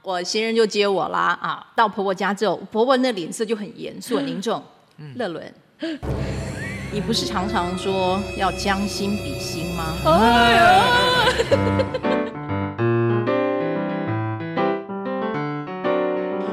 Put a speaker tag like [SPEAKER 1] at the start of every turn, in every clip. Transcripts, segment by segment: [SPEAKER 1] 我新人就接我啦啊，到婆婆家之后，婆婆那脸色就很严肃、
[SPEAKER 2] 嗯
[SPEAKER 1] 很凝重。乐伦，你不是常常说要将心比心吗？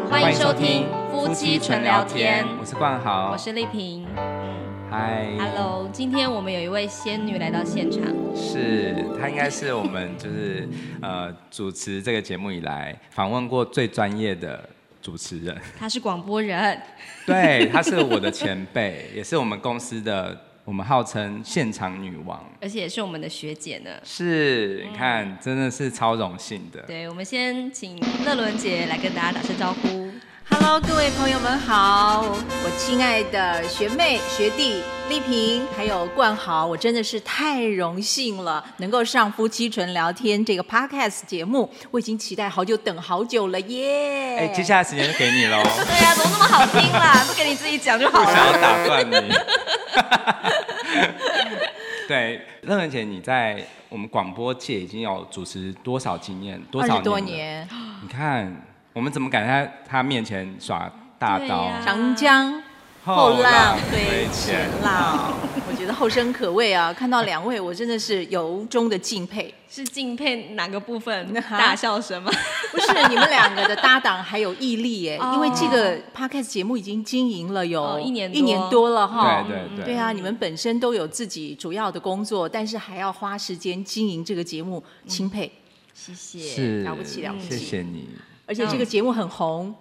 [SPEAKER 3] 欢迎收听夫妻纯聊天
[SPEAKER 2] 我是冠豪，
[SPEAKER 3] 我是丽萍
[SPEAKER 2] 嗯嗨
[SPEAKER 3] ，Hello，今天我们有一位仙女来到现场，
[SPEAKER 2] 是他应该是我们就是呃主持这个节目以来访问过最专业的主持 人，
[SPEAKER 3] 她是广播人，
[SPEAKER 2] 对，他是我的前辈，也是我们公司的我们号称现场女王，
[SPEAKER 3] 而且也是我们的学姐呢。
[SPEAKER 2] 是，你看真的是超荣幸的，
[SPEAKER 3] 嗯对，我们先请乐伦姐来跟大家打声招呼。
[SPEAKER 1] Hello，各位朋友们好，我亲爱的学妹、学弟丽萍，还有冠豪，我真的是太荣幸了，能够上夫妻纯聊天这个 podcast 节目，我已经期待好久、等好久了耶！啊
[SPEAKER 2] 哎、接下来时间就给你喽，
[SPEAKER 3] 对呀、怎么那么好听啦？不给你自己讲就好
[SPEAKER 2] 不 想
[SPEAKER 3] 了。
[SPEAKER 2] 要打 断你。对，乐文姐，你在我们广播界已经有主持多少经验？多
[SPEAKER 1] 二
[SPEAKER 2] 少
[SPEAKER 1] 十多
[SPEAKER 2] 了
[SPEAKER 1] 年，
[SPEAKER 2] 你看，我们怎么敢在他面前耍大
[SPEAKER 3] 对
[SPEAKER 2] 刀？
[SPEAKER 3] 呀
[SPEAKER 1] 长 江后浪推前
[SPEAKER 2] 前
[SPEAKER 1] 浪， 我觉得后生可畏啊！看到两位，我真的是由衷的敬 佩。
[SPEAKER 3] 是敬佩哪个部分？
[SPEAKER 1] 哈
[SPEAKER 3] 大笑 声吗？
[SPEAKER 1] 不是你们两个的搭档还有毅力耶，
[SPEAKER 3] 哦
[SPEAKER 1] 因为这个 podcast 节目已经经营了有、
[SPEAKER 3] 哦一年多
[SPEAKER 1] 一年多了哈。
[SPEAKER 2] 对对对
[SPEAKER 1] 对啊，你们本身都有自己主要的工作，但是还要花时间经营这个节目，钦佩。
[SPEAKER 3] 谢谢。
[SPEAKER 2] 是
[SPEAKER 1] 了不起了不起
[SPEAKER 2] 谢谢你。
[SPEAKER 1] 而且这个节目很红，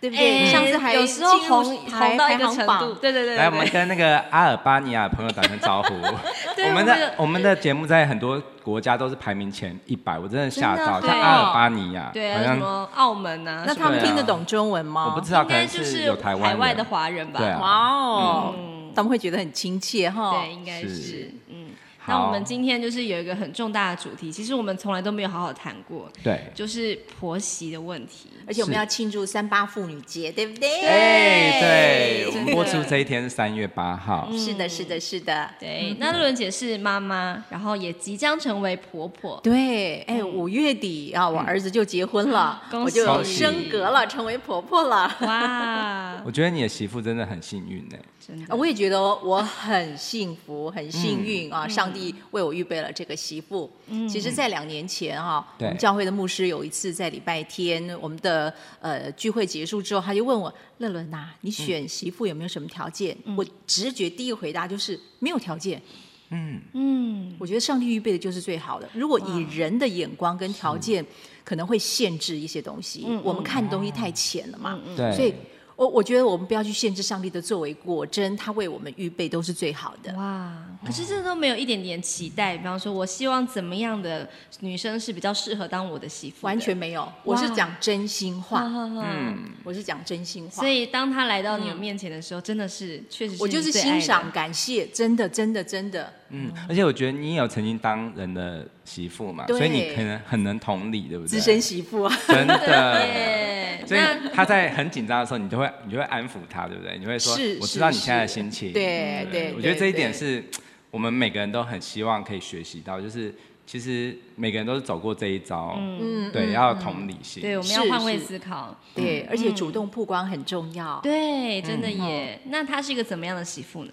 [SPEAKER 1] 对不对？
[SPEAKER 3] 哎
[SPEAKER 1] 上次还
[SPEAKER 3] 有时候
[SPEAKER 1] 进入
[SPEAKER 3] 红
[SPEAKER 1] 排
[SPEAKER 3] 红到一个
[SPEAKER 1] 排
[SPEAKER 3] 程
[SPEAKER 1] 行榜
[SPEAKER 3] 度，对对对
[SPEAKER 2] 来，我们
[SPEAKER 3] 对对。
[SPEAKER 2] 跟那个阿尔巴尼亚的朋友打声招呼。
[SPEAKER 3] 对
[SPEAKER 2] 我
[SPEAKER 3] 我
[SPEAKER 2] 们
[SPEAKER 3] 们
[SPEAKER 2] 的
[SPEAKER 3] 的
[SPEAKER 2] 我们的节目在很多国家都是排名前一百，我真的吓到，
[SPEAKER 3] 真的
[SPEAKER 2] 像
[SPEAKER 3] 对
[SPEAKER 2] 阿尔巴尼亚，
[SPEAKER 3] 对，还
[SPEAKER 2] 好
[SPEAKER 3] 有什
[SPEAKER 2] 像
[SPEAKER 3] 么澳门啊？
[SPEAKER 1] 那
[SPEAKER 3] 什
[SPEAKER 1] 他
[SPEAKER 3] 么
[SPEAKER 1] 们
[SPEAKER 2] 对啊
[SPEAKER 1] 听得懂中文吗？
[SPEAKER 2] 我不知道，
[SPEAKER 3] 应
[SPEAKER 2] 可
[SPEAKER 3] 该
[SPEAKER 2] 能
[SPEAKER 3] 就是
[SPEAKER 2] 有台湾
[SPEAKER 3] 海外
[SPEAKER 2] 人
[SPEAKER 3] 的华人吧？
[SPEAKER 2] 对啊
[SPEAKER 1] 哇哦，
[SPEAKER 3] 嗯
[SPEAKER 1] 他们会觉得很亲切哈。
[SPEAKER 3] 对，应该
[SPEAKER 2] 是
[SPEAKER 3] 是嗯。
[SPEAKER 2] 好
[SPEAKER 3] 那我们今天就是有一个很重大的主题，其实我们从来都没有好好谈过，
[SPEAKER 2] 对。
[SPEAKER 3] 就是婆媳的问题。
[SPEAKER 1] 而且我们
[SPEAKER 2] 是
[SPEAKER 1] 要庆祝三八妇女节，对不对？
[SPEAKER 2] 哎，
[SPEAKER 3] 对
[SPEAKER 2] 对，我
[SPEAKER 3] 真
[SPEAKER 2] 们
[SPEAKER 3] 的
[SPEAKER 2] 播出这一天是三月八号，
[SPEAKER 1] 是的，是的，是的。
[SPEAKER 3] 对，那乐伦姐是妈妈，然后也即将成为婆婆。
[SPEAKER 1] 对，哎，五月底啊，我儿子就结婚了，
[SPEAKER 3] 嗯恭
[SPEAKER 1] 我
[SPEAKER 3] 喜
[SPEAKER 1] 就升格了，成为婆婆了。
[SPEAKER 3] 哇，
[SPEAKER 2] 我觉得你的媳妇真的很幸运呢。
[SPEAKER 3] 真的
[SPEAKER 1] 啊我也觉得我很幸福，很幸运
[SPEAKER 3] 嗯
[SPEAKER 1] 啊！上帝为我预备了这个媳妇。其实，在两年前啊，我
[SPEAKER 2] 对
[SPEAKER 1] 们教会的牧师有一次在礼拜天，我们的呃聚会结束之后，他就问我：“乐伦呐、你
[SPEAKER 2] 嗯
[SPEAKER 1] 选媳妇有没有什么条件？”我直觉第一个回答就是没有条件。
[SPEAKER 3] 嗯，
[SPEAKER 1] 我觉得上帝预备的就是最好的。如果以人的眼光跟条件，可能会限制一些东西。
[SPEAKER 3] 嗯
[SPEAKER 1] 我们看的东西太浅了嘛，
[SPEAKER 2] 对，
[SPEAKER 1] 嗯所以我我觉得我们不要去限制上帝的作为，果真他为我们预备都是最好的。
[SPEAKER 3] 哇，可是这都没有一点点期待。比方说，我希望怎么样的女生是比较适合当我的媳妇的？
[SPEAKER 1] 完全没有，我是讲真心
[SPEAKER 3] 哈
[SPEAKER 1] 话，
[SPEAKER 3] 哈哈。
[SPEAKER 2] 嗯，
[SPEAKER 1] 我是讲真心话
[SPEAKER 3] 所。以当她来到你们面前的时候，真的是确实是
[SPEAKER 1] 我就
[SPEAKER 3] 你
[SPEAKER 1] 是
[SPEAKER 3] 最爱
[SPEAKER 1] 欣
[SPEAKER 3] 的
[SPEAKER 1] 赏、感谢，真的，真的，真的，
[SPEAKER 2] 嗯，而且我觉得你也有曾经当人的媳妇嘛，
[SPEAKER 1] 对
[SPEAKER 2] 所以你可能很能同理，对不对？
[SPEAKER 1] 资深媳妇啊，
[SPEAKER 2] 真的。
[SPEAKER 3] 耶。
[SPEAKER 2] 所以
[SPEAKER 3] 那
[SPEAKER 2] 他在很紧张的时候，你就会你就会安抚他，对不对？你会说
[SPEAKER 1] 是，
[SPEAKER 2] 我知道你
[SPEAKER 1] 是
[SPEAKER 2] 现在的
[SPEAKER 1] 是
[SPEAKER 2] 心情。
[SPEAKER 1] 对对
[SPEAKER 2] 我觉得
[SPEAKER 1] 对
[SPEAKER 2] 这一点
[SPEAKER 1] 对
[SPEAKER 2] 是我们每个人都很希望可以学习到，就是其实每个人都是走过这一招，
[SPEAKER 1] 嗯，
[SPEAKER 2] 对，
[SPEAKER 1] 嗯
[SPEAKER 2] 要有同理心。
[SPEAKER 3] 对，我们要
[SPEAKER 1] 是
[SPEAKER 3] 换位
[SPEAKER 1] 是
[SPEAKER 3] 思考。
[SPEAKER 1] 对，而且
[SPEAKER 3] 嗯
[SPEAKER 1] 主动曝光很重要。
[SPEAKER 3] 对，真
[SPEAKER 2] 嗯
[SPEAKER 3] 的耶。
[SPEAKER 1] 哦
[SPEAKER 3] 那她是一个怎么样的媳妇呢？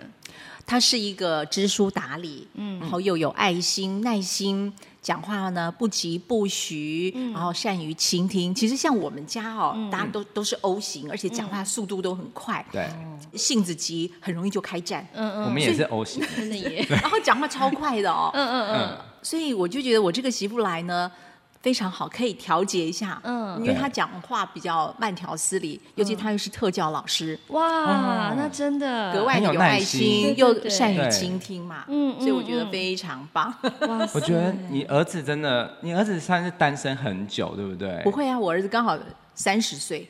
[SPEAKER 1] 她是一个知书达理，嗯，然后又有爱心、耐心，讲话呢不疾不徐，
[SPEAKER 3] 嗯
[SPEAKER 1] 然后善于倾听。其实像我们家哦，大家都都是 O 型，而且讲
[SPEAKER 3] 嗯
[SPEAKER 1] 话速度都很快，
[SPEAKER 2] 对，
[SPEAKER 1] 性子急，很容易就开战，
[SPEAKER 3] 嗯
[SPEAKER 2] 我
[SPEAKER 3] 嗯，
[SPEAKER 2] 们也是 O 型。
[SPEAKER 3] 真的 耶。
[SPEAKER 1] 然后讲话超快的哦。
[SPEAKER 3] 嗯嗯
[SPEAKER 2] 嗯，
[SPEAKER 1] 所以我就觉得我这个媳妇来呢。非常好，可以调节一下，
[SPEAKER 3] 嗯
[SPEAKER 1] 因为
[SPEAKER 2] 对
[SPEAKER 1] 她讲话比较慢条斯理，尤其她又是特教老师，
[SPEAKER 3] 嗯，
[SPEAKER 2] 哦
[SPEAKER 3] 哇，那真的
[SPEAKER 1] 格外
[SPEAKER 2] 很
[SPEAKER 1] 的
[SPEAKER 2] 有
[SPEAKER 1] 有
[SPEAKER 2] 耐
[SPEAKER 1] 爱
[SPEAKER 2] 心
[SPEAKER 1] 心，
[SPEAKER 2] 对
[SPEAKER 3] 嗯对
[SPEAKER 1] 又
[SPEAKER 3] 对
[SPEAKER 1] 善于
[SPEAKER 2] 对
[SPEAKER 1] 倾听嘛，
[SPEAKER 3] 嗯嗯
[SPEAKER 1] 所以我觉得
[SPEAKER 3] 嗯
[SPEAKER 1] 非常棒。
[SPEAKER 3] 哇塞
[SPEAKER 2] 我觉得你儿子真的，你儿子算是单身很久，对不对？
[SPEAKER 1] 不会啊，我儿子刚好三十岁，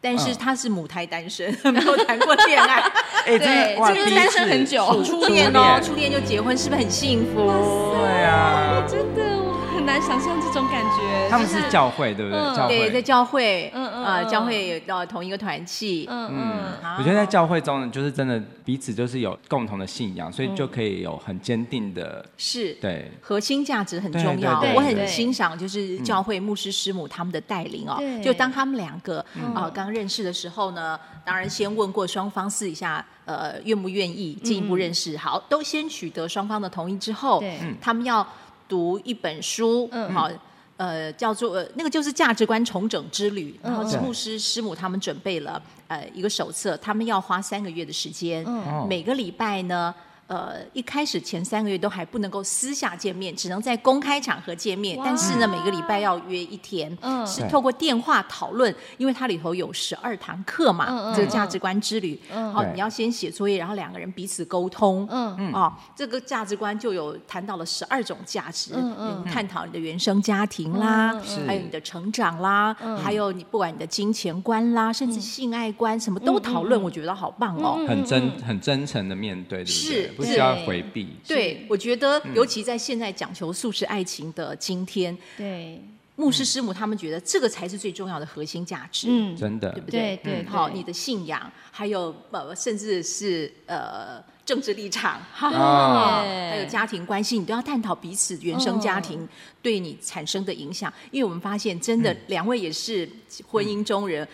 [SPEAKER 1] 但是
[SPEAKER 2] 嗯
[SPEAKER 1] 他是母胎单身， 没有谈过恋 爱，哦
[SPEAKER 3] 对
[SPEAKER 2] 哎，真的哇，
[SPEAKER 3] 这个
[SPEAKER 2] 第一
[SPEAKER 3] 单身
[SPEAKER 2] 次
[SPEAKER 3] 很久
[SPEAKER 1] 初恋哦，初恋就结婚，是不是很幸福？
[SPEAKER 2] 对啊，
[SPEAKER 3] 真的，我很很难想象这种感觉。
[SPEAKER 2] 他们
[SPEAKER 3] 就是
[SPEAKER 2] 教会，对不对？
[SPEAKER 3] 嗯
[SPEAKER 2] 教
[SPEAKER 1] 对，在
[SPEAKER 2] 会。
[SPEAKER 1] 教会，
[SPEAKER 3] 嗯嗯
[SPEAKER 1] 呃，
[SPEAKER 3] 嗯
[SPEAKER 1] 教会有到同一个团契，
[SPEAKER 3] 嗯
[SPEAKER 2] 嗯
[SPEAKER 3] 嗯，
[SPEAKER 2] 我觉得在教会中，就是真的彼此就是有共同的信仰，所以就可以有很坚定的
[SPEAKER 1] 是。
[SPEAKER 2] 对
[SPEAKER 1] 核心价值很重要，
[SPEAKER 2] 对对对
[SPEAKER 1] 我
[SPEAKER 3] 对
[SPEAKER 1] 很欣赏就是教会牧师师母他们的带领哦。
[SPEAKER 3] 嗯对嗯
[SPEAKER 1] 就当他们两个啊、呃刚认识的时候呢，当然先问过双方私底下呃愿不愿意进一
[SPEAKER 3] 嗯
[SPEAKER 1] 步认识，好，都先取得双方的同意之后
[SPEAKER 3] 对嗯，
[SPEAKER 1] 他们要读一本书，
[SPEAKER 3] 嗯
[SPEAKER 1] 好。呃，叫做呃，那个就是价值观重整之旅，然后
[SPEAKER 3] 嗯
[SPEAKER 1] 是
[SPEAKER 2] 嗯
[SPEAKER 1] 牧师师母他们准备了呃一个手册，他们要花三个月的时间，
[SPEAKER 3] 嗯
[SPEAKER 2] 哦
[SPEAKER 1] 每个礼拜呢，呃，一开始前三个月都还不能够私下见面，只能在公开场合见面。
[SPEAKER 3] 哇
[SPEAKER 1] 但是呢，每个礼拜要约一天，
[SPEAKER 3] 嗯
[SPEAKER 1] 是透过电话讨论，因为它里头有十二堂课嘛，
[SPEAKER 3] 嗯嗯
[SPEAKER 1] 这个价值观之旅。
[SPEAKER 3] 嗯
[SPEAKER 1] 好，
[SPEAKER 2] 对
[SPEAKER 1] 你要先写作业，然后两个人彼此沟通。
[SPEAKER 3] 嗯嗯
[SPEAKER 1] 哦，这个价值观就有谈到了十二种价值，
[SPEAKER 3] 嗯嗯
[SPEAKER 1] 你探讨你的原生家庭啦，
[SPEAKER 3] 嗯
[SPEAKER 2] 嗯
[SPEAKER 1] 还有你的成长啦，还有你不管你的金钱观啦，甚至性爱观，什么都讨论，我觉得好棒哦。
[SPEAKER 3] 嗯
[SPEAKER 2] 很真
[SPEAKER 3] 嗯
[SPEAKER 2] 很真诚的面对，对不
[SPEAKER 1] 是
[SPEAKER 2] 对？不需要
[SPEAKER 3] 对
[SPEAKER 2] 回避。
[SPEAKER 1] 对，我觉得
[SPEAKER 3] 嗯
[SPEAKER 1] 尤其在现在讲求素食爱情的今天，
[SPEAKER 3] 对，
[SPEAKER 1] 牧师师母他们觉得这个才是最重要的核心价值，
[SPEAKER 3] 嗯，
[SPEAKER 2] 真的
[SPEAKER 1] 对不
[SPEAKER 3] 对对，
[SPEAKER 1] 好，
[SPEAKER 3] 对
[SPEAKER 1] 你的信仰，还有呃，甚至是呃政治立场，哈
[SPEAKER 3] 啊
[SPEAKER 2] 哦
[SPEAKER 1] 啊还有家庭关系，你都要探讨彼此原生家
[SPEAKER 3] 嗯
[SPEAKER 1] 庭对你产生的影响。因为我们发现，真的两位也是婚姻中人。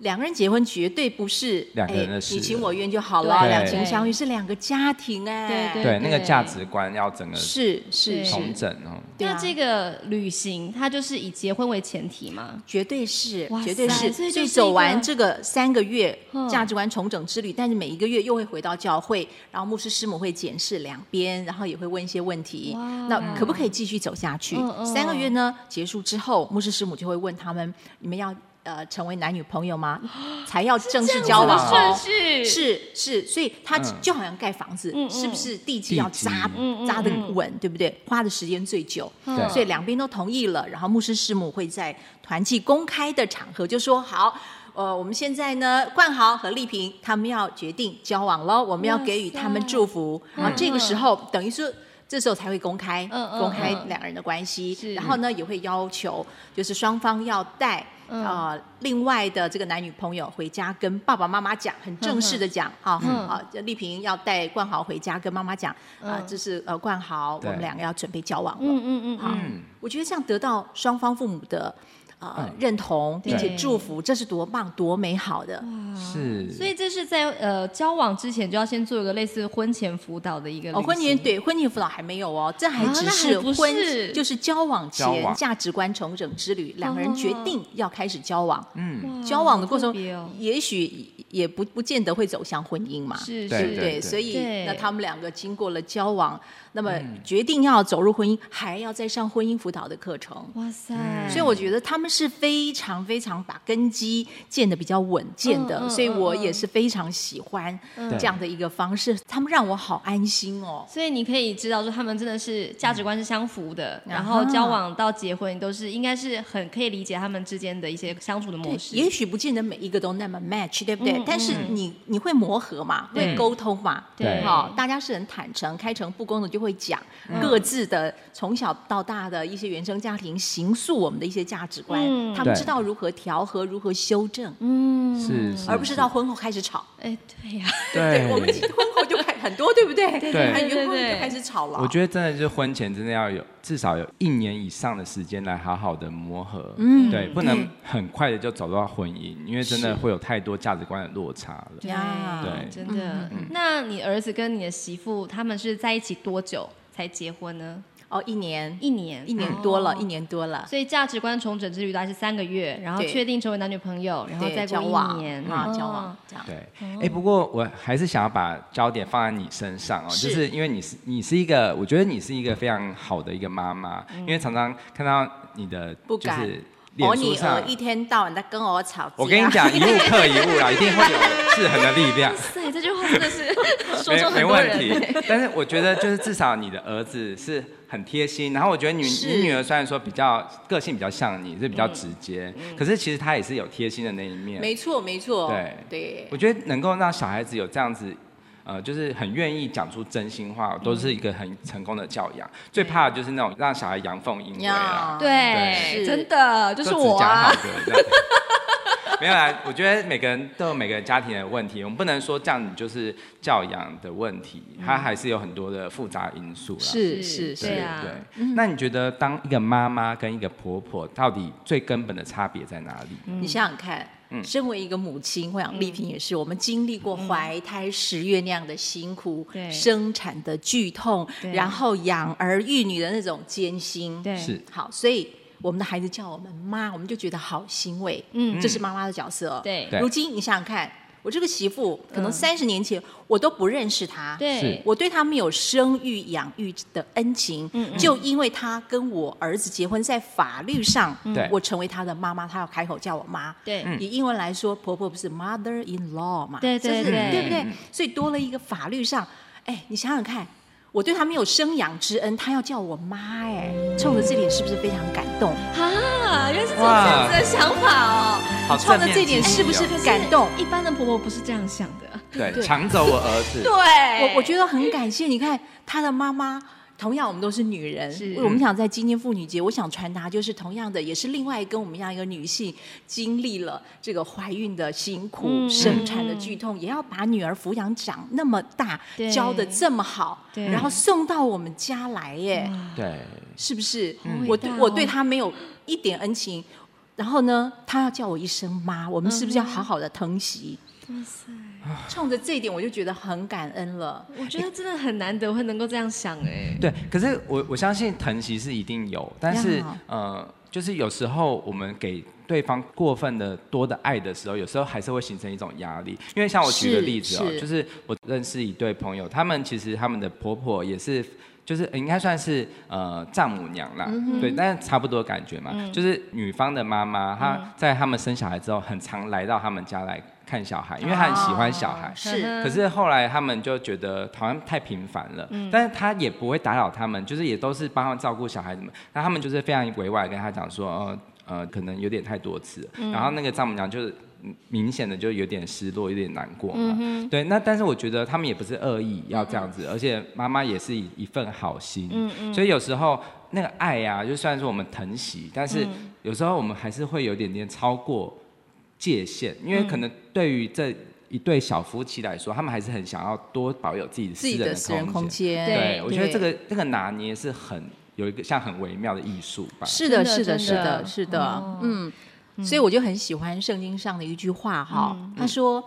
[SPEAKER 1] 两个人结婚绝对不是
[SPEAKER 2] 两个人的
[SPEAKER 1] 哎
[SPEAKER 2] 事
[SPEAKER 1] 你情我愿就好了，
[SPEAKER 3] 对
[SPEAKER 1] 两情相悦是两个家庭哎，
[SPEAKER 3] 对
[SPEAKER 2] 对那个价值观要整个
[SPEAKER 1] 是是
[SPEAKER 3] 对
[SPEAKER 1] 是
[SPEAKER 2] 重，整哦。
[SPEAKER 1] 对啊
[SPEAKER 3] 那这个旅行，它就是以结婚为前提嘛？
[SPEAKER 1] 绝对是
[SPEAKER 3] 哇，塞
[SPEAKER 1] 绝对是。
[SPEAKER 3] 所以
[SPEAKER 1] 所
[SPEAKER 3] 就是
[SPEAKER 1] 以
[SPEAKER 3] 一个
[SPEAKER 1] 走完这个三个月
[SPEAKER 3] 嗯
[SPEAKER 1] 价值观重整之旅，但是每一个月又会回到教会，然后牧师师母会检视两边，然后也会问一些问题
[SPEAKER 3] 哇。
[SPEAKER 1] 那可不可以继续走下去
[SPEAKER 3] 嗯？嗯
[SPEAKER 1] 三个月呢结束之后，牧师师母就会问他们：你们要呃成为男女朋友 吗？才要正式交往
[SPEAKER 3] 这样
[SPEAKER 1] 哦
[SPEAKER 3] 子。的顺序
[SPEAKER 1] 是是，所以他
[SPEAKER 2] 嗯
[SPEAKER 1] 就好像盖房子，
[SPEAKER 3] 嗯嗯
[SPEAKER 1] 是不是地基要
[SPEAKER 2] 地基
[SPEAKER 1] 扎
[SPEAKER 3] 嗯嗯
[SPEAKER 1] 扎得
[SPEAKER 3] 嗯
[SPEAKER 1] 稳，对不对？花的时间最久，
[SPEAKER 2] 对
[SPEAKER 1] 所以两边都同意了，然后牧师师母会在团契公开的场合就说好。呃，我们现在呢，冠豪和丽萍他们要决定交往喽，我们要
[SPEAKER 3] 哇
[SPEAKER 1] 给予他
[SPEAKER 3] 塞
[SPEAKER 1] 们祝福。然后这个时
[SPEAKER 3] 嗯
[SPEAKER 1] 候，等于是这时候才会公开、
[SPEAKER 3] 嗯嗯
[SPEAKER 1] 公开
[SPEAKER 3] 嗯
[SPEAKER 1] 两个人的关系，
[SPEAKER 3] 是
[SPEAKER 1] 然后呢也会要求就是双方要带。
[SPEAKER 3] 嗯
[SPEAKER 1] 呃，另外的这个男女朋友回家跟爸爸妈妈讲，很正式的讲，哈、
[SPEAKER 3] 嗯
[SPEAKER 1] 啊，丽萍要带冠豪回家跟妈妈讲，啊，
[SPEAKER 3] 嗯
[SPEAKER 1] 这是呃冠豪，我
[SPEAKER 2] 对
[SPEAKER 1] 们两个要准备交往了，
[SPEAKER 3] 嗯嗯嗯
[SPEAKER 1] 好，我觉得这样得到双方父母的呃、认同，并且
[SPEAKER 3] 对嗯
[SPEAKER 1] 祝福，这是多棒多美好的。
[SPEAKER 2] 是，
[SPEAKER 3] 所以这是在呃交往之前就要先做一个类似婚前辅导的一个旅
[SPEAKER 1] 哦，
[SPEAKER 3] 行
[SPEAKER 1] 婚前对婚前辅导还没有哦，这还
[SPEAKER 3] 啊
[SPEAKER 1] 只
[SPEAKER 3] 那
[SPEAKER 1] 是
[SPEAKER 3] 还不
[SPEAKER 1] 婚，
[SPEAKER 3] 是哦
[SPEAKER 1] 就是交往
[SPEAKER 2] 交
[SPEAKER 1] 前
[SPEAKER 2] 往
[SPEAKER 1] 价值观重整之旅，两个人决定要开始交往。
[SPEAKER 2] 嗯，
[SPEAKER 3] 哇
[SPEAKER 1] 交往的过程
[SPEAKER 3] 好特别哦，
[SPEAKER 1] 也许也不不见得会走向婚姻嘛。
[SPEAKER 3] 是
[SPEAKER 2] 对
[SPEAKER 3] 是
[SPEAKER 1] 对，
[SPEAKER 2] 对
[SPEAKER 1] 所以
[SPEAKER 3] 对
[SPEAKER 1] 那他们两个经过了交往，那么决定要走入婚姻，还要再上婚姻辅导的课程。
[SPEAKER 3] 哇塞，
[SPEAKER 2] 嗯
[SPEAKER 1] 所以我
[SPEAKER 3] 嗯
[SPEAKER 1] 觉得他们是非常非常把根基建的比较稳健的，
[SPEAKER 3] 嗯嗯
[SPEAKER 1] 所以我
[SPEAKER 3] 嗯嗯
[SPEAKER 1] 也是非常喜欢
[SPEAKER 3] 嗯
[SPEAKER 1] 这样的一个方式，他们让我好安心哦。
[SPEAKER 3] 所以你可以知道说他们真的是价值观是相符的，
[SPEAKER 1] 啊
[SPEAKER 3] 然后交往到结婚都是应该是很可以理解他们之间的一些相处的模式。
[SPEAKER 1] 也许不见得每一个都那么 match，对不对？
[SPEAKER 3] 嗯
[SPEAKER 1] 但是你你会磨合嘛，会沟通嘛，
[SPEAKER 2] 对
[SPEAKER 1] 好，大家是很坦诚、开诚布公的，就会讲
[SPEAKER 3] 嗯
[SPEAKER 1] 各自的从小到大的一些原生家庭，形塑我们的一些价值观，
[SPEAKER 3] 嗯
[SPEAKER 1] 他们
[SPEAKER 2] 对
[SPEAKER 1] 知道如何调和、如何修正，
[SPEAKER 3] 嗯，
[SPEAKER 2] 是，是
[SPEAKER 1] 而不是到婚后开始吵。
[SPEAKER 3] 哎，对呀、
[SPEAKER 2] 对
[SPEAKER 1] 我们 婚后就开很多，对不对？对
[SPEAKER 2] 对
[SPEAKER 1] 很婚
[SPEAKER 3] 对对
[SPEAKER 1] 后
[SPEAKER 3] 对
[SPEAKER 1] 就开始吵了。
[SPEAKER 2] 我觉得真的是婚前真的要有至少有一年以上的时间来好好的磨合，
[SPEAKER 1] 嗯
[SPEAKER 2] 对，不
[SPEAKER 1] 对
[SPEAKER 2] 能很快的就走到婚姻，因为真的
[SPEAKER 1] 是
[SPEAKER 2] 会有太多价值观的落差了。
[SPEAKER 1] 呀
[SPEAKER 2] 对
[SPEAKER 3] 真
[SPEAKER 2] 嗯
[SPEAKER 3] 的。那你儿子跟你的媳妇他们是在一起多久才结婚呢？
[SPEAKER 1] 哦，一年
[SPEAKER 3] 一年，
[SPEAKER 1] 一年多了，
[SPEAKER 3] 哦
[SPEAKER 1] 一年多了。
[SPEAKER 3] 所以价值观重整之旅大概是三个月，然后
[SPEAKER 1] 对
[SPEAKER 3] 确定成为男女朋友，然后
[SPEAKER 1] 对
[SPEAKER 3] 再
[SPEAKER 1] 交
[SPEAKER 3] 过
[SPEAKER 1] 往
[SPEAKER 3] 一年
[SPEAKER 1] 啊，
[SPEAKER 3] 嗯
[SPEAKER 1] 交往这样。
[SPEAKER 2] 对，
[SPEAKER 1] 哦
[SPEAKER 2] 哎、不过我还是想要把焦点放在你身上哦，
[SPEAKER 1] 是
[SPEAKER 2] 就是因为你是你是一个，我觉得你是一个非常好的一个妈妈，因为常常看到你的
[SPEAKER 1] 嗯不
[SPEAKER 2] 就
[SPEAKER 1] 敢
[SPEAKER 2] 是
[SPEAKER 1] 我
[SPEAKER 2] 脸书
[SPEAKER 1] 女儿
[SPEAKER 2] 上，
[SPEAKER 1] 哦一啊天到晚在跟我吵架。
[SPEAKER 2] 我跟你讲，一物克一物啦，一定会有制衡的力量。
[SPEAKER 3] 对，这句话真的是 说
[SPEAKER 2] 没
[SPEAKER 3] 中很
[SPEAKER 2] 没
[SPEAKER 3] 多
[SPEAKER 2] 问
[SPEAKER 3] 人。欸
[SPEAKER 2] 题， 但是我觉得就是至少你的儿子是很贴心，然后我觉得你
[SPEAKER 1] 是
[SPEAKER 2] 你女儿虽然说比较个性比较像你，是比较直接，
[SPEAKER 3] 嗯
[SPEAKER 2] 可是其实她也是有贴心的那一面。
[SPEAKER 1] 没错，没错，
[SPEAKER 2] 对
[SPEAKER 1] 对
[SPEAKER 2] 我觉得能够让小孩子有这样子。呃，就是很愿意讲出真心话，都是一个很成功的教养。最怕的就是那种让小孩阳奉阴违
[SPEAKER 1] 呀
[SPEAKER 2] 啊，
[SPEAKER 3] 对，
[SPEAKER 1] 是
[SPEAKER 3] 真的就
[SPEAKER 2] 就是只
[SPEAKER 3] 我
[SPEAKER 2] 讲
[SPEAKER 3] 啊
[SPEAKER 2] 好，的。这样 没有啦，我觉得每个人都有每个人家庭的问题，我们不能说这样你就是教养的问题，它还是有很多的复杂因素啦。
[SPEAKER 1] 是是
[SPEAKER 2] 对
[SPEAKER 1] 是嗯
[SPEAKER 3] 对，啊
[SPEAKER 2] 对。那你觉得当一个妈妈跟一个婆婆到底最根本的差别在哪里？
[SPEAKER 1] 你想想看，
[SPEAKER 2] 嗯
[SPEAKER 1] 身为一个母亲，我
[SPEAKER 3] 嗯
[SPEAKER 1] 想丽萍也是，我们经历过怀胎十月那样的辛苦，
[SPEAKER 3] 对
[SPEAKER 1] 生产的剧痛，
[SPEAKER 3] 对
[SPEAKER 1] 然后养儿育女的那种艰辛，
[SPEAKER 3] 对，
[SPEAKER 2] 是
[SPEAKER 1] 好，所以我们的孩子叫我们妈，我们就觉得好欣慰，
[SPEAKER 3] 嗯
[SPEAKER 1] 这是妈妈的角色。
[SPEAKER 3] 对
[SPEAKER 2] 对
[SPEAKER 1] 如今你想想看，我这个媳妇可能
[SPEAKER 3] 嗯
[SPEAKER 1] 三十年前我都不认识她，
[SPEAKER 3] 对
[SPEAKER 2] 是，
[SPEAKER 1] 我对他们有生育养育的恩情，
[SPEAKER 3] 嗯
[SPEAKER 1] 就因为他跟我儿子结婚，在法律上，
[SPEAKER 3] 嗯
[SPEAKER 2] 对
[SPEAKER 1] 我成为他的妈妈，他要开口叫我妈。
[SPEAKER 3] 对
[SPEAKER 2] 嗯
[SPEAKER 1] 以英文来说，婆婆不是 mother in law 嘛？
[SPEAKER 3] 对对
[SPEAKER 1] 是不是
[SPEAKER 3] 对
[SPEAKER 1] 对不对？所以多了一个法律上，哎，你想想看，我对他没有生养之恩，他要叫我妈，哎，冲着这点是不是非常感动？
[SPEAKER 3] 啊，原来是这
[SPEAKER 2] 哇
[SPEAKER 3] 样子的想法哦。
[SPEAKER 2] 好正
[SPEAKER 1] 冲
[SPEAKER 2] 面
[SPEAKER 1] 着这点
[SPEAKER 2] 积极
[SPEAKER 1] 是不是
[SPEAKER 2] 哦
[SPEAKER 1] 很感动？
[SPEAKER 3] 一般的婆婆不是这样想 的。
[SPEAKER 1] 对
[SPEAKER 2] 对，抢走我儿子
[SPEAKER 3] 对，，
[SPEAKER 1] 我
[SPEAKER 3] 我
[SPEAKER 1] 我觉得
[SPEAKER 3] 哎
[SPEAKER 1] 很感谢。你看她的妈妈，同样我们都是女人，
[SPEAKER 3] 是
[SPEAKER 1] 我们想在今天妇女节，我想传达就是同样的，也是另外跟我们一样一个女性经历了这个怀孕的辛苦、
[SPEAKER 3] 嗯
[SPEAKER 1] 生产的剧痛，也要把女儿抚养长那么大
[SPEAKER 3] 对，
[SPEAKER 1] 教的这么好，
[SPEAKER 3] 对
[SPEAKER 1] 然后送到我们家来耶，
[SPEAKER 2] 对，
[SPEAKER 1] 是不是？我
[SPEAKER 3] 嗯好伟
[SPEAKER 1] 对
[SPEAKER 3] 大哦
[SPEAKER 1] 我对她没有一点恩情。然后呢，她要叫我一声妈，我们是不是
[SPEAKER 3] 嗯
[SPEAKER 1] 要好好的疼惜？
[SPEAKER 3] 哇塞，
[SPEAKER 1] 冲着这一点，我就觉得很感恩了。
[SPEAKER 3] 我觉得真的很难得会能够这样想哎。
[SPEAKER 2] 对，可是我我相信疼惜是一定有，但是
[SPEAKER 1] 要
[SPEAKER 2] 呃，就是有时候我们给对方过分的多的爱的时候，有时候还是会形成一种压力。因为像我举
[SPEAKER 1] 是
[SPEAKER 2] 个例子哦，
[SPEAKER 1] 是
[SPEAKER 2] 就是我认识一对朋友，他们其实他们的婆婆也是。就是应该算是呃丈母娘啦，
[SPEAKER 1] 嗯
[SPEAKER 2] 对，但是差不多感觉嘛。就是女方的妈妈，
[SPEAKER 1] 嗯
[SPEAKER 2] 她在他们生小孩之后，很常来到他们家来看小孩，因为她很喜欢小孩。
[SPEAKER 1] 哦是
[SPEAKER 2] 可是后来他们就觉得好像太频繁了，但是他也不会打扰他们，就是也都是帮他们照顾小孩子们。那他们就是非常委婉地跟他讲说，呃呃，可能有点太多次了。然后那个丈母娘就是嗯明显的就有点失落，有点难过嘛。对，那但是我觉得他们也不是恶意要这样子，而且妈妈也是一一份好心，所以有时候。那个爱啊，就虽然说我们疼惜，但是有时候我们还是会有点点超过界限，因
[SPEAKER 1] 嗯
[SPEAKER 2] 为可能对于这一对小夫妻来说，他们还是很想要多保有自己
[SPEAKER 1] 自
[SPEAKER 2] 私
[SPEAKER 1] 己
[SPEAKER 2] 人
[SPEAKER 1] 的私人空间。
[SPEAKER 2] 间。
[SPEAKER 3] 对
[SPEAKER 2] 对，我觉得这
[SPEAKER 1] 对
[SPEAKER 2] 个这个拿捏是很有一个像很微妙的艺术吧。
[SPEAKER 1] 是的，
[SPEAKER 3] 真
[SPEAKER 1] 是的，
[SPEAKER 3] 的真
[SPEAKER 1] 是
[SPEAKER 3] 的
[SPEAKER 1] 的，是的
[SPEAKER 3] 哦，
[SPEAKER 1] 嗯，所以我就很喜欢圣经上的一句话哈，他
[SPEAKER 2] 嗯
[SPEAKER 1] 说，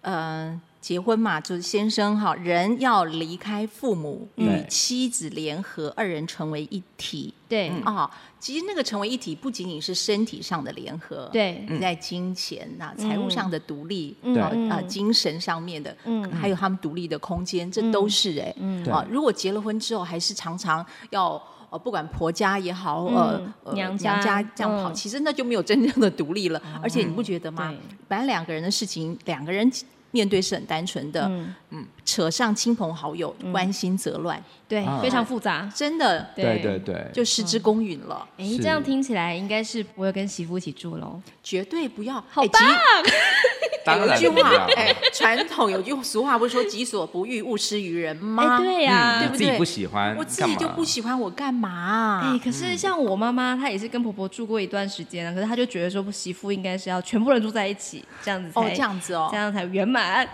[SPEAKER 1] 呃，结婚嘛，就是先生哈，人要离开父母，与
[SPEAKER 2] 嗯对
[SPEAKER 1] 妻子联合，二人成为一体
[SPEAKER 3] 对
[SPEAKER 2] 嗯
[SPEAKER 3] 哦
[SPEAKER 1] 啊、其实那个成为一体，不仅仅是身体上的联合，，
[SPEAKER 3] 对
[SPEAKER 1] 在金钱呐、财务上的独立，
[SPEAKER 3] 嗯
[SPEAKER 1] 啊、
[SPEAKER 3] 对
[SPEAKER 1] 啊精神上面的，
[SPEAKER 3] 嗯
[SPEAKER 1] 还有他们独立的空间，这都是哎、
[SPEAKER 3] 嗯
[SPEAKER 2] 对
[SPEAKER 1] 啊，如果结了婚之后，还是常常要呃，不管婆家也好，呃
[SPEAKER 3] 嗯
[SPEAKER 1] 呃
[SPEAKER 3] 娘
[SPEAKER 1] 家
[SPEAKER 3] 家
[SPEAKER 1] 这样跑，
[SPEAKER 3] 嗯哦
[SPEAKER 1] 其实那就没有真正的独立了。而且你不觉得吗
[SPEAKER 3] 对？
[SPEAKER 1] 本来两个人的事情，两个人面对是很单纯的，
[SPEAKER 3] 嗯
[SPEAKER 1] 扯上亲朋好友，关心则乱，
[SPEAKER 3] 对
[SPEAKER 2] 啊，
[SPEAKER 3] 非常复杂。
[SPEAKER 1] 真的
[SPEAKER 2] 对对对，
[SPEAKER 1] 就失之公允了。
[SPEAKER 3] 哎，
[SPEAKER 2] 是
[SPEAKER 3] 这样听起来应该是不会跟媳妇一起住喽。
[SPEAKER 1] 绝对不要，
[SPEAKER 3] 好
[SPEAKER 1] 哎其实
[SPEAKER 2] 当
[SPEAKER 1] 有一
[SPEAKER 2] 然
[SPEAKER 1] 句
[SPEAKER 2] 不
[SPEAKER 1] 话
[SPEAKER 2] 要，
[SPEAKER 1] 哎，传统有句俗话不是说“己所不欲，勿施于人”吗
[SPEAKER 3] 哎，？对呀，
[SPEAKER 1] 对不
[SPEAKER 2] 你
[SPEAKER 1] 对
[SPEAKER 2] 嗯自己不喜欢，
[SPEAKER 1] 我自己就不喜欢，我干嘛啊、
[SPEAKER 3] 哎，可是像我妈妈，她也是跟婆婆住过一段时间啊，可是她就觉得说媳妇应该是要全部人住在一起，这样子才
[SPEAKER 1] 哦，这样子哦
[SPEAKER 3] 哎这，样才圆满。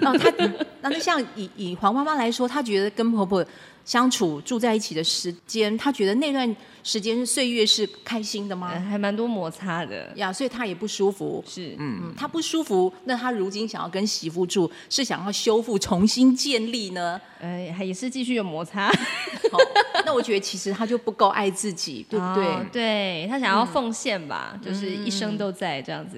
[SPEAKER 1] 哦，她那就像以以黄妈妈来说，她觉得跟婆婆相处住在一起的时间，她觉得那段时间岁月是开心的吗？
[SPEAKER 3] 呃还蛮多摩擦的，
[SPEAKER 1] 呀，所以她也不舒服。
[SPEAKER 3] 是，
[SPEAKER 1] 嗯，她不舒服，那她如今想要跟媳妇住，是想要修复、重新建立呢？
[SPEAKER 3] 呃，还也是继续有摩擦，
[SPEAKER 1] 哦，那我觉得其实她就不够爱自己，对不对？嗯
[SPEAKER 3] 哦对她想要奉献吧，就是一生都在这样子。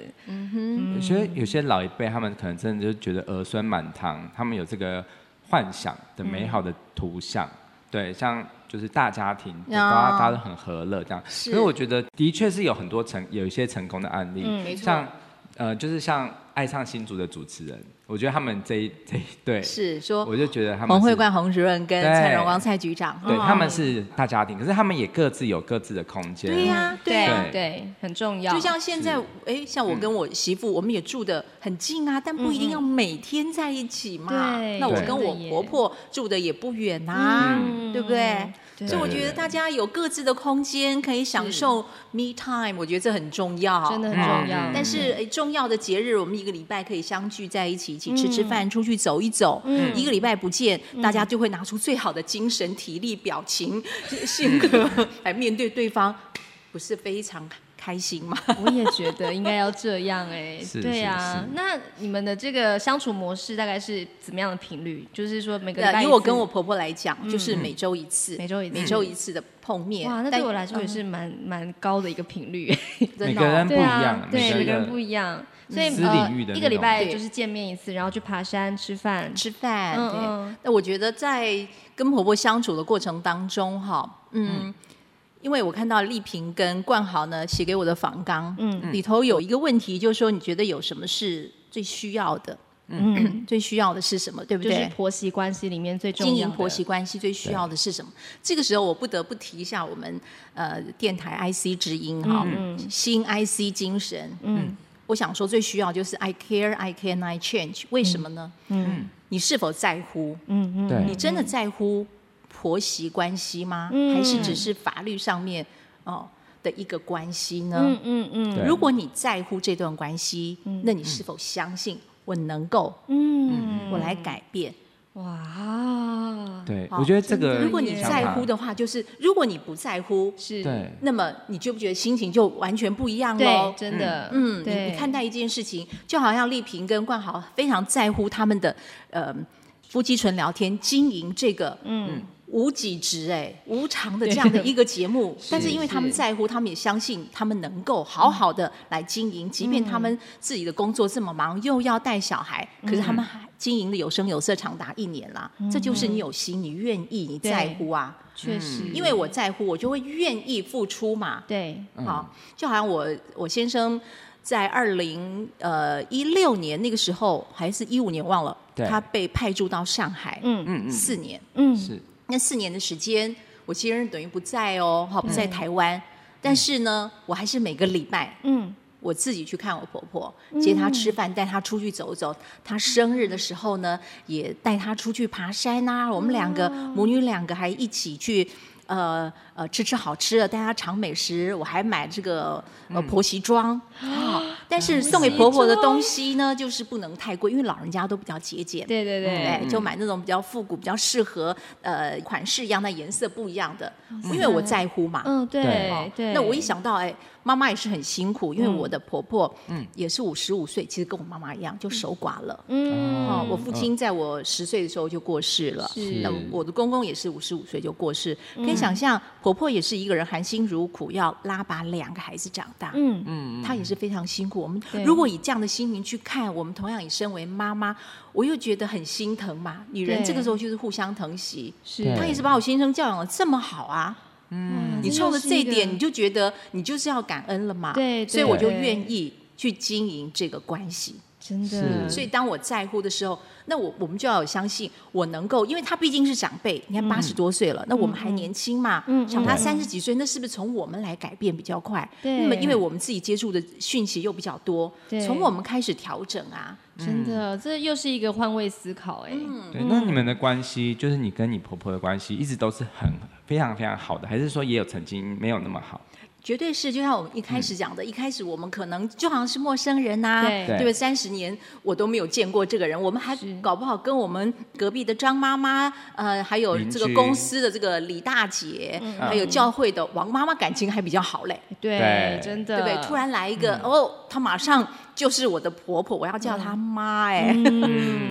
[SPEAKER 2] 有些
[SPEAKER 1] 嗯
[SPEAKER 2] 有些老一辈，他们可能真的就觉得儿孙满堂，他们有这个幻想的美好的图像。
[SPEAKER 1] 嗯
[SPEAKER 2] 对，像就是大家庭，大家、
[SPEAKER 1] 哦
[SPEAKER 2] 大家都很和乐这样。所以我觉得的确是有很多成有一些成功的案例，
[SPEAKER 1] 嗯没错
[SPEAKER 2] 像呃，就是像爱上新竹的主持人，我觉得他们这一这一对，
[SPEAKER 1] 是说
[SPEAKER 2] 我就觉得他们
[SPEAKER 1] 洪
[SPEAKER 2] 是
[SPEAKER 1] 慧冠洪主任跟
[SPEAKER 2] 对
[SPEAKER 1] 蔡荣光蔡局长，
[SPEAKER 3] 嗯
[SPEAKER 2] 对
[SPEAKER 1] 哦
[SPEAKER 2] 他们是大家庭，可是他们也各自有各自的空间。
[SPEAKER 1] 对呀，对呀。
[SPEAKER 3] 对对，很重要。
[SPEAKER 1] 就像现在，哎，像我跟我媳妇，我们也住的很近啊，但不一定要每天在一起嘛。
[SPEAKER 3] 嗯对
[SPEAKER 1] 那我
[SPEAKER 2] 对
[SPEAKER 1] 跟我
[SPEAKER 3] 真的耶
[SPEAKER 1] 婆婆住的也不远啊，
[SPEAKER 3] 嗯
[SPEAKER 1] 对不对？
[SPEAKER 3] 对
[SPEAKER 1] 所以我觉
[SPEAKER 2] 对
[SPEAKER 1] 得大家有各自的空间，可以享受 me time，我觉得这很重要。
[SPEAKER 3] 真的很
[SPEAKER 2] 嗯
[SPEAKER 3] 重要。
[SPEAKER 1] 但是诶，重要的节日，我们一个礼拜可以相聚在一起，一起
[SPEAKER 3] 嗯
[SPEAKER 1] 吃吃饭，出去走一走。一个礼拜不见，大家就会拿出最好的精神、体力、表情、 性格来面对对方，不是非常开心吗？
[SPEAKER 3] 我也觉得应该要这样哎、
[SPEAKER 2] 是
[SPEAKER 3] 对呀、
[SPEAKER 2] 是是
[SPEAKER 3] 那你们的这个相处模式大概是怎么样的频率？就是说每个礼拜
[SPEAKER 1] 对，啊
[SPEAKER 3] 一
[SPEAKER 1] 以
[SPEAKER 3] 次嗯
[SPEAKER 1] 我跟我婆婆来讲，就是每周一次，
[SPEAKER 3] 每周一次
[SPEAKER 1] 每周一次的碰面。
[SPEAKER 3] 哇，那
[SPEAKER 1] 但嗯
[SPEAKER 3] 对我来说也是蛮蛮、高的一个频率，
[SPEAKER 1] 真
[SPEAKER 2] 每
[SPEAKER 1] 的
[SPEAKER 2] 个人
[SPEAKER 1] 哦
[SPEAKER 2] 不一
[SPEAKER 3] 对
[SPEAKER 2] 样
[SPEAKER 3] 啊，，对每
[SPEAKER 2] 个
[SPEAKER 3] 个人
[SPEAKER 2] 人嗯
[SPEAKER 3] 不一样，所以
[SPEAKER 2] 私
[SPEAKER 3] 呃
[SPEAKER 2] 领域的
[SPEAKER 3] 一
[SPEAKER 2] 那
[SPEAKER 3] 个礼
[SPEAKER 2] 种
[SPEAKER 3] 拜
[SPEAKER 1] 对
[SPEAKER 3] 就是见面一次，然后去爬山吃饭，
[SPEAKER 1] 吃饭。
[SPEAKER 3] 嗯
[SPEAKER 1] 对
[SPEAKER 3] 嗯
[SPEAKER 1] 那我觉得在跟婆婆相处的过程当中，哈，嗯。因为我看到丽萍跟冠豪呢写给我的访纲，嗯，里头有一个问题，就是说你觉得有什么是最需要的？嗯， 最需要的是什么？对不
[SPEAKER 3] 就
[SPEAKER 1] 对？
[SPEAKER 3] 是婆媳关系里面最重要
[SPEAKER 1] 经
[SPEAKER 3] 的
[SPEAKER 1] 营婆媳关系最需要的是什么？这个时候我不得不提一下我们呃电台 IC 之音哈、
[SPEAKER 3] 嗯
[SPEAKER 1] 新 IC 精神。嗯，我想说最需要就是 I care, I can, I change。为什么呢？嗯，你是否在乎？
[SPEAKER 3] 嗯嗯，
[SPEAKER 2] 对
[SPEAKER 1] 你真的在乎婆媳关系吗？
[SPEAKER 3] 嗯
[SPEAKER 1] 还是只是法律上面哦的一个关系呢？
[SPEAKER 3] 嗯嗯嗯
[SPEAKER 2] 对
[SPEAKER 1] 如果你在乎这段关系，那你是否相信我能够
[SPEAKER 3] 嗯，
[SPEAKER 1] 我来改变？
[SPEAKER 3] 哇，
[SPEAKER 2] 对，
[SPEAKER 1] 好
[SPEAKER 2] 我觉得这
[SPEAKER 3] 真的
[SPEAKER 2] 个
[SPEAKER 1] 如果你
[SPEAKER 3] 耶
[SPEAKER 2] 想
[SPEAKER 1] 在
[SPEAKER 2] 法
[SPEAKER 1] 乎的话，就是如果你不在乎，
[SPEAKER 3] 是，
[SPEAKER 2] 对
[SPEAKER 1] 那么你觉不觉得心情就完全不一样喽
[SPEAKER 3] 对，？真的，
[SPEAKER 1] 嗯，你
[SPEAKER 3] 对，
[SPEAKER 1] 你看待一件事情，就好像丽萍跟冠豪非常在乎他们的呃夫妻纯聊天经营这个嗯无几值哎无偿的这样的一个节 目，但是因为他们
[SPEAKER 3] 是嗯
[SPEAKER 1] 在乎，他们也相信他们能够好好的来经营，即便他们自己的工作这么忙，又要带小孩，可是他
[SPEAKER 3] 嗯
[SPEAKER 1] 们还经营的有声有色，长达一年啦，这就是你有心，你愿意，你
[SPEAKER 3] 对嗯
[SPEAKER 1] 在乎啊。
[SPEAKER 2] 嗯
[SPEAKER 3] 确实，
[SPEAKER 1] 因为我在乎，我就会愿意付出嘛。
[SPEAKER 3] 对，
[SPEAKER 2] 嗯
[SPEAKER 1] 好，就好像我我先生在二零呃一六年那个时候，还是一五年忘了，
[SPEAKER 2] 对
[SPEAKER 1] 他被派驻到上海，
[SPEAKER 3] 嗯
[SPEAKER 2] 嗯嗯
[SPEAKER 1] 四年。
[SPEAKER 3] 嗯，
[SPEAKER 2] 是
[SPEAKER 1] 那四年的时间，我先生等于不在哦，好不
[SPEAKER 2] 嗯
[SPEAKER 1] 在台湾，但是呢，我还是每个礼拜。
[SPEAKER 3] 嗯，
[SPEAKER 1] 我自己去看我婆婆，接她吃饭，带她出去走走。她生日的时候呢，也带她出去爬山啊。我们两个、
[SPEAKER 3] 哦
[SPEAKER 1] 母女两个还一起去，呃呃，吃吃好吃的，带她尝美食。我还买这个呃婆媳 装啊、但
[SPEAKER 3] 嗯
[SPEAKER 1] 是送给婆婆的东西呢，就是不能太贵，因为老人家都比较节俭。
[SPEAKER 3] 对对
[SPEAKER 1] 哎
[SPEAKER 3] 对，，
[SPEAKER 1] 就买那种比较复古、比较适合呃款式一样、但颜色不一样的，因为我在乎嘛。
[SPEAKER 3] 嗯，对
[SPEAKER 1] 哦
[SPEAKER 3] 对，
[SPEAKER 1] 那我一想到，哎，妈妈也是很辛苦，因为我的婆婆，嗯，也是五十五岁，其实跟我妈妈一样，就守寡了。
[SPEAKER 3] 嗯，
[SPEAKER 1] 哦，我父亲在我十岁的时候就过世了，
[SPEAKER 3] 是嗯
[SPEAKER 1] 那我的公公也是五十五岁就过世，可以想象，婆婆也是一个人含辛茹苦要拉拔两个孩子长大，
[SPEAKER 3] 嗯
[SPEAKER 1] 她也是非常辛苦。我们
[SPEAKER 3] 对
[SPEAKER 1] 如果以这样的心情去看，我们同样也身为妈妈，我又觉得很心疼嘛。女人
[SPEAKER 3] 对
[SPEAKER 1] 这个时候就是互相疼惜，
[SPEAKER 3] 是
[SPEAKER 2] 对
[SPEAKER 1] 她也是把我先生教养的这么好啊。
[SPEAKER 3] 嗯
[SPEAKER 1] 你冲着这一点，你
[SPEAKER 3] 就
[SPEAKER 1] 就觉得你就是要感恩了嘛。
[SPEAKER 3] 对对
[SPEAKER 1] 所以我就
[SPEAKER 3] 对
[SPEAKER 1] 愿意去经营这个关系。
[SPEAKER 3] 真的，
[SPEAKER 2] 是
[SPEAKER 1] 所以当我在乎的时候，那我我们就要有相信我能够，因为他毕竟是长辈，你看八十多岁了，那我们还年轻嘛，
[SPEAKER 3] 嗯
[SPEAKER 1] 想他
[SPEAKER 2] 对
[SPEAKER 1] 三十几岁，那是不是从我们来改变比较快？
[SPEAKER 3] 对
[SPEAKER 1] 那么因为我们自己接触的讯息又比较多，
[SPEAKER 3] 对
[SPEAKER 1] 从我们开始调整啊。
[SPEAKER 3] 真的，这又是一个换位思考哎，
[SPEAKER 1] 嗯
[SPEAKER 2] 对，那你们的关系，就是你跟你婆婆的关系，一直都是很非常非常好的，还是说也有曾经没有那么好？
[SPEAKER 1] 绝对是，就像我们一开
[SPEAKER 2] 嗯
[SPEAKER 1] 始讲的，一开始我们可能就好像是陌生人呐、
[SPEAKER 3] 对
[SPEAKER 1] 对不对？三十年我都没有见过这个人，我们还
[SPEAKER 3] 是
[SPEAKER 1] 搞不好跟我们隔壁的张妈妈，呃，还有
[SPEAKER 2] 邻
[SPEAKER 1] 这个
[SPEAKER 2] 居啊
[SPEAKER 1] 公司的这个李大姐，
[SPEAKER 3] 嗯
[SPEAKER 1] 还有教会的王妈妈感情还比较好嘞，
[SPEAKER 3] 对
[SPEAKER 2] 对，
[SPEAKER 3] 真
[SPEAKER 1] 对
[SPEAKER 3] 的，嗯
[SPEAKER 1] 不对？突然来一个，哦，她马上就是我的婆婆，我要叫她妈哎。
[SPEAKER 3] 嗯，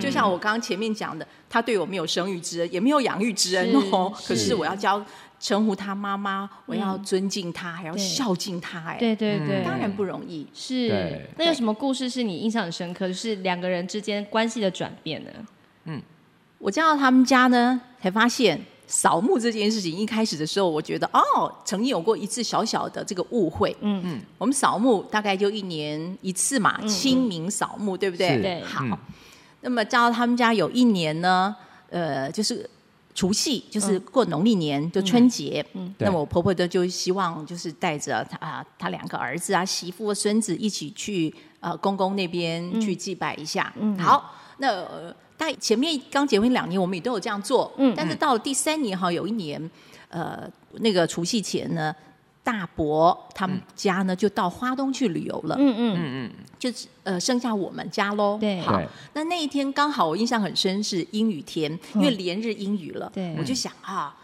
[SPEAKER 1] 就像我刚刚前面讲的，她对我没有生育之恩，也没有养育之恩哦。
[SPEAKER 3] 是
[SPEAKER 1] 可
[SPEAKER 2] 是
[SPEAKER 1] 是我要教称呼她妈妈，我要尊敬她，还要
[SPEAKER 3] 对
[SPEAKER 1] 孝敬她哎。
[SPEAKER 3] 对对嗯对，
[SPEAKER 1] 当然不容易。
[SPEAKER 3] 是
[SPEAKER 2] 嗯对。
[SPEAKER 3] 那有什么故事是你印象很深刻，就是两个人之间关系的转变呢？
[SPEAKER 1] 我嫁到他们家呢，才发现扫墓这件事情，一开始的时候，我觉得哦，曾经有过一次小小的这个误会。嗯嗯，我们扫墓大概就一年一次嘛，清明扫墓，对不对？
[SPEAKER 2] 是
[SPEAKER 3] 嗯对
[SPEAKER 1] 好，
[SPEAKER 2] 嗯
[SPEAKER 1] 那么到他们家有一年呢，呃，就是除夕，就是过农历年，就春节。嗯，那么我婆婆的就希望就是带着她啊，她两个儿子啊、媳妇、孙子一起去呃公公那边去祭拜一下。嗯，好，那。呃但前面刚结婚两年，我们也都有这样做，嗯，但是到了第三年哈，有一年，呃，那个除夕前呢，大伯他们家呢、就到花东去旅游了，
[SPEAKER 3] 嗯嗯，
[SPEAKER 2] 嗯
[SPEAKER 1] 就呃剩下我们家喽，
[SPEAKER 3] 对
[SPEAKER 1] 嗯好
[SPEAKER 2] 对，
[SPEAKER 1] 那那一天刚好我印象很深是阴雨天，因为连日阴雨了，
[SPEAKER 3] 嗯对
[SPEAKER 1] 我就想啊。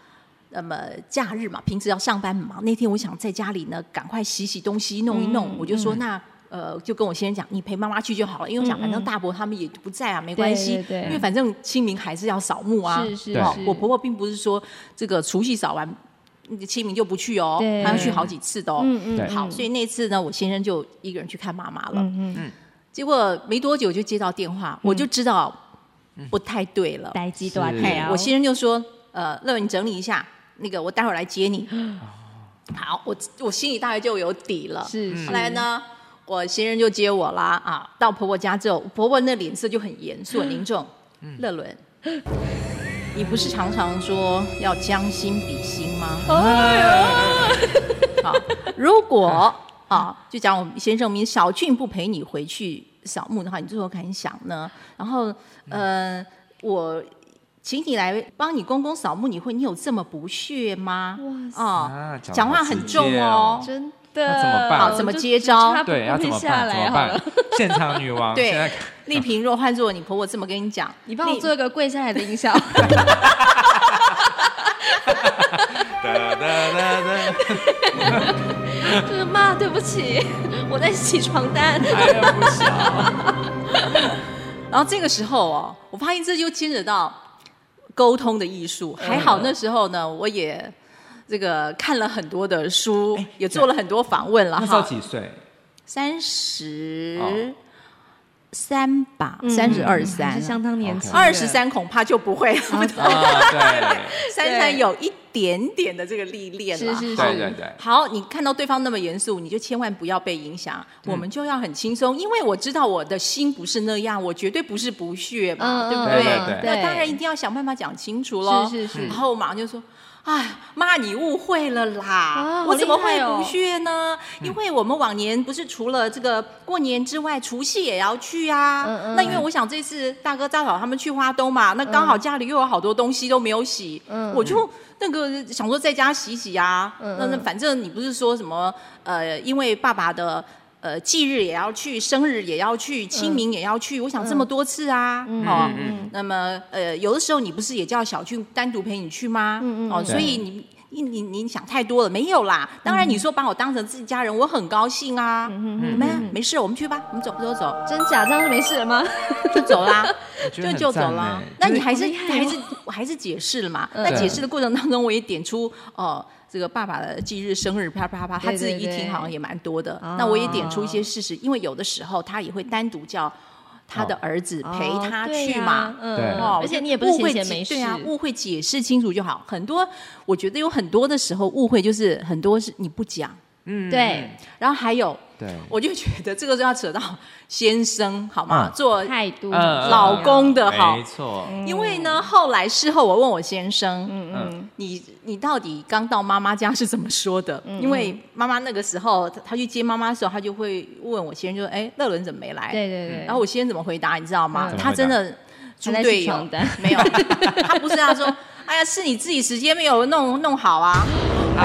[SPEAKER 1] 那么假日嘛，平时要上班很忙。那天我想在家里呢，赶快洗洗东西，弄一弄。
[SPEAKER 3] 嗯
[SPEAKER 1] 我就说那呃，就跟我先生讲，你陪妈妈去就好了，因为我想反正大伯他们也不在啊，没关系，
[SPEAKER 3] 嗯对对对
[SPEAKER 1] 因为反正清明还是要扫墓啊。
[SPEAKER 3] 是是
[SPEAKER 2] 对
[SPEAKER 1] 哦
[SPEAKER 3] 是，
[SPEAKER 1] 我婆婆并不是说这个除夕扫完嗯清明就不去哦，
[SPEAKER 3] 对
[SPEAKER 1] 她要去好几次的哦。
[SPEAKER 3] 嗯
[SPEAKER 2] 对
[SPEAKER 3] 嗯，
[SPEAKER 1] 好，所以那次呢，我先生就一个人去看妈妈了。
[SPEAKER 3] 嗯嗯，
[SPEAKER 1] 结果没多久就接到电话，我就知道不太对了。
[SPEAKER 3] 呆鸡短哎
[SPEAKER 2] 是
[SPEAKER 3] 条，
[SPEAKER 1] 我先生就说：“呃，乐，你整理一下，那个我待会儿来接你。”好，我我心里大概就有底了。
[SPEAKER 3] 是是
[SPEAKER 1] 后嗯来呢，我先生就接我啦啊，到婆婆家之后，婆婆那脸色就很严肃、很凝重。乐伦，你不是常常说要将心比心吗？ 啊，如果啊，就讲我们先生明小俊不陪你回去扫墓的话，你最后敢想呢？然后呃，我请你来帮你公公扫墓，你会你有这么不屑吗？
[SPEAKER 3] 哇
[SPEAKER 2] 嗯
[SPEAKER 1] 啊，
[SPEAKER 2] 啊，
[SPEAKER 1] 讲话
[SPEAKER 2] 得好
[SPEAKER 1] 很
[SPEAKER 2] 直接
[SPEAKER 1] 重哦
[SPEAKER 3] 真
[SPEAKER 2] 那
[SPEAKER 3] 的，
[SPEAKER 2] 怎么办好
[SPEAKER 1] 怎么接招
[SPEAKER 3] 就差不多
[SPEAKER 2] 对，要怎么
[SPEAKER 3] 配下
[SPEAKER 2] 办？怎
[SPEAKER 3] 来
[SPEAKER 2] 么
[SPEAKER 3] 好了
[SPEAKER 2] 办？ 现场女王，
[SPEAKER 1] 对
[SPEAKER 2] 现在
[SPEAKER 1] 丽萍，若换做你婆婆这么跟你讲，
[SPEAKER 3] 你帮
[SPEAKER 1] 丽
[SPEAKER 3] 我做一个跪下来的音效，
[SPEAKER 2] 哒哒哒哒，
[SPEAKER 3] 就是妈，对不起，我在洗床单。
[SPEAKER 2] 哎呀不小，
[SPEAKER 1] 然后这个时候哦，我发现这就牵扯到沟通的艺术。
[SPEAKER 3] 嗯
[SPEAKER 1] 还好那时候呢，我也这个看了很多的书，
[SPEAKER 3] 哎
[SPEAKER 1] 也做了很多访问了
[SPEAKER 2] 那时候
[SPEAKER 1] 哈。
[SPEAKER 2] 几岁？
[SPEAKER 1] 三十
[SPEAKER 2] 哦
[SPEAKER 1] 三吧，三十二三
[SPEAKER 3] 哦嗯是，相当年轻的，
[SPEAKER 1] 二十三恐怕就不会 了。
[SPEAKER 2] 啊，对，
[SPEAKER 1] 三三有一点点的这个历练
[SPEAKER 3] 是
[SPEAKER 1] 了。
[SPEAKER 3] 是是，
[SPEAKER 2] 对对对，
[SPEAKER 1] 好，你看到对方那么严肃，你就千万不要被影响，
[SPEAKER 2] 嗯
[SPEAKER 1] 我们就要很轻松，因为我知道我的心不是那样，我绝对不是不屑嘛，
[SPEAKER 3] 嗯
[SPEAKER 1] 对不
[SPEAKER 2] 嗯对对
[SPEAKER 1] 那
[SPEAKER 3] 对
[SPEAKER 1] 当然一定要想办法讲清楚喽。
[SPEAKER 3] 是是是
[SPEAKER 1] 然后我马上就说。哎，妈，你误会了啦！
[SPEAKER 3] 啊
[SPEAKER 1] 我怎么
[SPEAKER 3] 好厉
[SPEAKER 1] 会
[SPEAKER 3] 害哦
[SPEAKER 1] 不屑呢？
[SPEAKER 2] 嗯
[SPEAKER 1] 因为我们往年不是除了这个过年之外，除夕也要去啊。
[SPEAKER 3] 嗯嗯
[SPEAKER 1] 那因为我想这次大哥大嫂他们去花东嘛，那刚好家里又有好多东西都没有洗，
[SPEAKER 3] 嗯
[SPEAKER 1] 我就那个想说在家洗洗啊。
[SPEAKER 3] 嗯
[SPEAKER 1] 那那
[SPEAKER 3] 嗯
[SPEAKER 1] 反正你不是说什么呃，因为爸爸的呃忌日也要去，生日也要去，
[SPEAKER 3] 嗯
[SPEAKER 1] 清明也要去，我想这么多次啊，哦，
[SPEAKER 2] 嗯
[SPEAKER 1] 那么呃有的时候你不是也叫小俊单独陪你去吗？
[SPEAKER 3] 嗯嗯
[SPEAKER 1] 哦，
[SPEAKER 3] 嗯
[SPEAKER 1] 所以你。你你你想太多了，没有啦。当然，你说把我当成自己家人，我很高兴啊。
[SPEAKER 3] 嗯
[SPEAKER 1] 没没事，我们去吧，我们走走走
[SPEAKER 3] 真假这样就没事了吗？
[SPEAKER 1] 就走啦，
[SPEAKER 2] 我觉
[SPEAKER 1] 就
[SPEAKER 2] 得很
[SPEAKER 1] 嗯就走
[SPEAKER 2] 赞
[SPEAKER 1] 啦
[SPEAKER 2] 欸。
[SPEAKER 1] 那
[SPEAKER 2] 就是
[SPEAKER 1] 你还是
[SPEAKER 3] 好厉害哦
[SPEAKER 1] 还是我还是解释了嘛？
[SPEAKER 3] 嗯
[SPEAKER 1] 那解释的过程当中，我也点出哦，这个爸爸的忌日、生日，啪啪啪，他
[SPEAKER 3] 对
[SPEAKER 1] 自
[SPEAKER 3] 对
[SPEAKER 1] 己一听
[SPEAKER 3] 对
[SPEAKER 1] 好像也蛮多的
[SPEAKER 3] 哦。
[SPEAKER 1] 那我也点出一些事实，因为有的时候他也会单独叫他的儿子陪他
[SPEAKER 3] 哦
[SPEAKER 1] 去
[SPEAKER 3] 对呀
[SPEAKER 1] 嘛。
[SPEAKER 2] 对
[SPEAKER 3] 嗯，
[SPEAKER 1] 哦
[SPEAKER 3] 而且你也不是
[SPEAKER 1] 误会
[SPEAKER 3] 闲闲
[SPEAKER 1] 解
[SPEAKER 3] 没事，
[SPEAKER 1] 对啊，误会解释清楚就好。很多我觉得有很多的时候误会就是很多是你不讲，
[SPEAKER 2] 嗯，
[SPEAKER 3] 对
[SPEAKER 1] 然后还有
[SPEAKER 2] 对，
[SPEAKER 1] 我就觉得这个就要扯到先生好吗？
[SPEAKER 2] 嗯
[SPEAKER 3] 啊
[SPEAKER 1] 做
[SPEAKER 3] 态度，
[SPEAKER 2] 嗯
[SPEAKER 1] 老公的好
[SPEAKER 2] 没错，
[SPEAKER 1] 因为呢，后来事后我问我先生，
[SPEAKER 2] 嗯
[SPEAKER 1] 你你到底刚到妈妈家是怎么说的？
[SPEAKER 2] 嗯
[SPEAKER 1] 因为妈妈那个时候，他他去接妈妈的时候，他就会问我先生说：“哎，乐伦怎么没来？”
[SPEAKER 3] 对对对，
[SPEAKER 1] 然后我先生怎么回答？你知道吗？
[SPEAKER 2] 嗯
[SPEAKER 1] 他真的猪
[SPEAKER 3] 怎么
[SPEAKER 1] 队
[SPEAKER 3] 回答还在
[SPEAKER 1] 友
[SPEAKER 3] 洗床单
[SPEAKER 1] 没有，他不是他说：“哎呀，是你自己时间没有弄弄好啊。”
[SPEAKER 2] 哦，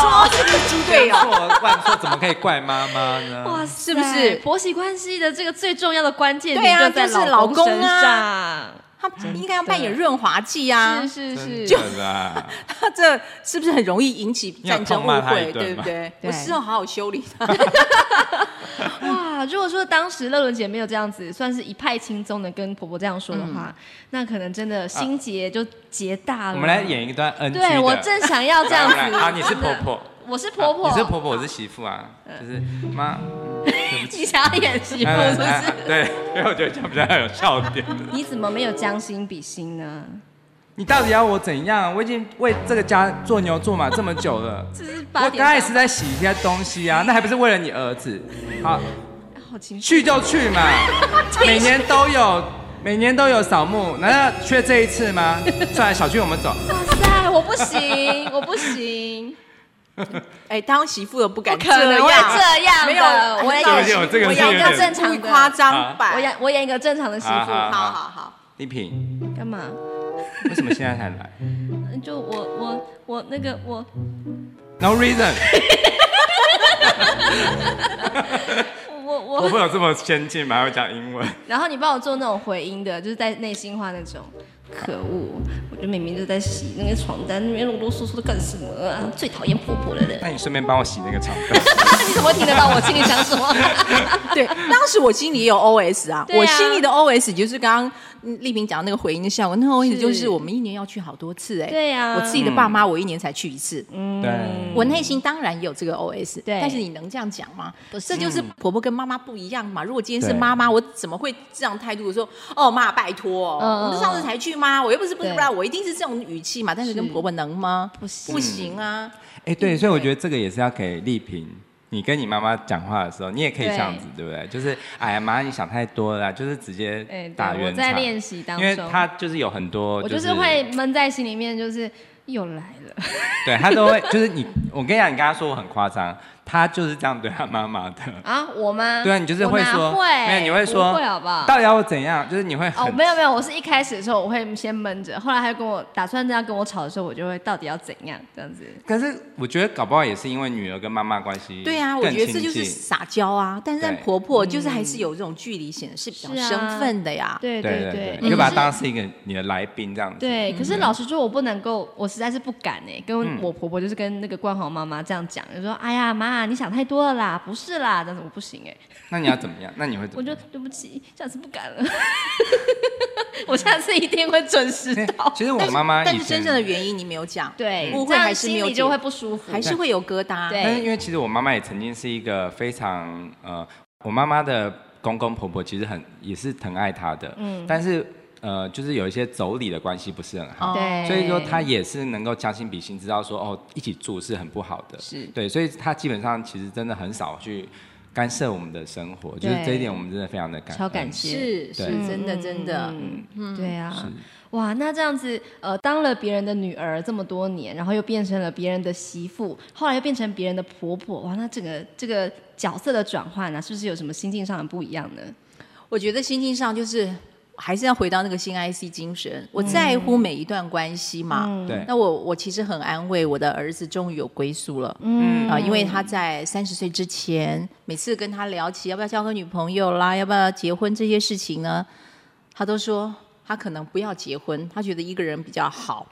[SPEAKER 1] 说是不是猪队友？
[SPEAKER 2] 错万错怎么可以怪妈妈呢？
[SPEAKER 3] 哇
[SPEAKER 1] 是
[SPEAKER 3] 塞，
[SPEAKER 1] 不是
[SPEAKER 3] 婆媳关系的这个最重要的关键
[SPEAKER 1] 对
[SPEAKER 3] 点
[SPEAKER 1] 啊
[SPEAKER 3] 在
[SPEAKER 1] 就是
[SPEAKER 3] 老
[SPEAKER 1] 老公
[SPEAKER 3] 身
[SPEAKER 1] 啊
[SPEAKER 3] 上？
[SPEAKER 1] 他应该要扮演润滑剂啊！
[SPEAKER 3] 是 是
[SPEAKER 2] 真
[SPEAKER 3] 是，
[SPEAKER 2] 的啦，
[SPEAKER 1] 他这是不是很容易引起战争误
[SPEAKER 2] 要痛骂他
[SPEAKER 1] 会？
[SPEAKER 2] 一顿
[SPEAKER 1] 对不
[SPEAKER 2] 嘛
[SPEAKER 1] 对？
[SPEAKER 3] 对
[SPEAKER 1] 我事后好好修理他。
[SPEAKER 3] 哇！如果说当时乐伦姐没有这样子，算是一派轻松的跟婆婆这样说的话，那可能真的心结就结大了。
[SPEAKER 2] 我们来，演一段 NG 的。
[SPEAKER 3] 对我正想要这样
[SPEAKER 2] 来来
[SPEAKER 3] 子。
[SPEAKER 2] 来好，你是婆婆，
[SPEAKER 3] 我是婆婆，嗯
[SPEAKER 2] 你是婆婆，我是媳妇啊，就是妈。
[SPEAKER 3] 你想要演媳妇
[SPEAKER 2] 来
[SPEAKER 3] 是不
[SPEAKER 2] 来
[SPEAKER 3] 是？
[SPEAKER 2] 来对，因为我觉得这样比较有笑点。
[SPEAKER 3] 你怎么没有将心比心呢？
[SPEAKER 2] 你到底要我怎样？我已经为这个家做牛做马这么久了，
[SPEAKER 3] 这是八
[SPEAKER 2] 我
[SPEAKER 3] 点档。
[SPEAKER 2] 刚才也是在洗一些东西啊，那还不是为了你儿子？好，
[SPEAKER 3] 好情绪，
[SPEAKER 2] 去就 去嘛，每年都有，每年都有扫墓，难道缺这一次吗？算了，小区我们走。
[SPEAKER 3] 哇塞，我不行，我不行，
[SPEAKER 1] 哎，当媳妇的不敢
[SPEAKER 3] 不可能
[SPEAKER 1] 这
[SPEAKER 3] 会
[SPEAKER 1] 样，
[SPEAKER 3] 这样的
[SPEAKER 1] 没有
[SPEAKER 3] 我
[SPEAKER 1] 很
[SPEAKER 3] 演
[SPEAKER 1] 搞
[SPEAKER 3] 一
[SPEAKER 1] 笑
[SPEAKER 3] 个，
[SPEAKER 2] 这个
[SPEAKER 3] 我
[SPEAKER 2] 是
[SPEAKER 3] 演一
[SPEAKER 2] 有
[SPEAKER 3] 个
[SPEAKER 2] 点啊
[SPEAKER 3] 正
[SPEAKER 1] 故意
[SPEAKER 3] 常的，
[SPEAKER 1] 夸张版。
[SPEAKER 3] 我演我演一个正常的媳
[SPEAKER 2] 好
[SPEAKER 3] 妇，
[SPEAKER 2] 好
[SPEAKER 1] 好好好，
[SPEAKER 2] 丽萍，
[SPEAKER 3] 干嘛？
[SPEAKER 2] 为什么现在才来
[SPEAKER 3] 就我我我那个我
[SPEAKER 2] ？No reason，
[SPEAKER 3] 我
[SPEAKER 2] 我
[SPEAKER 3] 我，
[SPEAKER 2] 会有这么先进吗？还会讲英文？
[SPEAKER 3] 然后你帮我做那种回音的，就是在内心话那种。可恶！我就明明就在洗那个床单，那边啰啰嗦嗦的干什么啊？最讨厌婆婆的人。
[SPEAKER 2] 那你顺便帮我洗那个床单。
[SPEAKER 3] 你怎么听得到我心里想什么？
[SPEAKER 1] 对，当时我心里也有 OS 啊，
[SPEAKER 3] 对啊
[SPEAKER 1] 我心里的 OS 就是刚刚嗯丽萍讲那个回音的效果，那个 OS 就是我们一年要去好多次哎、
[SPEAKER 3] 对啊呀
[SPEAKER 1] 我自己的爸
[SPEAKER 2] 嗯
[SPEAKER 1] 妈我一年才去一次，
[SPEAKER 2] 对，
[SPEAKER 3] 嗯
[SPEAKER 1] 我内心当然也有这个 OS，
[SPEAKER 3] 对
[SPEAKER 1] 但是你能这样讲吗？
[SPEAKER 3] 不是
[SPEAKER 1] 这就是婆婆跟妈妈不一样嘛。如果今天是
[SPEAKER 2] 嗯对
[SPEAKER 1] 妈妈，我怎么会这样态度说哦妈拜托，
[SPEAKER 3] 嗯
[SPEAKER 1] 我们上次才去吗？我又不是不知
[SPEAKER 3] 对
[SPEAKER 1] 道，我一定是这种语气嘛。但是跟
[SPEAKER 3] 是
[SPEAKER 1] 婆婆能吗？
[SPEAKER 3] 不行
[SPEAKER 1] 不行啊！
[SPEAKER 2] 哎，对，所以我觉得这个也是要给丽萍。你跟你妈妈讲话的时候，你也可以这样子，对不对？就是，哎呀，妈，你想太多了啦，就是直接
[SPEAKER 3] 哎对
[SPEAKER 2] 打
[SPEAKER 3] 我
[SPEAKER 2] 圆场。
[SPEAKER 3] 在练习当
[SPEAKER 2] 因为
[SPEAKER 3] 中，
[SPEAKER 2] 他就是有很多，
[SPEAKER 3] 我
[SPEAKER 2] 就
[SPEAKER 3] 就是会闷在心里面，就是又来了。
[SPEAKER 2] 对他都会，就是你，我跟你讲，你刚刚说我很夸张，他就是这样对他妈妈的。
[SPEAKER 3] 啊，我吗？
[SPEAKER 2] 对啊，你就是
[SPEAKER 3] 我哪
[SPEAKER 2] 说，
[SPEAKER 3] 会，
[SPEAKER 2] 没有，你会说，
[SPEAKER 3] 不会好不好？
[SPEAKER 2] 到底要我怎样？就是你会
[SPEAKER 3] 哦，
[SPEAKER 2] 很，
[SPEAKER 3] 没有没有，我是一开始的时候我会先闷着，后来他跟我打算这样跟我吵的时候，我就会到底要怎样这样子。
[SPEAKER 2] 可是我觉得搞不好也是因为女儿跟妈妈关系，
[SPEAKER 1] 对啊，我觉得这就是撒娇啊。但是让
[SPEAKER 2] 对
[SPEAKER 1] 婆婆就是还是有这种距离，显得是比较
[SPEAKER 3] 嗯是啊
[SPEAKER 1] 身份的呀。
[SPEAKER 3] 对
[SPEAKER 2] 对
[SPEAKER 3] 对，
[SPEAKER 2] 对，
[SPEAKER 3] 可
[SPEAKER 2] 你
[SPEAKER 3] 是
[SPEAKER 2] 就把
[SPEAKER 1] 嗯
[SPEAKER 2] 她当是一个你的来宾这样子。
[SPEAKER 3] 对，可是老实说，我不能够，我实在是不敢哎、跟
[SPEAKER 2] 嗯
[SPEAKER 3] 我婆婆就是跟那个冠豪妈妈这样讲，就说：“哎呀，妈，你想太多了啦，不是啦。”但是我不行哎、
[SPEAKER 2] 那你要怎么样？那你会怎
[SPEAKER 3] 我
[SPEAKER 2] 么
[SPEAKER 3] 就
[SPEAKER 2] 样？
[SPEAKER 3] 对不起，下次不敢了。 我下次一定会准时到。
[SPEAKER 2] 哎其实我妈妈
[SPEAKER 1] 但
[SPEAKER 2] 以
[SPEAKER 1] 是
[SPEAKER 2] 前
[SPEAKER 1] 真正的原因你没有讲，
[SPEAKER 3] 对，
[SPEAKER 1] 误
[SPEAKER 3] 这
[SPEAKER 1] 会
[SPEAKER 3] 样
[SPEAKER 1] 还是没有
[SPEAKER 3] 心
[SPEAKER 1] 解
[SPEAKER 3] 里就会不舒服。
[SPEAKER 1] 还是会有疙瘩。
[SPEAKER 3] 对
[SPEAKER 2] 但是因为其实我妈妈也曾经是一个非常呃，我妈妈的公公婆婆其实很也是疼爱她的，嗯，但是呃，就是有一些妯娌的关系不是很好，
[SPEAKER 1] 哦
[SPEAKER 3] 对，
[SPEAKER 2] 所以说她也是能够将心比心，知道说哦，一起住是很不好的，
[SPEAKER 3] 是
[SPEAKER 2] 对，所以她基本上其实真的很少去干涉我们的生活，就是
[SPEAKER 3] 对
[SPEAKER 2] 这一点我们真的非常的感
[SPEAKER 3] 超感
[SPEAKER 2] 恩
[SPEAKER 3] 谢
[SPEAKER 1] 是是
[SPEAKER 2] 对
[SPEAKER 1] 真的真的。
[SPEAKER 3] 嗯，嗯对啊，哇，那这样子，呃，当了别人的女儿这么多年，然后又变成了别人的媳妇，后来又变成别人的婆婆，哇，那整个这个角色的转换啊，是不是有什么心境上的不一样呢？
[SPEAKER 1] 我觉得心境上就是还是要回到那个新 IC 精神，我在乎每一段关系嘛。
[SPEAKER 3] 嗯
[SPEAKER 2] 对
[SPEAKER 1] 那我我其实很安慰，我的儿子终于有归宿了。嗯啊、因为他在三十岁之前，每次跟他聊起要不要交个女朋友啦，要不要结婚这些事情呢，他都说他可能不要结婚，他觉得一个人比较好。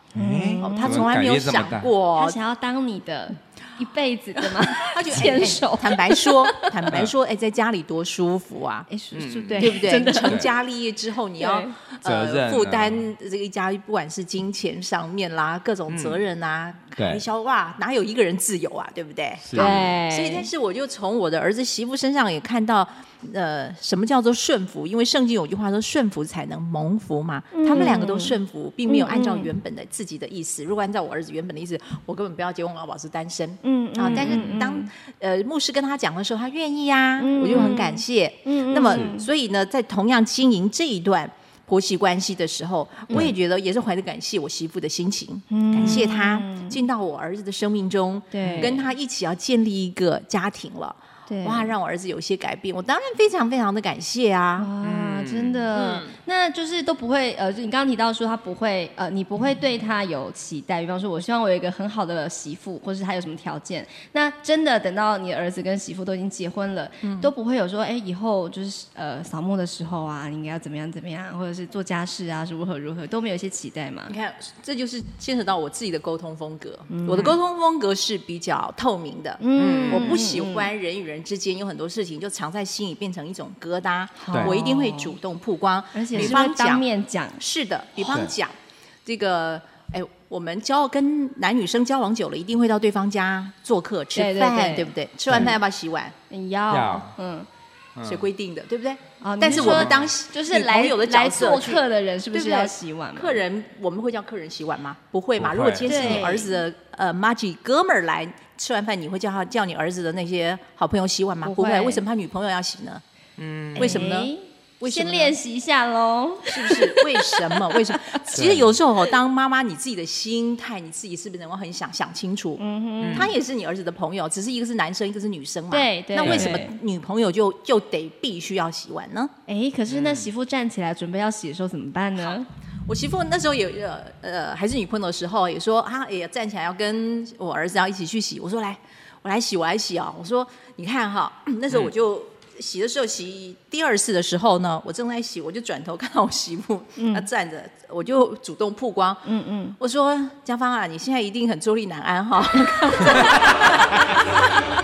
[SPEAKER 1] 哦他从来没有
[SPEAKER 2] 嗯怎么
[SPEAKER 1] 想
[SPEAKER 2] 改变这么大
[SPEAKER 1] 过
[SPEAKER 3] 嗯她，想要当你的一辈子的吗？
[SPEAKER 1] 他觉得哎
[SPEAKER 3] 牵
[SPEAKER 1] 哎
[SPEAKER 3] 手
[SPEAKER 1] 坦白 说，坦白说，哎，在家里多舒服啊。
[SPEAKER 3] 哎，叔叔，对
[SPEAKER 1] 对不对？
[SPEAKER 3] 真
[SPEAKER 1] 你
[SPEAKER 3] 的
[SPEAKER 1] 成家立业之后，你要
[SPEAKER 3] 对
[SPEAKER 1] 呃
[SPEAKER 2] 责任啊
[SPEAKER 1] 负担这个一家，不管是金钱上面啦，各种责任啊，
[SPEAKER 2] 嗯对
[SPEAKER 1] 开销啊，哪有一个人自由啊？对不对？
[SPEAKER 2] 是
[SPEAKER 3] 对，
[SPEAKER 1] 所以，但是我就从我的儿子媳妇身上也看到，呃，什么叫做顺服？因为圣经有句话说“顺服才能蒙福”嘛。他们两个都
[SPEAKER 3] 嗯
[SPEAKER 1] 顺服，并没有按照原本的自己的意思。如果按照我儿子原本的意思，我根本不要结婚，我要保持单身。
[SPEAKER 3] 嗯
[SPEAKER 1] 啊，但是
[SPEAKER 3] 嗯
[SPEAKER 1] 当呃牧师跟他讲的时候，他愿意啊，
[SPEAKER 3] 嗯
[SPEAKER 1] 我就很感谢。
[SPEAKER 3] 嗯嗯
[SPEAKER 1] 那么所以呢，在同样经营这一段婆媳关系的时候，我
[SPEAKER 3] 嗯
[SPEAKER 1] 也觉得也是怀着感谢我媳妇的心情，感谢她进到我儿子的生命中，
[SPEAKER 3] 嗯对
[SPEAKER 1] 跟他一起要建立一个家庭了。
[SPEAKER 3] 对
[SPEAKER 1] 哇，让我儿子有一些改变，我当然非常非常的感谢啊。
[SPEAKER 3] 啊，真的，
[SPEAKER 1] 嗯
[SPEAKER 3] 那就是都不会，呃，就你刚刚提到说他不会，呃，你不会对他有期待，比方说，我希望我有一个很好的媳妇，或是他有什么条件，那真的等到你儿子跟媳妇都已经结婚了，都不会有说，哎，以后就是呃扫墓的时候啊，你应该要怎么样怎么样，或者是做家事啊，如何如何，都没有一些期待嘛
[SPEAKER 1] 你？看，这就是牵扯到我自己的沟通风格。我的沟通风格是比较透明的，
[SPEAKER 3] 嗯
[SPEAKER 1] 我不喜欢人与人之间有很多事情就藏在心里，变成一种疙瘩
[SPEAKER 2] 对。
[SPEAKER 1] 我一定会主动曝光，
[SPEAKER 3] 而且
[SPEAKER 1] 比
[SPEAKER 3] 是
[SPEAKER 1] 方
[SPEAKER 3] 会当
[SPEAKER 1] 讲，
[SPEAKER 3] 面讲，
[SPEAKER 1] 是的，比方
[SPEAKER 2] 对
[SPEAKER 1] 讲这个，哎，我们交跟男女生交往久了，一定会到对方家做客吃
[SPEAKER 3] 对对
[SPEAKER 1] 饭，
[SPEAKER 3] 对
[SPEAKER 1] 对不对？吃完饭
[SPEAKER 2] 对
[SPEAKER 1] 要不要洗碗？
[SPEAKER 3] 你要，
[SPEAKER 2] 要
[SPEAKER 3] 嗯，
[SPEAKER 1] 谁规定的，对不对？
[SPEAKER 3] 啊，你
[SPEAKER 1] 但是我
[SPEAKER 3] 说
[SPEAKER 1] 们当
[SPEAKER 3] 就是
[SPEAKER 1] 女
[SPEAKER 3] 来
[SPEAKER 1] 朋友的角
[SPEAKER 3] 来
[SPEAKER 1] 色
[SPEAKER 3] 做
[SPEAKER 1] 去
[SPEAKER 3] 客的人是不
[SPEAKER 1] 对
[SPEAKER 3] 是
[SPEAKER 1] 不对
[SPEAKER 3] 要洗碗嘛？
[SPEAKER 1] 客人，我们会叫客人洗碗吗？不会嘛。
[SPEAKER 2] 不会
[SPEAKER 1] 如果今天是你
[SPEAKER 3] 对
[SPEAKER 1] 儿子的呃 m a g i 哥们儿来吃完饭，你会叫他叫你儿子的那些好朋友洗碗吗？
[SPEAKER 3] 不
[SPEAKER 1] 不
[SPEAKER 3] 会
[SPEAKER 1] 为什么他女朋友要洗呢？嗯，为什么呢？
[SPEAKER 3] 哎
[SPEAKER 1] 为什么
[SPEAKER 3] 先
[SPEAKER 1] 呢
[SPEAKER 3] 练习一下喽。
[SPEAKER 1] 是不是？为什 么？为什么？其实有时候哦，当妈妈，你自己的心态，你自己是不是能够很想想清楚？嗯他也是你儿子的朋友，只是一个是男生，一个是女生嘛。
[SPEAKER 3] 对对
[SPEAKER 1] 那为什么
[SPEAKER 3] 对
[SPEAKER 1] 女朋友就就得必须要洗碗呢？
[SPEAKER 3] 哎，可
[SPEAKER 1] 嗯
[SPEAKER 3] 是那媳妇站起来准备要洗的时候怎么办呢？
[SPEAKER 1] 我媳妇那时候也呃呃还是女朋友的时候，也说她也站起来要跟我儿子要一起去洗。我说来，我来洗，我来洗啊、我说你看哈， 那时
[SPEAKER 3] 嗯
[SPEAKER 1] 候我就洗的时候洗第二次的时候呢，我正在洗，我就转头看到我媳妇她站着，我就主动曝光。
[SPEAKER 3] 嗯嗯，
[SPEAKER 1] 我说江芳啊，你现在一定很坐立难安 哈、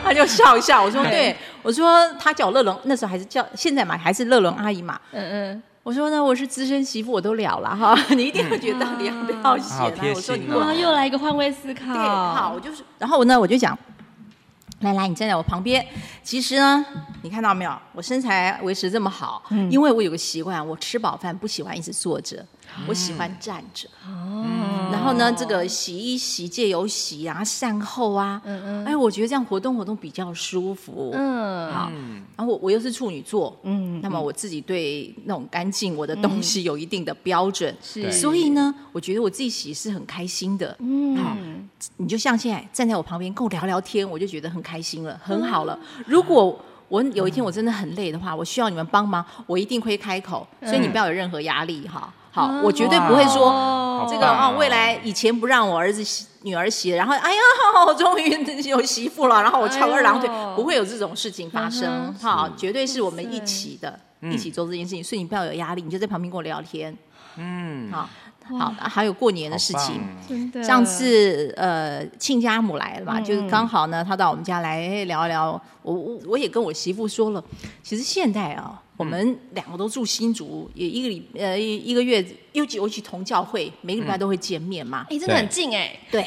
[SPEAKER 1] 他就笑一笑，我说对，我说她叫我乐伦，那时候还是叫现在嘛还是乐伦阿姨嘛，
[SPEAKER 3] 嗯
[SPEAKER 1] 我说呢，我是资深媳妇，我都了了哈， 你一定会觉得到底要不要写
[SPEAKER 2] 好
[SPEAKER 1] 啦。
[SPEAKER 2] 贴
[SPEAKER 1] 我说你
[SPEAKER 2] 心
[SPEAKER 3] 嗯，
[SPEAKER 2] 哦
[SPEAKER 1] 过
[SPEAKER 3] 哇，
[SPEAKER 1] 来
[SPEAKER 3] 又来一个换位思考。
[SPEAKER 1] 对，好，我就是，然后呢，我就讲，来来，你站在我旁边。其实呢，你看到没有，我身材维持这么好，
[SPEAKER 3] 嗯
[SPEAKER 1] 因为我有个习惯，我吃饱饭不喜欢一直坐着，
[SPEAKER 3] 嗯
[SPEAKER 1] 我喜欢站着。
[SPEAKER 3] 哦
[SPEAKER 1] 然后呢，这个洗衣洗借由洗啊、善后啊，
[SPEAKER 3] 嗯
[SPEAKER 1] 哎，我觉得这样活动活动比较舒服。
[SPEAKER 3] 嗯，
[SPEAKER 1] 好，然后我我又是处女座，
[SPEAKER 3] 嗯
[SPEAKER 1] 那么我自己对那种干净我的东西有一定的标准，
[SPEAKER 3] 是
[SPEAKER 1] 所以呢，我觉得我自己洗是很开心的。
[SPEAKER 3] 嗯，
[SPEAKER 1] 你就像现在站在我旁边跟我聊聊天，我就觉得很开心了，
[SPEAKER 3] 嗯
[SPEAKER 1] 很好了。如果我有一天我真的很累的话，我需要你们帮忙，我一定会开口，所以你不要有任何压力哈。好，我绝对不会说。
[SPEAKER 3] 嗯哦
[SPEAKER 1] 这
[SPEAKER 2] 好
[SPEAKER 1] 个
[SPEAKER 2] 棒
[SPEAKER 1] 啊、
[SPEAKER 2] 哦
[SPEAKER 1] 未来以前不让我儿子洗女儿洗，然后哎呀，我终于有媳妇了，然后我翘二郎腿
[SPEAKER 3] 哎呦，
[SPEAKER 1] 不会有这种事情发生
[SPEAKER 3] 嗯
[SPEAKER 1] 哈、
[SPEAKER 2] 是
[SPEAKER 1] 绝对是我们一起的，一起做这件事情，所以你不要有压力，你就在旁边跟我聊天，
[SPEAKER 2] 嗯，
[SPEAKER 1] 好，好，还有过年的事情，
[SPEAKER 3] 真的
[SPEAKER 1] 上次呃，亲家母来了嘛，
[SPEAKER 3] 嗯
[SPEAKER 1] 就是刚好呢，她到我们家来哎聊一聊。我我我也跟我媳妇说了，其实现在
[SPEAKER 3] 嗯
[SPEAKER 1] 啊，我们两个都住新竹，也一个礼呃一一个月，尤其尤其同教会，每个礼拜都会见面嘛。
[SPEAKER 3] 哎，真的很近哎，
[SPEAKER 1] 对，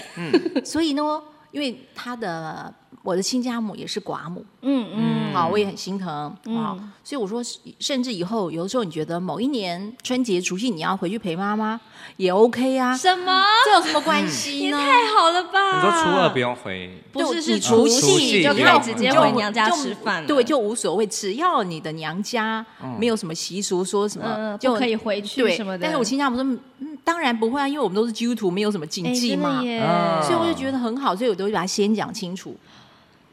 [SPEAKER 1] 所以呢，因为她的我的亲家母也是寡母，
[SPEAKER 3] 嗯嗯，
[SPEAKER 1] 啊、我也很心疼啊、所以我说，甚至以后有的时候，你觉得某一年春节、除夕你要回去陪妈妈也 OK 啊，
[SPEAKER 3] 什么？
[SPEAKER 1] 这有什么关系
[SPEAKER 3] 也
[SPEAKER 1] 呢？
[SPEAKER 3] 太好了吧！
[SPEAKER 2] 你说初二不用回，
[SPEAKER 3] 嗯不是
[SPEAKER 1] 就是你
[SPEAKER 3] 除
[SPEAKER 1] 除
[SPEAKER 3] 夕
[SPEAKER 2] 夕
[SPEAKER 3] 就
[SPEAKER 2] 就
[SPEAKER 3] 可以
[SPEAKER 2] 不
[SPEAKER 3] 直
[SPEAKER 2] 用
[SPEAKER 3] 接
[SPEAKER 2] 就
[SPEAKER 3] 回娘家
[SPEAKER 1] 就
[SPEAKER 3] 吃饭了，
[SPEAKER 1] 对，就无所谓，只要你的娘家没有什么习俗说什么，
[SPEAKER 3] 嗯
[SPEAKER 1] 就
[SPEAKER 3] 不可以回去
[SPEAKER 1] 对
[SPEAKER 3] 什么的。
[SPEAKER 1] 但是我亲家母说，嗯，当然不会啊，因为我们都是基督徒，没有什么禁
[SPEAKER 3] 哎
[SPEAKER 1] 忌
[SPEAKER 3] 真的
[SPEAKER 1] 嘛，
[SPEAKER 3] 耶
[SPEAKER 2] 嗯
[SPEAKER 1] 所以我就觉得很好，所以我都会把它先讲清楚。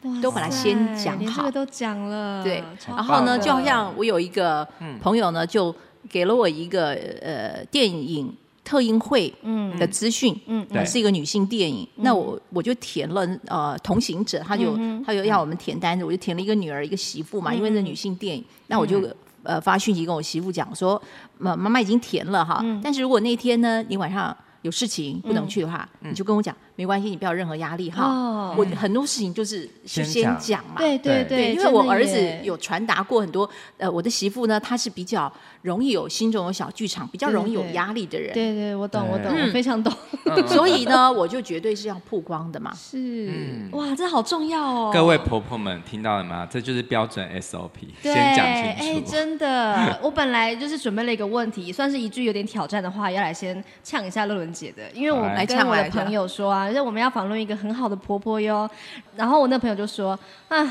[SPEAKER 3] 哇
[SPEAKER 1] 都把它先
[SPEAKER 3] 塞
[SPEAKER 1] 讲
[SPEAKER 3] 连这
[SPEAKER 1] 好
[SPEAKER 3] 个都讲了，
[SPEAKER 1] 对，
[SPEAKER 3] 嗯超
[SPEAKER 1] 然后
[SPEAKER 3] 棒
[SPEAKER 1] 呢，
[SPEAKER 3] 的
[SPEAKER 1] 就好像我有一个朋友呢，就给了我一个呃电影特映会
[SPEAKER 3] 嗯
[SPEAKER 1] 的资讯，
[SPEAKER 3] 嗯
[SPEAKER 2] 对
[SPEAKER 1] 是一个女性电影。那我我就填了呃同行者，他就
[SPEAKER 3] 嗯
[SPEAKER 1] 他就要我们填单子，我就填了一个女儿一个媳妇嘛，因为是女性电影，那我就。
[SPEAKER 3] 嗯
[SPEAKER 1] 呃，发讯息跟我媳妇讲说，妈妈妈已经填了哈，
[SPEAKER 3] 嗯
[SPEAKER 1] 但是如果那天呢，你晚上有事情不能去的话，
[SPEAKER 2] 嗯
[SPEAKER 1] 你就跟我讲，没关系，你不要有任何压力哈。
[SPEAKER 3] 哦
[SPEAKER 1] 我很多事情就是是
[SPEAKER 2] 先
[SPEAKER 1] 先
[SPEAKER 2] 讲
[SPEAKER 1] 讲嘛，
[SPEAKER 3] 对对
[SPEAKER 2] 对
[SPEAKER 1] 对，因为
[SPEAKER 3] 真
[SPEAKER 1] 我
[SPEAKER 3] 的
[SPEAKER 1] 儿子
[SPEAKER 3] 耶
[SPEAKER 1] 有传达过很多，呃，我的媳妇呢，她是比较容易有心中有小剧场，比较容易有
[SPEAKER 3] 对对
[SPEAKER 1] 压力的人，
[SPEAKER 3] 对对，我懂我懂，
[SPEAKER 1] 嗯
[SPEAKER 3] 我非常懂，
[SPEAKER 1] 所以呢，我就绝对是要曝光的嘛。
[SPEAKER 3] 是
[SPEAKER 2] 嗯
[SPEAKER 3] 哇，这好重要哦，
[SPEAKER 2] 各位婆婆们听到了吗？这就是标准 SOP，
[SPEAKER 3] 对，
[SPEAKER 2] 先讲
[SPEAKER 3] 哎，
[SPEAKER 2] 清楚。
[SPEAKER 3] 真的，我本来就是准备了一个问题，算是一句有点挑战的话，要来先呛一下乐伦姐的，因为我
[SPEAKER 2] 好来
[SPEAKER 3] 们跟
[SPEAKER 1] 呛
[SPEAKER 3] 我的
[SPEAKER 1] 来
[SPEAKER 3] 朋友说啊，就是我们要访问一个很好的婆婆哟，然后我那朋友就说啊，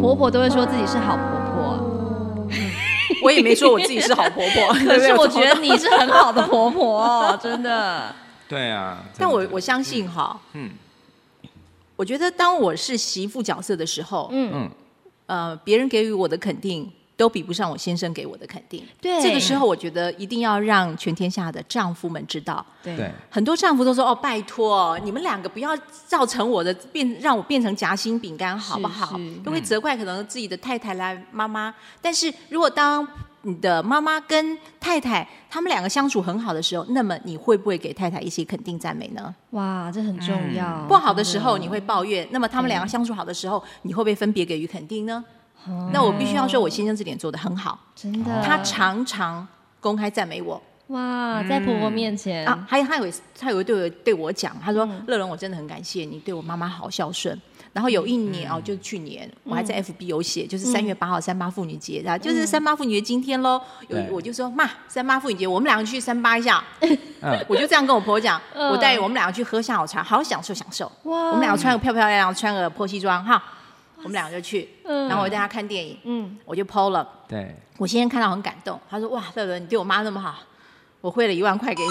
[SPEAKER 3] 婆婆都会说自己是好婆 婆，
[SPEAKER 1] 我也没说我自己是好婆 婆，
[SPEAKER 3] 可是我觉得你是很好的婆婆，真的，
[SPEAKER 2] 对啊，真的
[SPEAKER 1] 但我我相信哈，
[SPEAKER 2] 嗯
[SPEAKER 1] 我觉得当我是媳妇角色的时候，
[SPEAKER 3] 嗯，
[SPEAKER 2] 嗯，
[SPEAKER 1] 呃，别人给予我的肯定。都比不上我先生给我的肯定。
[SPEAKER 3] 对
[SPEAKER 1] 这个时候我觉得一定要让全天下的丈夫们知道，
[SPEAKER 3] 对
[SPEAKER 2] 对，
[SPEAKER 1] 很多丈夫都说：“哦，拜托，你们两个不要造成我的变，让我变成夹心饼干，好不好
[SPEAKER 3] 是嗯是？”
[SPEAKER 1] 都会责怪可能自己的太太来妈妈。但是如果当你的妈妈跟太太他们两个相处很好的时候，那么你会不会给太太一些肯定赞美
[SPEAKER 3] 嗯
[SPEAKER 1] 呢？
[SPEAKER 3] 哇，这很重要，
[SPEAKER 1] 嗯不好的时
[SPEAKER 3] 真
[SPEAKER 1] 候你会抱怨，那么他们两个相处好的时候，你会不会分别给予肯定呢？那我必须要说，我先生这点做得很好，
[SPEAKER 3] 哦真的，
[SPEAKER 1] 他常常公开赞美我。
[SPEAKER 3] 哇，在婆婆面前
[SPEAKER 1] 啊，
[SPEAKER 3] 嗯
[SPEAKER 1] 还有他有一次他有一对我对我讲，他说：“乐伦，我真的很感谢你对我妈妈好孝顺。”然后有一
[SPEAKER 3] 嗯
[SPEAKER 1] 年、哦，就去年我还在 FB 有写，就是三月八号三八妇女节，
[SPEAKER 3] 嗯
[SPEAKER 1] 然后就是三八妇女节今天喽，有
[SPEAKER 2] 对
[SPEAKER 1] 我就说妈，三八妇女节我们两个去三八一下，
[SPEAKER 2] 嗯
[SPEAKER 1] 我就这样跟我婆婆讲，
[SPEAKER 3] 嗯
[SPEAKER 1] 我带我们两个去喝下午茶，好好享受享受，
[SPEAKER 3] 哇
[SPEAKER 1] 我们两个穿个漂漂亮亮，穿个破西装哈，我们两个就去，
[SPEAKER 3] 嗯
[SPEAKER 1] 然后我带她看电影，
[SPEAKER 3] 嗯，
[SPEAKER 1] 我就 PO 了。
[SPEAKER 2] 对，
[SPEAKER 1] 我先生看到很感动，他说：“哇，乐伦，你对我妈那么好，我汇了一万块给你。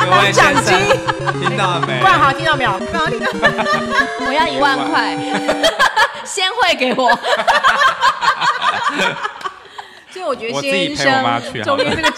[SPEAKER 2] 各位先生，听到了没”
[SPEAKER 1] 不？然好听到没有？不好听到。
[SPEAKER 3] 我要一万 块，先汇给我。
[SPEAKER 1] 所以我觉得
[SPEAKER 2] 我自己
[SPEAKER 1] 先
[SPEAKER 2] 陪我妈去
[SPEAKER 1] 生
[SPEAKER 2] 好
[SPEAKER 1] 中
[SPEAKER 2] 了
[SPEAKER 1] 间这个角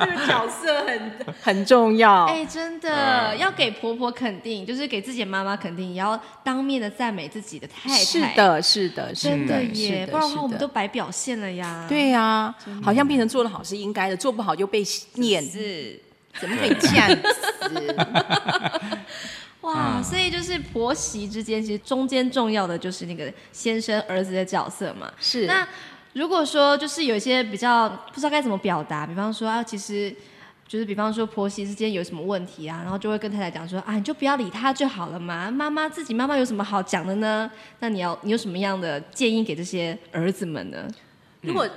[SPEAKER 1] 这个角色很很重要。
[SPEAKER 3] 哎、真的
[SPEAKER 2] 嗯
[SPEAKER 3] 要给婆婆肯定，就是给自己的妈妈肯定，也要当面的赞美自己的太太。
[SPEAKER 1] 是，的，是的，是
[SPEAKER 3] 真的
[SPEAKER 1] 的
[SPEAKER 3] 耶，
[SPEAKER 1] 是
[SPEAKER 3] 不然的话我们
[SPEAKER 1] 是
[SPEAKER 3] 都白表现了呀。，
[SPEAKER 1] 对呀、好像变成做得好是应该的，做不好就被念，
[SPEAKER 3] 是。
[SPEAKER 1] 怎么可以这样 子？
[SPEAKER 3] 哇，所以就是婆媳之间，其实中间重要的就是那个先生儿子的角色嘛。
[SPEAKER 1] 是
[SPEAKER 3] 那如果说就是有一些比较不知道该怎么表达，比方说啊，其实就是比方说婆媳之间有什么问题啊，然后就会跟太太讲说啊，你就不要理他就好了嘛，妈妈自己妈妈有什么好讲的呢？那你要你有什么样的建议给这些儿子们呢？
[SPEAKER 1] 如果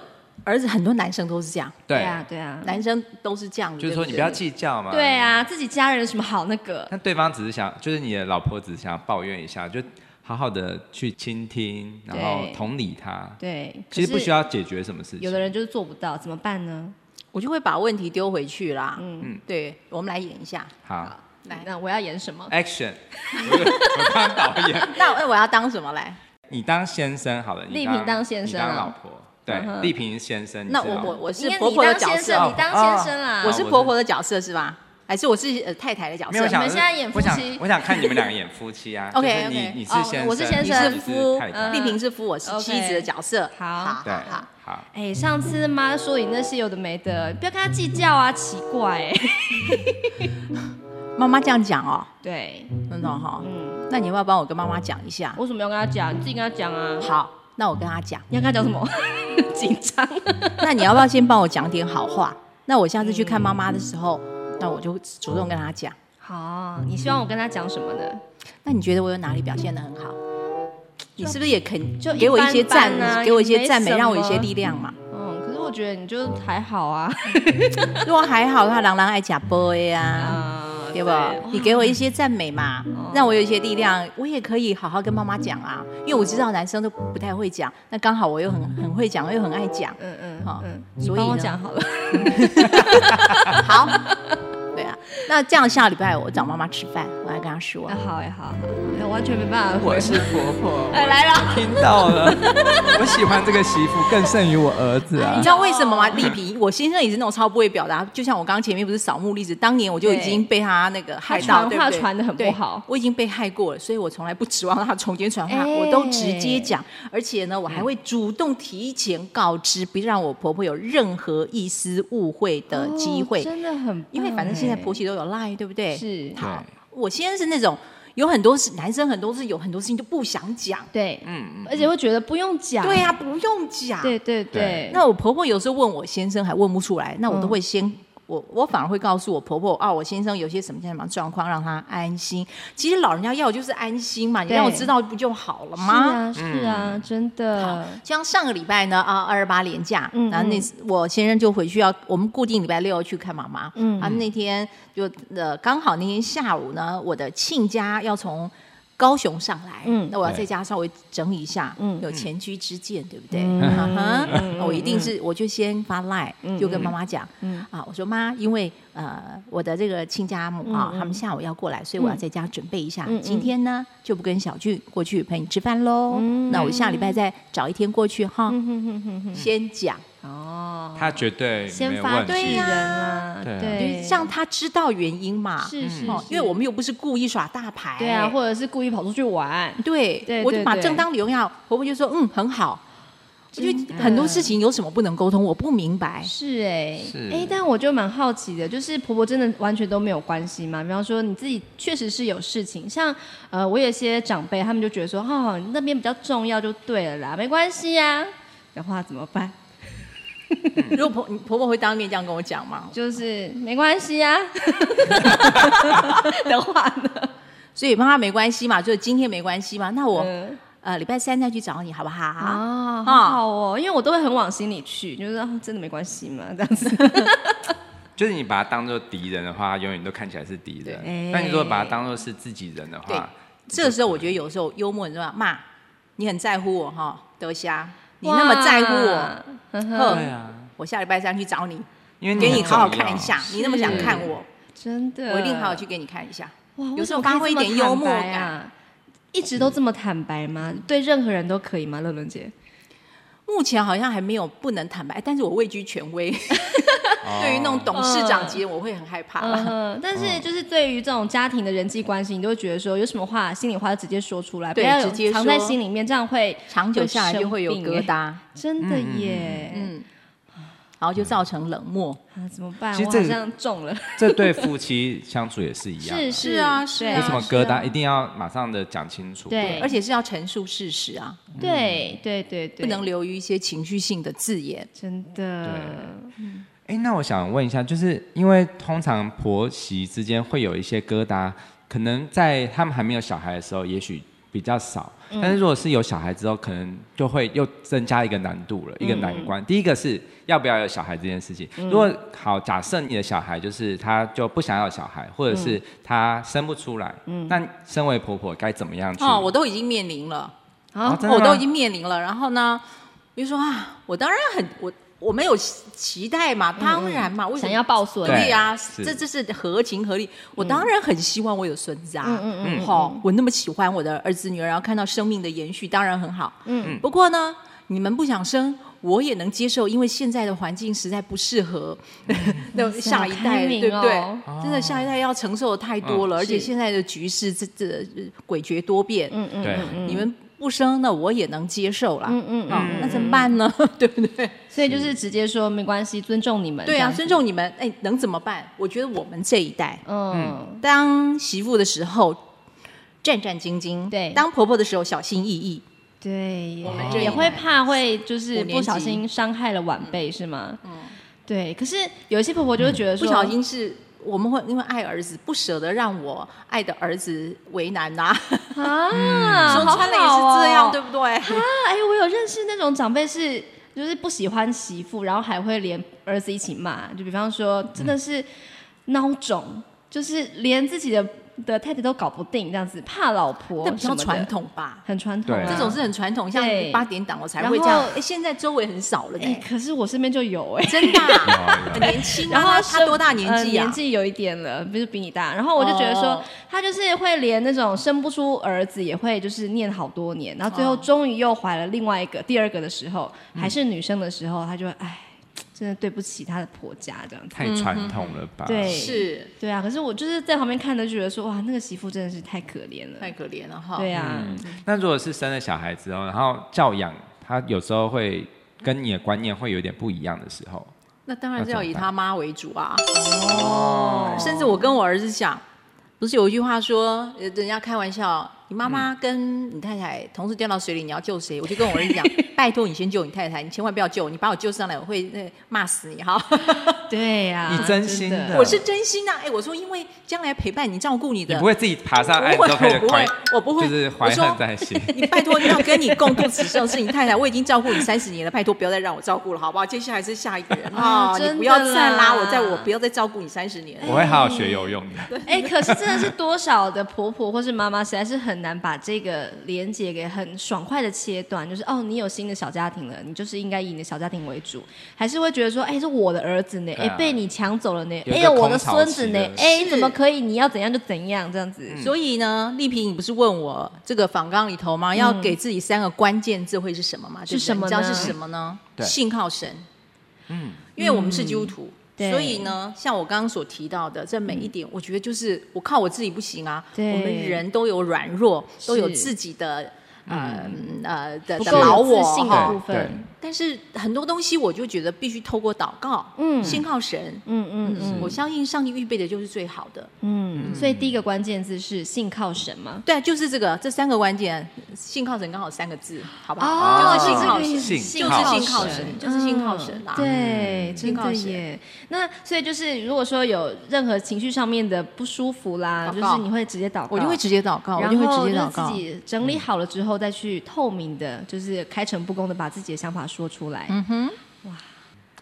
[SPEAKER 1] 儿子很多男生都是这样，
[SPEAKER 2] 对，嗯
[SPEAKER 3] 啊，对啊，
[SPEAKER 1] 男生都是这样的，
[SPEAKER 2] 就是说
[SPEAKER 1] 对
[SPEAKER 2] 你
[SPEAKER 1] 对
[SPEAKER 2] 不要计较嘛。
[SPEAKER 3] 对啊，自己家人有什么好那个？
[SPEAKER 2] 但对方只是想，就是你的老婆只是想抱怨一下，就好好的去倾听，然后
[SPEAKER 3] 对
[SPEAKER 2] 同理她。
[SPEAKER 3] 对，
[SPEAKER 2] 其实不需
[SPEAKER 3] 要。
[SPEAKER 2] 要解决什么事情。
[SPEAKER 3] 有的人就是做不到，怎么办呢？
[SPEAKER 1] 我就会把问题丢回去啦。
[SPEAKER 3] 嗯
[SPEAKER 1] 嗯，对，我们来演一下。
[SPEAKER 2] 好
[SPEAKER 1] 来哎
[SPEAKER 3] 那我要演什么？
[SPEAKER 2] action，我当导演，
[SPEAKER 1] 那那我要当什么来？
[SPEAKER 2] 你当先生好了，你
[SPEAKER 3] 丽萍当先生
[SPEAKER 2] 你
[SPEAKER 3] 啊
[SPEAKER 2] 当老婆，对
[SPEAKER 3] 嗯，哼
[SPEAKER 2] 丽萍先生，你
[SPEAKER 1] 那
[SPEAKER 2] 是老
[SPEAKER 1] 我
[SPEAKER 2] 婆
[SPEAKER 1] 我我
[SPEAKER 3] 应
[SPEAKER 1] 是
[SPEAKER 3] 该
[SPEAKER 1] 婆婆的角
[SPEAKER 3] 你当先生
[SPEAKER 1] 色
[SPEAKER 3] 你，当先生啊啦。
[SPEAKER 1] 我
[SPEAKER 2] 哦
[SPEAKER 1] 是婆婆的角色是吧？还是我是呃太太的角
[SPEAKER 2] 没有我
[SPEAKER 1] 色？
[SPEAKER 2] 想，
[SPEAKER 3] 你们现在演夫妻
[SPEAKER 2] 我想我想看你们两个演夫妻 啊
[SPEAKER 1] OK，
[SPEAKER 2] 就是你
[SPEAKER 1] OK
[SPEAKER 2] 你是
[SPEAKER 3] 哦
[SPEAKER 2] 先生，
[SPEAKER 3] 我是先生
[SPEAKER 1] 你
[SPEAKER 2] 你是
[SPEAKER 1] 是
[SPEAKER 3] 夫
[SPEAKER 2] 太
[SPEAKER 3] 嗯
[SPEAKER 2] 太，
[SPEAKER 1] 丽萍是夫，我是
[SPEAKER 3] OK
[SPEAKER 1] 妻子的角色。
[SPEAKER 3] 好
[SPEAKER 1] 好
[SPEAKER 2] 对
[SPEAKER 1] 好好，，
[SPEAKER 2] 好，
[SPEAKER 3] 哎、上次妈说你那些有的没的，不要跟她计较啊，奇 怪、哎
[SPEAKER 1] 妈妈这样讲哦，
[SPEAKER 3] 对，
[SPEAKER 1] 真的哈。
[SPEAKER 3] 嗯，
[SPEAKER 1] 那你要不要帮我跟妈妈讲一下？
[SPEAKER 3] 我为什么要跟她讲？你自己跟她讲啊。
[SPEAKER 1] 好，那我跟她讲。
[SPEAKER 3] 你要跟她讲什么？ 紧张。
[SPEAKER 1] 那你要不要先帮我讲点好话？那我下次去看妈妈的时候，那我就主动跟她讲。
[SPEAKER 3] 好，你希望我跟她讲什么呢？
[SPEAKER 1] 那你觉得我有哪里表现的很好？你是不是也肯
[SPEAKER 3] 就一
[SPEAKER 1] 给我一些赞
[SPEAKER 3] 般般啊，
[SPEAKER 1] 给我一
[SPEAKER 3] 也没
[SPEAKER 1] 些赞美，
[SPEAKER 3] 什
[SPEAKER 1] 让我有一
[SPEAKER 3] 么
[SPEAKER 1] 些力量嘛？
[SPEAKER 3] 嗯，可是我觉得你就还好啊。
[SPEAKER 1] 如果还好，他郎朗爱假波呀，
[SPEAKER 3] 啊，，
[SPEAKER 1] 对不？你给我一些赞美嘛，让我有一些力量，我也可以好好跟妈妈讲啊。因为我知道男生都不太会讲，那刚好我又很很会讲，我又很爱讲
[SPEAKER 3] 嗯嗯，
[SPEAKER 1] 好
[SPEAKER 3] 嗯，你
[SPEAKER 1] 所以
[SPEAKER 3] 帮我
[SPEAKER 1] 呢
[SPEAKER 3] 讲好了。
[SPEAKER 1] 好，对啊。那这样下礼拜我找妈妈吃饭，我来跟她说
[SPEAKER 3] 那、。 好哎、好好，哎、完全没办法回。
[SPEAKER 2] 我是婆婆，
[SPEAKER 3] 哎、来了，
[SPEAKER 2] 听到了， 我喜欢这个媳妇更胜于我儿子啊
[SPEAKER 3] 哎
[SPEAKER 1] 你知。道为什么
[SPEAKER 3] 哦
[SPEAKER 1] 吗？丽萍，我先生也是那种超不会表达，就像我刚刚前面不是扫墓例子，当年我就已经被他那个害
[SPEAKER 3] 他
[SPEAKER 1] 到，
[SPEAKER 3] 传
[SPEAKER 1] 对不对
[SPEAKER 3] 话传得很不好
[SPEAKER 1] 对我已经被害过了，所以我从来不指望他从前传话，
[SPEAKER 3] 哎嗯
[SPEAKER 1] 我都直接讲，而且呢，我还会主动提前告知，不让我婆婆有任何一丝误会的机
[SPEAKER 3] 哦
[SPEAKER 1] 会，
[SPEAKER 3] 真的很棒哎，
[SPEAKER 1] 因为反正现在婆媳都有赖，对不对？
[SPEAKER 3] 是
[SPEAKER 1] 好
[SPEAKER 2] 对，
[SPEAKER 1] 我先生是那种有很多事，男生很多事有很多事情就不想讲，
[SPEAKER 3] 对，
[SPEAKER 2] 嗯嗯，
[SPEAKER 3] 而且会觉得不用讲。
[SPEAKER 1] 对呀、不用讲，
[SPEAKER 3] 对对对嗯
[SPEAKER 2] 对，
[SPEAKER 1] 那我婆婆有时候问我先生还问不出来，那我都会先。我我反而会告诉我婆婆啊，我先生有些什么什么状况，让她安心。其实老人家要的就是安心嘛，你
[SPEAKER 3] 对
[SPEAKER 1] 让我知道不就好了
[SPEAKER 3] 是
[SPEAKER 1] 吗？
[SPEAKER 3] 啊是
[SPEAKER 1] 嗯
[SPEAKER 3] 啊，真的。
[SPEAKER 1] 像上个礼拜呢，啊，二十八连假，
[SPEAKER 3] 嗯
[SPEAKER 1] 然后那次我先生就回去要，我们固定礼拜六去看妈妈，
[SPEAKER 3] 嗯
[SPEAKER 1] 啊，那天就呃刚好那天下午呢，我的亲家要从高雄上来，
[SPEAKER 3] 嗯
[SPEAKER 1] 那我要在
[SPEAKER 2] 对
[SPEAKER 1] 家稍微整理一下，
[SPEAKER 3] 嗯
[SPEAKER 1] 有前居之鉴，对不对？
[SPEAKER 3] 嗯
[SPEAKER 1] 哈哈哦
[SPEAKER 3] 嗯
[SPEAKER 1] 那我一定是我就先发 line，
[SPEAKER 3] 嗯
[SPEAKER 1] 就跟妈妈讲，
[SPEAKER 3] 嗯
[SPEAKER 1] 啊，我说妈，因为呃我的这个亲家母啊
[SPEAKER 3] 嗯，嗯嗯
[SPEAKER 1] 他们下午要过来，所以我要在家准备一下
[SPEAKER 3] 嗯嗯，
[SPEAKER 1] 今天呢就不跟小俊过去陪你吃饭喽
[SPEAKER 3] 嗯，
[SPEAKER 1] 那我下礼拜再找一天过去哈，
[SPEAKER 3] 嗯哼哼哼哼
[SPEAKER 1] 先讲，
[SPEAKER 3] 哦，
[SPEAKER 2] 他绝对没
[SPEAKER 3] 先
[SPEAKER 2] 有
[SPEAKER 3] 发
[SPEAKER 2] 问
[SPEAKER 3] 制
[SPEAKER 2] 题。
[SPEAKER 1] 对
[SPEAKER 3] 人
[SPEAKER 1] 呀
[SPEAKER 3] 啊，
[SPEAKER 2] 对啊
[SPEAKER 1] 就是让他知道原因嘛，
[SPEAKER 3] 是是
[SPEAKER 1] 哦，，
[SPEAKER 3] 是
[SPEAKER 1] 因为我们又不是故意耍大牌，
[SPEAKER 3] 对啊，或者是故意跑出去玩，
[SPEAKER 1] 对，
[SPEAKER 3] 对
[SPEAKER 1] 我就把
[SPEAKER 3] 对对
[SPEAKER 1] 正当理由要，婆婆就说嗯很好，我觉
[SPEAKER 3] 真
[SPEAKER 1] 得
[SPEAKER 3] 的
[SPEAKER 1] 很多事情有什么不能沟通，我不明白，
[SPEAKER 3] 是哎、
[SPEAKER 2] 是
[SPEAKER 3] 哎、但我就蛮好奇的，就是婆婆真的完全都没有关系吗？比方说你自己确实是有事情，像呃，我有一些长辈他们就觉得说，哦，你那边比较重要就对了啦，没关系呀、啊，的话怎么办？
[SPEAKER 1] 如果婆你婆婆会当面这样跟我讲吗？
[SPEAKER 3] 就是没关系呀、啊，的话呢？
[SPEAKER 1] 所以帮他没关系嘛，就今天没关系嘛，那我、
[SPEAKER 3] 嗯
[SPEAKER 1] 呃礼拜三再去找你好不好？
[SPEAKER 3] 啊，好好哦，因为我都会很往心里去，就是、啊、真的没关系嘛，这样子。
[SPEAKER 2] 就是你把他当做敌人的话，永远都看起来是敌人
[SPEAKER 3] 对；
[SPEAKER 2] 但你如果把他当做是自己人的
[SPEAKER 1] 对啊
[SPEAKER 2] 话，，
[SPEAKER 1] 这个时候我觉得有时候幽默，你知道吗？骂你很在乎我哈，德霞， 你那么在乎我，
[SPEAKER 3] 我，呵呵
[SPEAKER 1] 呵
[SPEAKER 2] 对啊，
[SPEAKER 1] 我下礼拜三去找你，
[SPEAKER 2] 因为
[SPEAKER 1] 给
[SPEAKER 2] 你
[SPEAKER 1] 你
[SPEAKER 2] 很
[SPEAKER 1] 好好
[SPEAKER 2] 重要
[SPEAKER 1] 看一下，你那么想看我，
[SPEAKER 3] 真的，
[SPEAKER 1] 我一定好好去给你看一下。
[SPEAKER 3] 哇，
[SPEAKER 1] 有
[SPEAKER 3] 为
[SPEAKER 1] 时
[SPEAKER 3] 什
[SPEAKER 1] 候
[SPEAKER 3] 么可
[SPEAKER 1] 发
[SPEAKER 3] 以
[SPEAKER 1] 挥一
[SPEAKER 3] 这么
[SPEAKER 1] 点幽
[SPEAKER 3] 坦
[SPEAKER 1] 默
[SPEAKER 3] 白啊。一直都这么坦白吗？对任何人都可以吗？乐伦姐，
[SPEAKER 1] 目前好像还没有不能坦白，但是我畏惧权 威，
[SPEAKER 2] 哦
[SPEAKER 1] 对于那种董事长级的我会很害怕 啦。
[SPEAKER 3] 嗯，但是就是对于这种家庭的人际关系，你都会觉得说有什么话心里话就直接说出来，不
[SPEAKER 1] 对
[SPEAKER 3] 要有
[SPEAKER 1] 直接
[SPEAKER 3] 藏在
[SPEAKER 1] 说
[SPEAKER 3] 心里面，这样会
[SPEAKER 1] 长久下来就会有疙瘩，
[SPEAKER 3] 真的耶，
[SPEAKER 1] 嗯，然后就造成冷漠。
[SPEAKER 3] 啊怎么办？
[SPEAKER 2] 其实
[SPEAKER 3] 我
[SPEAKER 2] 这
[SPEAKER 3] 好像中了，
[SPEAKER 2] 这对夫妻相处也是一样，
[SPEAKER 3] 是
[SPEAKER 1] 是啊是
[SPEAKER 3] 对
[SPEAKER 1] 啊
[SPEAKER 2] 有什么疙
[SPEAKER 3] 是啊
[SPEAKER 2] 瘩一定要马上的讲清楚。
[SPEAKER 3] 对
[SPEAKER 1] 而且是要陈述事实啊，
[SPEAKER 3] 对对对
[SPEAKER 1] 不
[SPEAKER 3] 对，
[SPEAKER 1] 能流于一些情绪性的字眼。
[SPEAKER 3] 真的，
[SPEAKER 2] 哎，那我想问一下，就是因为通常婆媳之间会有一些疙瘩，可能在他们还没有小孩的时候，也许比较少，
[SPEAKER 3] 嗯
[SPEAKER 2] 但是如果是有小孩之后，可能就会又增加一个难度
[SPEAKER 3] 嗯
[SPEAKER 2] 了，一个难关。第一个是要不要有小孩这件事情。如果好，假设你的小孩就是他就不想要小孩，或者
[SPEAKER 3] 嗯
[SPEAKER 2] 是他生不出来，那身为婆婆该怎么样去？
[SPEAKER 1] 哦，我都已经面临了。
[SPEAKER 2] 哦
[SPEAKER 3] 好，
[SPEAKER 2] 真的
[SPEAKER 1] 我
[SPEAKER 2] 吗
[SPEAKER 1] 都已经面临了。然后呢，我就说啊，我当然很我我们有期期待嘛，当然嘛，为什
[SPEAKER 3] 想
[SPEAKER 1] 么
[SPEAKER 3] 要报损，
[SPEAKER 1] 对呀、
[SPEAKER 2] 是
[SPEAKER 1] 啊这这是嗯合情合理。我当然很希望我有孙子啊，
[SPEAKER 3] 嗯嗯嗯嗯
[SPEAKER 1] 好、我那么喜欢我的儿子女儿，然后看到生命的延续，当然很好。
[SPEAKER 3] 嗯
[SPEAKER 1] 嗯，不过呢，你们不想生。我也能接受，因为现在的环境实在不适合 那
[SPEAKER 3] 塞
[SPEAKER 1] 下一
[SPEAKER 3] 好开
[SPEAKER 1] 代，
[SPEAKER 3] 明
[SPEAKER 1] 对不对
[SPEAKER 3] 哦？
[SPEAKER 1] 真的下一代要承受的太多了，而且
[SPEAKER 3] 是
[SPEAKER 1] 现在的局势这这呃诡谲多变，
[SPEAKER 3] 嗯嗯
[SPEAKER 2] 对
[SPEAKER 3] 嗯嗯
[SPEAKER 1] 你们不生，那我也能接受啦。
[SPEAKER 3] 嗯嗯
[SPEAKER 1] 啊，那怎么办呢？ 对不对？
[SPEAKER 3] 所以就是直接说没关系，尊重你们，
[SPEAKER 1] 对
[SPEAKER 3] 这
[SPEAKER 1] 啊，
[SPEAKER 3] 样子
[SPEAKER 1] 尊，重你们，哎，能怎么办？我觉得我们这一代
[SPEAKER 3] 嗯，
[SPEAKER 1] 当媳妇的时候战战兢兢，
[SPEAKER 3] 对
[SPEAKER 1] 当婆婆的时候小心翼翼，
[SPEAKER 3] 对耶，
[SPEAKER 1] 我们
[SPEAKER 2] 这一
[SPEAKER 3] 也
[SPEAKER 2] 代
[SPEAKER 3] 会怕会就是
[SPEAKER 1] 五年级
[SPEAKER 3] 不小心伤害了晚辈是吗？嗯，对。可是有一些婆婆就会觉得
[SPEAKER 1] 嗯不
[SPEAKER 3] 说，
[SPEAKER 1] 小心是。我们会因为爱儿子，不舍得让我爱的儿子为难 呐、
[SPEAKER 3] 啊，
[SPEAKER 1] 说
[SPEAKER 3] 好
[SPEAKER 1] 穿了也是这样，对
[SPEAKER 3] 不
[SPEAKER 1] 不 对？
[SPEAKER 3] 对？啊，哎，我有认识那种长辈是。就是不喜欢媳妇，然后还会连儿子一起骂，就比方说真的是孬种，就是连自己的的太太都搞不定，这样子怕老婆
[SPEAKER 1] 那比
[SPEAKER 3] 什么
[SPEAKER 1] 较
[SPEAKER 3] 的
[SPEAKER 1] 传，统吧，
[SPEAKER 3] 很传统、啊
[SPEAKER 2] 对。
[SPEAKER 1] 这种是很传统，像嗯
[SPEAKER 3] 对
[SPEAKER 1] 八点档我才
[SPEAKER 3] 然
[SPEAKER 1] 会这样
[SPEAKER 3] 后。
[SPEAKER 1] 哎，现在周围很少了呢、
[SPEAKER 3] 哎、可是我身边就有哎、
[SPEAKER 1] 真的啊、
[SPEAKER 2] 有有
[SPEAKER 1] 很年轻、啊。
[SPEAKER 3] 然后
[SPEAKER 1] 他
[SPEAKER 3] 生
[SPEAKER 1] 他多大年
[SPEAKER 3] 呃
[SPEAKER 1] 纪啊？
[SPEAKER 3] 年纪有一点了，不是比你大。然后我就觉得说
[SPEAKER 1] 哦，
[SPEAKER 3] 她就是会连那种生不出儿子也会就是念好多年，然后最后
[SPEAKER 1] 哦
[SPEAKER 3] 终于又怀了另外一个第二个的时候，嗯还是女生的时候，她就会哎，真的对不起她的婆家这样
[SPEAKER 1] 嗯
[SPEAKER 3] 子。
[SPEAKER 2] 太传统了吧？
[SPEAKER 3] 对，
[SPEAKER 1] 是
[SPEAKER 3] 对啊。可是我就是在旁边看都觉得说，哇，那个媳妇真的是太可怜了。
[SPEAKER 1] 太可怜了哈。
[SPEAKER 3] 对啊，
[SPEAKER 2] 那如果是生了小孩之后，然后教养，他有时候会跟你的观念会有点不一样的时候，
[SPEAKER 1] 那当然是要以
[SPEAKER 2] 那怎么办
[SPEAKER 1] 他妈为主啊。哦，甚至我跟我儿子讲，不是有一句话说，呃人家开玩笑，你妈妈跟你太太同时掉到水里，你要救谁？我就跟我儿子 讲，拜托你先救你太太，你千万不要救我，你把我救上来，我会那骂死你哈。
[SPEAKER 2] 嗯
[SPEAKER 3] 对呀、
[SPEAKER 2] 你真心的
[SPEAKER 3] 的
[SPEAKER 1] 我是真心的、啊，哎，我说因为将来陪伴你、照顾你
[SPEAKER 2] 你
[SPEAKER 1] 的
[SPEAKER 2] 不。会啊自己爬上岸之
[SPEAKER 1] 我
[SPEAKER 2] 后开始
[SPEAKER 1] 不
[SPEAKER 2] 怀
[SPEAKER 1] 会，我不会，
[SPEAKER 2] 就是
[SPEAKER 1] 我
[SPEAKER 2] 怀
[SPEAKER 1] 说
[SPEAKER 2] 恨 在心。
[SPEAKER 1] 你拜托，你要跟你共度此生，是你太太，我已经照顾你三十年了，拜托不要再让我照顾了，好不好？接下来是下一个人
[SPEAKER 3] 啊
[SPEAKER 1] 啊、哦，
[SPEAKER 3] 真的
[SPEAKER 1] 你不要再拉我，
[SPEAKER 3] 啦
[SPEAKER 1] 在我不要再照顾你三十年了。
[SPEAKER 2] 我会好好学游泳 的。
[SPEAKER 3] 哎、可是真的是多少的婆婆或是妈妈，实在是很难把这个连接给很爽快的切断。就是哦，你有新的小家庭了，你就是应该以你的小家庭为主，还是会觉得说，哎、是我的儿子呢，哎、
[SPEAKER 2] 对啊
[SPEAKER 3] 被你抢走了呢，
[SPEAKER 2] 有一
[SPEAKER 3] 哎、
[SPEAKER 2] 个
[SPEAKER 3] 呀，我的
[SPEAKER 2] 空巢
[SPEAKER 3] 孙子呢
[SPEAKER 2] 期，的
[SPEAKER 3] 哎、
[SPEAKER 1] 是
[SPEAKER 3] 怎么可以？你要怎样就怎样，这样子。
[SPEAKER 1] 所以呢，丽萍，你不是问我这个访纲里头吗？要给自己三个关键字会是什么吗？对不对
[SPEAKER 3] 嗯是什么
[SPEAKER 1] 你
[SPEAKER 3] 呢
[SPEAKER 1] 知道是什么呢？
[SPEAKER 2] 对
[SPEAKER 1] 信靠神。嗯，因为我们是基督徒。
[SPEAKER 3] 嗯对
[SPEAKER 1] 所以呢，像我刚刚所提到的这每一点，我觉得就是我靠我自己不行啊。
[SPEAKER 3] 对
[SPEAKER 1] 我们人都有软弱，都有
[SPEAKER 3] 是嗯
[SPEAKER 1] 自己的呃呃的
[SPEAKER 3] 不
[SPEAKER 1] 的
[SPEAKER 3] 够
[SPEAKER 1] 老
[SPEAKER 3] 有自
[SPEAKER 1] 我
[SPEAKER 3] 信啊的
[SPEAKER 1] 哈
[SPEAKER 3] 部
[SPEAKER 2] 对
[SPEAKER 3] 分。
[SPEAKER 1] 但是很多东西我就觉得必须透过祷告，
[SPEAKER 3] 嗯
[SPEAKER 1] 信靠神，
[SPEAKER 3] 嗯嗯嗯
[SPEAKER 1] 嗯，我相信上帝预备的就是最好的。
[SPEAKER 3] 嗯，所以第一个关键字是信靠神嘛。
[SPEAKER 1] 对，就是这个这三个关键，信靠神刚好三个字，好不
[SPEAKER 3] 哦
[SPEAKER 1] 好？就是信靠
[SPEAKER 3] 这个意
[SPEAKER 1] 神，
[SPEAKER 3] 思
[SPEAKER 2] 信
[SPEAKER 1] 就是
[SPEAKER 2] 靠
[SPEAKER 1] 信靠
[SPEAKER 3] 神嗯
[SPEAKER 1] 神，就是信靠神啊！
[SPEAKER 3] 对，真
[SPEAKER 1] 信靠
[SPEAKER 3] 的
[SPEAKER 1] 神
[SPEAKER 3] 耶。那所以就是，如果说有任何情绪上面的不舒服啦，
[SPEAKER 1] 祷
[SPEAKER 3] 就
[SPEAKER 1] 告
[SPEAKER 3] 是你会直接祷告，
[SPEAKER 1] 我就会直接祷告，我就
[SPEAKER 3] 然
[SPEAKER 1] 会
[SPEAKER 3] 后
[SPEAKER 1] 直接
[SPEAKER 3] 就
[SPEAKER 1] 祷
[SPEAKER 3] 是
[SPEAKER 1] 告嗯
[SPEAKER 3] 自。己整理好了之后，再去透明的，就是开诚布公的把自己的想法说出来。嗯哼，哇，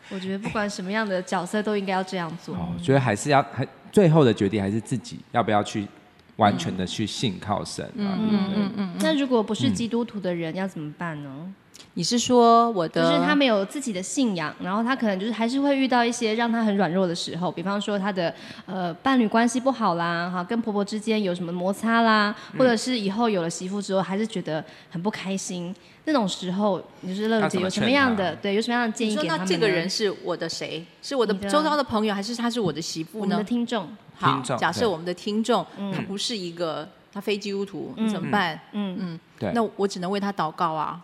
[SPEAKER 3] 我觉得不管什么样的角色都应该要这样做。
[SPEAKER 2] 哦，我觉得还是要还最后的决定还是自己要不要去完全的去信靠神啊。嗯嗯嗯，
[SPEAKER 3] 那如果不是基督徒的人要怎么办呢？
[SPEAKER 1] 你是说我
[SPEAKER 3] 就
[SPEAKER 1] 的？
[SPEAKER 3] 是他们有自己的信仰，然后他可能就是还是会遇到一些让他很软弱的时候，比方说他的呃伴侣关系不好啦，哈，跟婆婆之间有什么摩擦啦，或者是以后有了媳妇之后还是觉得很不开心，那种时候，你就是乐
[SPEAKER 2] 要
[SPEAKER 3] 姐
[SPEAKER 2] 怎
[SPEAKER 3] 有
[SPEAKER 2] 么
[SPEAKER 3] 什么
[SPEAKER 2] 劝
[SPEAKER 3] 样
[SPEAKER 2] 他
[SPEAKER 3] 的对有什么样的建
[SPEAKER 1] 你
[SPEAKER 3] 议
[SPEAKER 1] 说
[SPEAKER 3] 给他们
[SPEAKER 1] 那
[SPEAKER 3] 呢？
[SPEAKER 1] 这个人是我的谁？是我的
[SPEAKER 3] 你的
[SPEAKER 1] 周遭的朋友，还是他是我的媳妇
[SPEAKER 3] 我们的
[SPEAKER 1] 呢？
[SPEAKER 3] 听众，
[SPEAKER 1] 好，
[SPEAKER 2] 听众
[SPEAKER 1] 假
[SPEAKER 2] 对
[SPEAKER 1] 设我们的听众他不是一个他非基督徒，你怎么办？
[SPEAKER 3] 嗯，
[SPEAKER 2] 对。嗯
[SPEAKER 1] 那我只能为他祷告啊，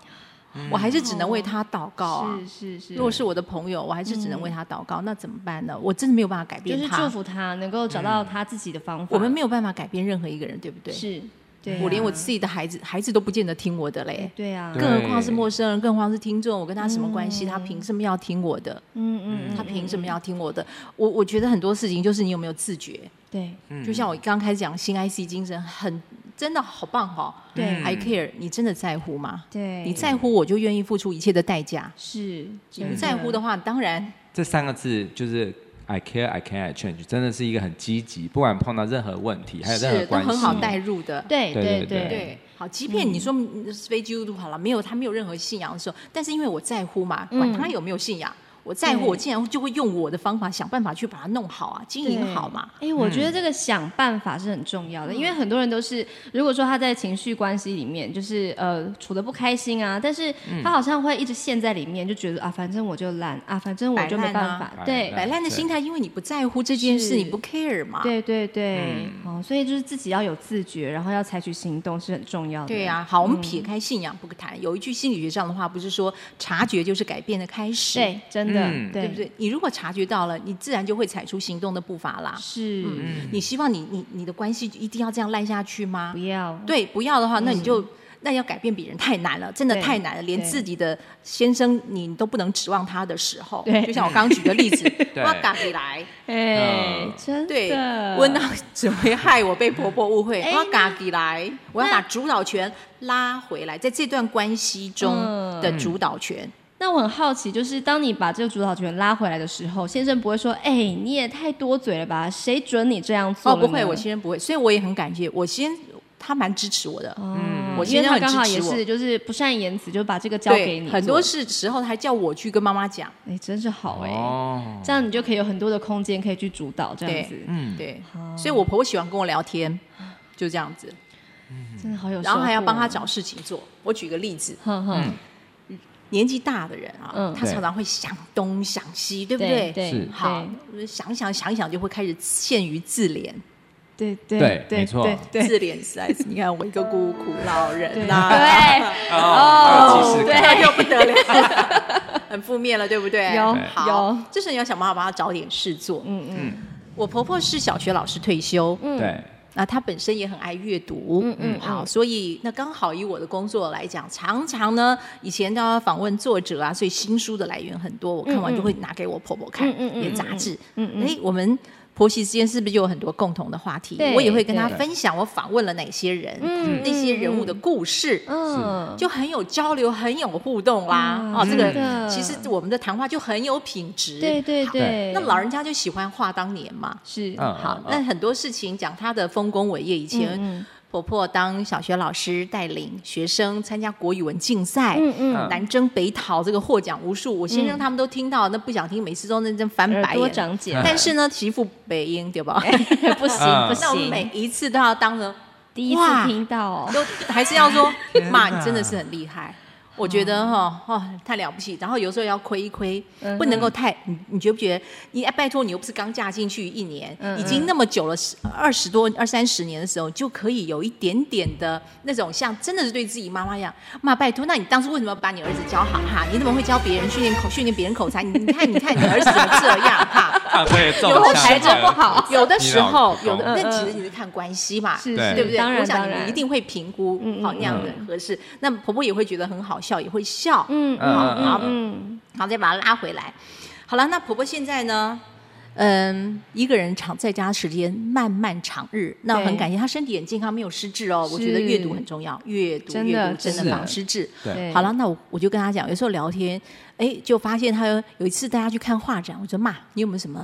[SPEAKER 1] 我还是只能为他祷告啊。
[SPEAKER 3] 是是哦是，嗯
[SPEAKER 1] 如果是我的朋友，我还是只能为他祷告，那怎么办呢？我真的没有办法改
[SPEAKER 3] 就
[SPEAKER 1] 变
[SPEAKER 3] 是
[SPEAKER 1] 他，嗯
[SPEAKER 3] 祝福他能够找到他自己的方法。
[SPEAKER 1] 我们没有办法改变任何一个人，对不对？
[SPEAKER 3] 是，对啊，
[SPEAKER 1] 我连我自己的孩子，孩子都不见得听我的嘞，
[SPEAKER 3] 对啊，
[SPEAKER 2] 对
[SPEAKER 1] 更何况是陌生人，更何况是听众，我跟他什么关系？他凭什么要听我的？
[SPEAKER 3] 嗯嗯，嗯
[SPEAKER 1] 他凭什么要听我的？我我觉得很多事情就是你有没有自觉，
[SPEAKER 3] 对
[SPEAKER 2] 嗯
[SPEAKER 1] 就像我刚开始讲新 IC 精神，很真的好棒哦。
[SPEAKER 3] 对
[SPEAKER 1] I care，你真的在乎吗？
[SPEAKER 3] 对，
[SPEAKER 1] 你在乎，我就愿意付出一切的代价。
[SPEAKER 3] 是
[SPEAKER 1] 你不在乎的，话，当然
[SPEAKER 2] 这三个字就是 I care, I can, I change，真的是一个很积极，不管碰到任何问题，还有任何
[SPEAKER 1] 是都
[SPEAKER 2] 关系，
[SPEAKER 1] 很好带入的。
[SPEAKER 3] 对
[SPEAKER 2] 对
[SPEAKER 3] 对嗯
[SPEAKER 2] 对对
[SPEAKER 1] 对，好，即便你说嗯非基督徒好了，没有他没有任何信仰的时候，但是因为我在乎嘛，管他有没有信仰，我在乎，
[SPEAKER 3] 嗯对
[SPEAKER 1] 我竟然就会用我的方法想办法去把它弄好啊，经营好嘛。嗯
[SPEAKER 3] 哎、我
[SPEAKER 2] 嗯
[SPEAKER 3] 觉得这个想办法是很重要的，因为很多人都是，如果说他在情绪关系里面，就是呃处的不开心
[SPEAKER 2] 嗯
[SPEAKER 3] 啊，但是他好像会一直陷在里面，就觉得啊，反正我就懒啊，反正我就没
[SPEAKER 1] 摆烂
[SPEAKER 3] 办
[SPEAKER 1] 啊
[SPEAKER 3] 法，
[SPEAKER 2] 摆
[SPEAKER 3] 对
[SPEAKER 2] 烂
[SPEAKER 1] 摆烂的啊心态，因为你不在乎这件
[SPEAKER 3] 是
[SPEAKER 1] 事，你不 care 嘛。
[SPEAKER 3] 对对对，
[SPEAKER 2] 嗯
[SPEAKER 3] 哦，所以就是自己要有自觉，然后要采取行动是很重要的。
[SPEAKER 1] 对呀、好，我们撇开信仰不谈，有一句心理学上的话，不是说察觉就是改变的开始，
[SPEAKER 3] 对，真的，
[SPEAKER 2] 嗯
[SPEAKER 1] 对不？对？你如果察觉到了，你自然就会踩出行动的步伐啦。嗯
[SPEAKER 3] 是，
[SPEAKER 1] 你希望你你你的关系一定要这样赖下去吗
[SPEAKER 3] 不？要，
[SPEAKER 1] 对，不要的话，那你就、那要改变别人太难了，真的
[SPEAKER 3] 嗯对
[SPEAKER 1] 太难了，连
[SPEAKER 3] 对
[SPEAKER 1] 自己的先生你都不能指望他的时候
[SPEAKER 3] 对，
[SPEAKER 1] 就像我刚刚举的 例子，
[SPEAKER 2] 对
[SPEAKER 1] 我咖喱来，
[SPEAKER 3] 哎、
[SPEAKER 2] 嗯
[SPEAKER 3] 真的，
[SPEAKER 1] 对，温到只会害我被婆婆误会
[SPEAKER 3] 哎，
[SPEAKER 1] 我咖喱来，我要把主导权拉回来，在这段关系中
[SPEAKER 3] 嗯
[SPEAKER 1] 的主导权，
[SPEAKER 3] 那我很好奇，就是当你把这个主导权拉回来的时候，先生不会说：“哎、你也太多嘴了吧？谁准你这样做
[SPEAKER 1] 哦，
[SPEAKER 3] 了呢？”
[SPEAKER 1] 不会，我先生不会，所以我也很感谢我先。他蛮支持我的，
[SPEAKER 3] 嗯，
[SPEAKER 1] 我
[SPEAKER 3] 因
[SPEAKER 1] 先
[SPEAKER 3] 为
[SPEAKER 1] 生
[SPEAKER 3] 他
[SPEAKER 1] 很
[SPEAKER 3] 刚好
[SPEAKER 1] 支
[SPEAKER 3] 也
[SPEAKER 1] 持我
[SPEAKER 3] 是，就是不善言辞，就把这个交给
[SPEAKER 1] 对，
[SPEAKER 3] 你。
[SPEAKER 1] 很多，事时候他还叫我去跟妈妈讲，
[SPEAKER 3] 哎、真是好
[SPEAKER 1] 欸
[SPEAKER 3] 哎、
[SPEAKER 2] 哦，
[SPEAKER 3] 这样你就可以有很多的空间可以去主导，这样子，
[SPEAKER 2] 嗯，
[SPEAKER 1] 对，
[SPEAKER 3] 啊
[SPEAKER 1] 所以我婆婆喜欢跟我聊天，就这样子。
[SPEAKER 3] 真的好有。哦
[SPEAKER 1] 然后还要帮他，找事情做。我举个例子，
[SPEAKER 3] 哼
[SPEAKER 2] 嗯
[SPEAKER 3] 哼，
[SPEAKER 1] 年纪大的人啊，
[SPEAKER 3] 嗯
[SPEAKER 1] 他常常会想东想西，对不对？
[SPEAKER 3] 对对
[SPEAKER 2] 是
[SPEAKER 1] 好，想想想想就会开始陷于自怜，
[SPEAKER 3] 对对
[SPEAKER 2] 对
[SPEAKER 3] 对，
[SPEAKER 2] 没错
[SPEAKER 3] 对对
[SPEAKER 1] 自怜实在是，你看我一个孤苦老人
[SPEAKER 3] 对
[SPEAKER 1] 啦，
[SPEAKER 2] 哦，有即视
[SPEAKER 1] 对，
[SPEAKER 2] 感，
[SPEAKER 1] 那就不得了， 很负面了，对不对？
[SPEAKER 3] 有
[SPEAKER 1] 好
[SPEAKER 3] 有，
[SPEAKER 1] 这时候你要想办法帮他找点事做。
[SPEAKER 3] 嗯嗯
[SPEAKER 1] 我婆婆是小学老师退休，嗯，
[SPEAKER 2] 对，
[SPEAKER 1] 那他本身也很爱阅读，嗯
[SPEAKER 3] 嗯
[SPEAKER 1] 好，所以那刚好以我的工作来讲，常常呢，以前都要访问作者啊，所以新书的来源很多，我看完就会拿给我婆婆看，
[SPEAKER 3] 嗯嗯嗯
[SPEAKER 1] 也杂志，
[SPEAKER 3] 嗯嗯
[SPEAKER 1] 哎，我们婆媳之间是不是就有很多共同的话题
[SPEAKER 3] 对？
[SPEAKER 1] 我也会跟她
[SPEAKER 3] 对
[SPEAKER 1] 分享我访问了哪些人，
[SPEAKER 3] 嗯
[SPEAKER 1] 那些人物的故事。
[SPEAKER 3] 嗯，
[SPEAKER 1] 就很有交流，很有互动啦。
[SPEAKER 3] 嗯
[SPEAKER 1] 哦，这
[SPEAKER 3] 真的
[SPEAKER 1] 个其实我们的谈话就很有品质。
[SPEAKER 3] 对对
[SPEAKER 1] 好
[SPEAKER 3] 对，
[SPEAKER 1] 那老人家就喜欢话当年嘛。
[SPEAKER 3] 是
[SPEAKER 2] 嗯，
[SPEAKER 1] 好
[SPEAKER 2] 嗯，
[SPEAKER 1] 那很多事情讲她的丰功伟业，以
[SPEAKER 3] 嗯嗯
[SPEAKER 1] 前婆婆当小学老师，带领学生参加国语文竞赛。
[SPEAKER 3] 嗯嗯，
[SPEAKER 2] 嗯
[SPEAKER 1] 南征北讨，这个获奖无数。我先生他们都听到，那不想听，每次都认真翻
[SPEAKER 3] 耳
[SPEAKER 1] 白
[SPEAKER 3] 朵
[SPEAKER 1] 眼。
[SPEAKER 3] 长茧，
[SPEAKER 1] 但是呢，媳妇北英对吧？
[SPEAKER 3] 不行不
[SPEAKER 2] 嗯
[SPEAKER 1] 那我
[SPEAKER 3] 行，
[SPEAKER 1] 每一次都要当成，
[SPEAKER 3] 第一次
[SPEAKER 1] 哇
[SPEAKER 3] 听到哦，
[SPEAKER 1] 都还是要说，
[SPEAKER 2] 天哪
[SPEAKER 1] 妈，你真的是很厉害。我觉得哈哦太了不起。然后有时候要亏一亏
[SPEAKER 3] 嗯，
[SPEAKER 1] 不能够太你你觉不觉得？你哎拜托你又不是刚嫁进去一年
[SPEAKER 3] 嗯，
[SPEAKER 1] 已经那么久了，十二十多二三十年的时候，就可以有一点点的那种像真的是对自己妈妈一样，妈拜托，那你当初为什么把你儿子教好哈？你怎么会教别人训练口训练别人口才？你你看你看你儿子怎么这样哈？
[SPEAKER 2] 啊，我也中
[SPEAKER 1] 有的
[SPEAKER 2] 枪
[SPEAKER 1] 时候
[SPEAKER 2] 了
[SPEAKER 3] 不好
[SPEAKER 1] 有的时候，
[SPEAKER 2] 你老
[SPEAKER 1] 有
[SPEAKER 2] 公
[SPEAKER 1] 的
[SPEAKER 3] 嗯
[SPEAKER 1] 那
[SPEAKER 3] 嗯
[SPEAKER 1] 其实 你是看关系嘛，
[SPEAKER 3] 是
[SPEAKER 2] 对
[SPEAKER 3] 是，
[SPEAKER 1] 对不对？
[SPEAKER 3] 当然
[SPEAKER 1] 我想
[SPEAKER 3] 当
[SPEAKER 1] 你
[SPEAKER 3] 然
[SPEAKER 1] 们一定会评估
[SPEAKER 3] 嗯嗯
[SPEAKER 1] 好那样的合适。那婆婆也会觉得很好笑，也会笑，
[SPEAKER 3] 嗯嗯
[SPEAKER 2] 嗯
[SPEAKER 3] 嗯
[SPEAKER 1] 好
[SPEAKER 3] 嗯
[SPEAKER 1] 然后再把她拉回来。好了，那婆婆现在呢？嗯，一个人长在家时间漫漫长日，那
[SPEAKER 3] 对
[SPEAKER 1] 很感谢她身体很健康，没有失智哦。我
[SPEAKER 3] 是
[SPEAKER 1] 觉得阅读很重要，阅读
[SPEAKER 3] 真的
[SPEAKER 1] 阅读真
[SPEAKER 3] 真
[SPEAKER 1] 的
[SPEAKER 2] 的
[SPEAKER 1] 防失智。
[SPEAKER 2] 对
[SPEAKER 3] 对
[SPEAKER 1] 好了，那我我就跟她讲，有时候聊天，哎，就发现她有有一次带她去看画展，我说妈，你有没有什么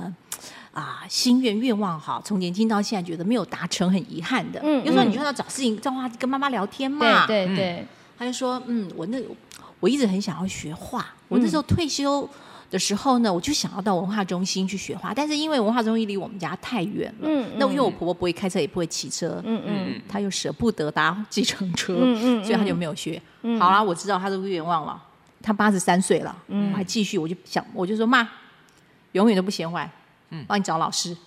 [SPEAKER 1] 啊心愿愿望哈？从年轻到现在觉得没有达成，很遗憾的。
[SPEAKER 3] 嗯
[SPEAKER 1] 有时候
[SPEAKER 3] 嗯
[SPEAKER 1] 你就要找事情，找话跟妈妈聊天嘛。
[SPEAKER 3] 对对
[SPEAKER 2] 嗯
[SPEAKER 3] 对，
[SPEAKER 1] 他就说，嗯，我那我一直很想要学画，我那时候退休的时候呢，我就想要到文化中心去学画，但是因为文化中心离我们家太远了，
[SPEAKER 3] 嗯
[SPEAKER 1] 那因为我婆婆不会开车，也不会骑车，
[SPEAKER 3] 嗯嗯
[SPEAKER 2] 嗯，
[SPEAKER 1] 她又舍不得搭计程车，
[SPEAKER 3] 嗯 嗯嗯
[SPEAKER 1] 所以她就没有学。好啦，我知道她这个愿望了，她八十三岁了，
[SPEAKER 3] 嗯
[SPEAKER 1] 我还继续，我就想，我就说妈，永远都不嫌晚，帮你找老师，
[SPEAKER 3] 嗯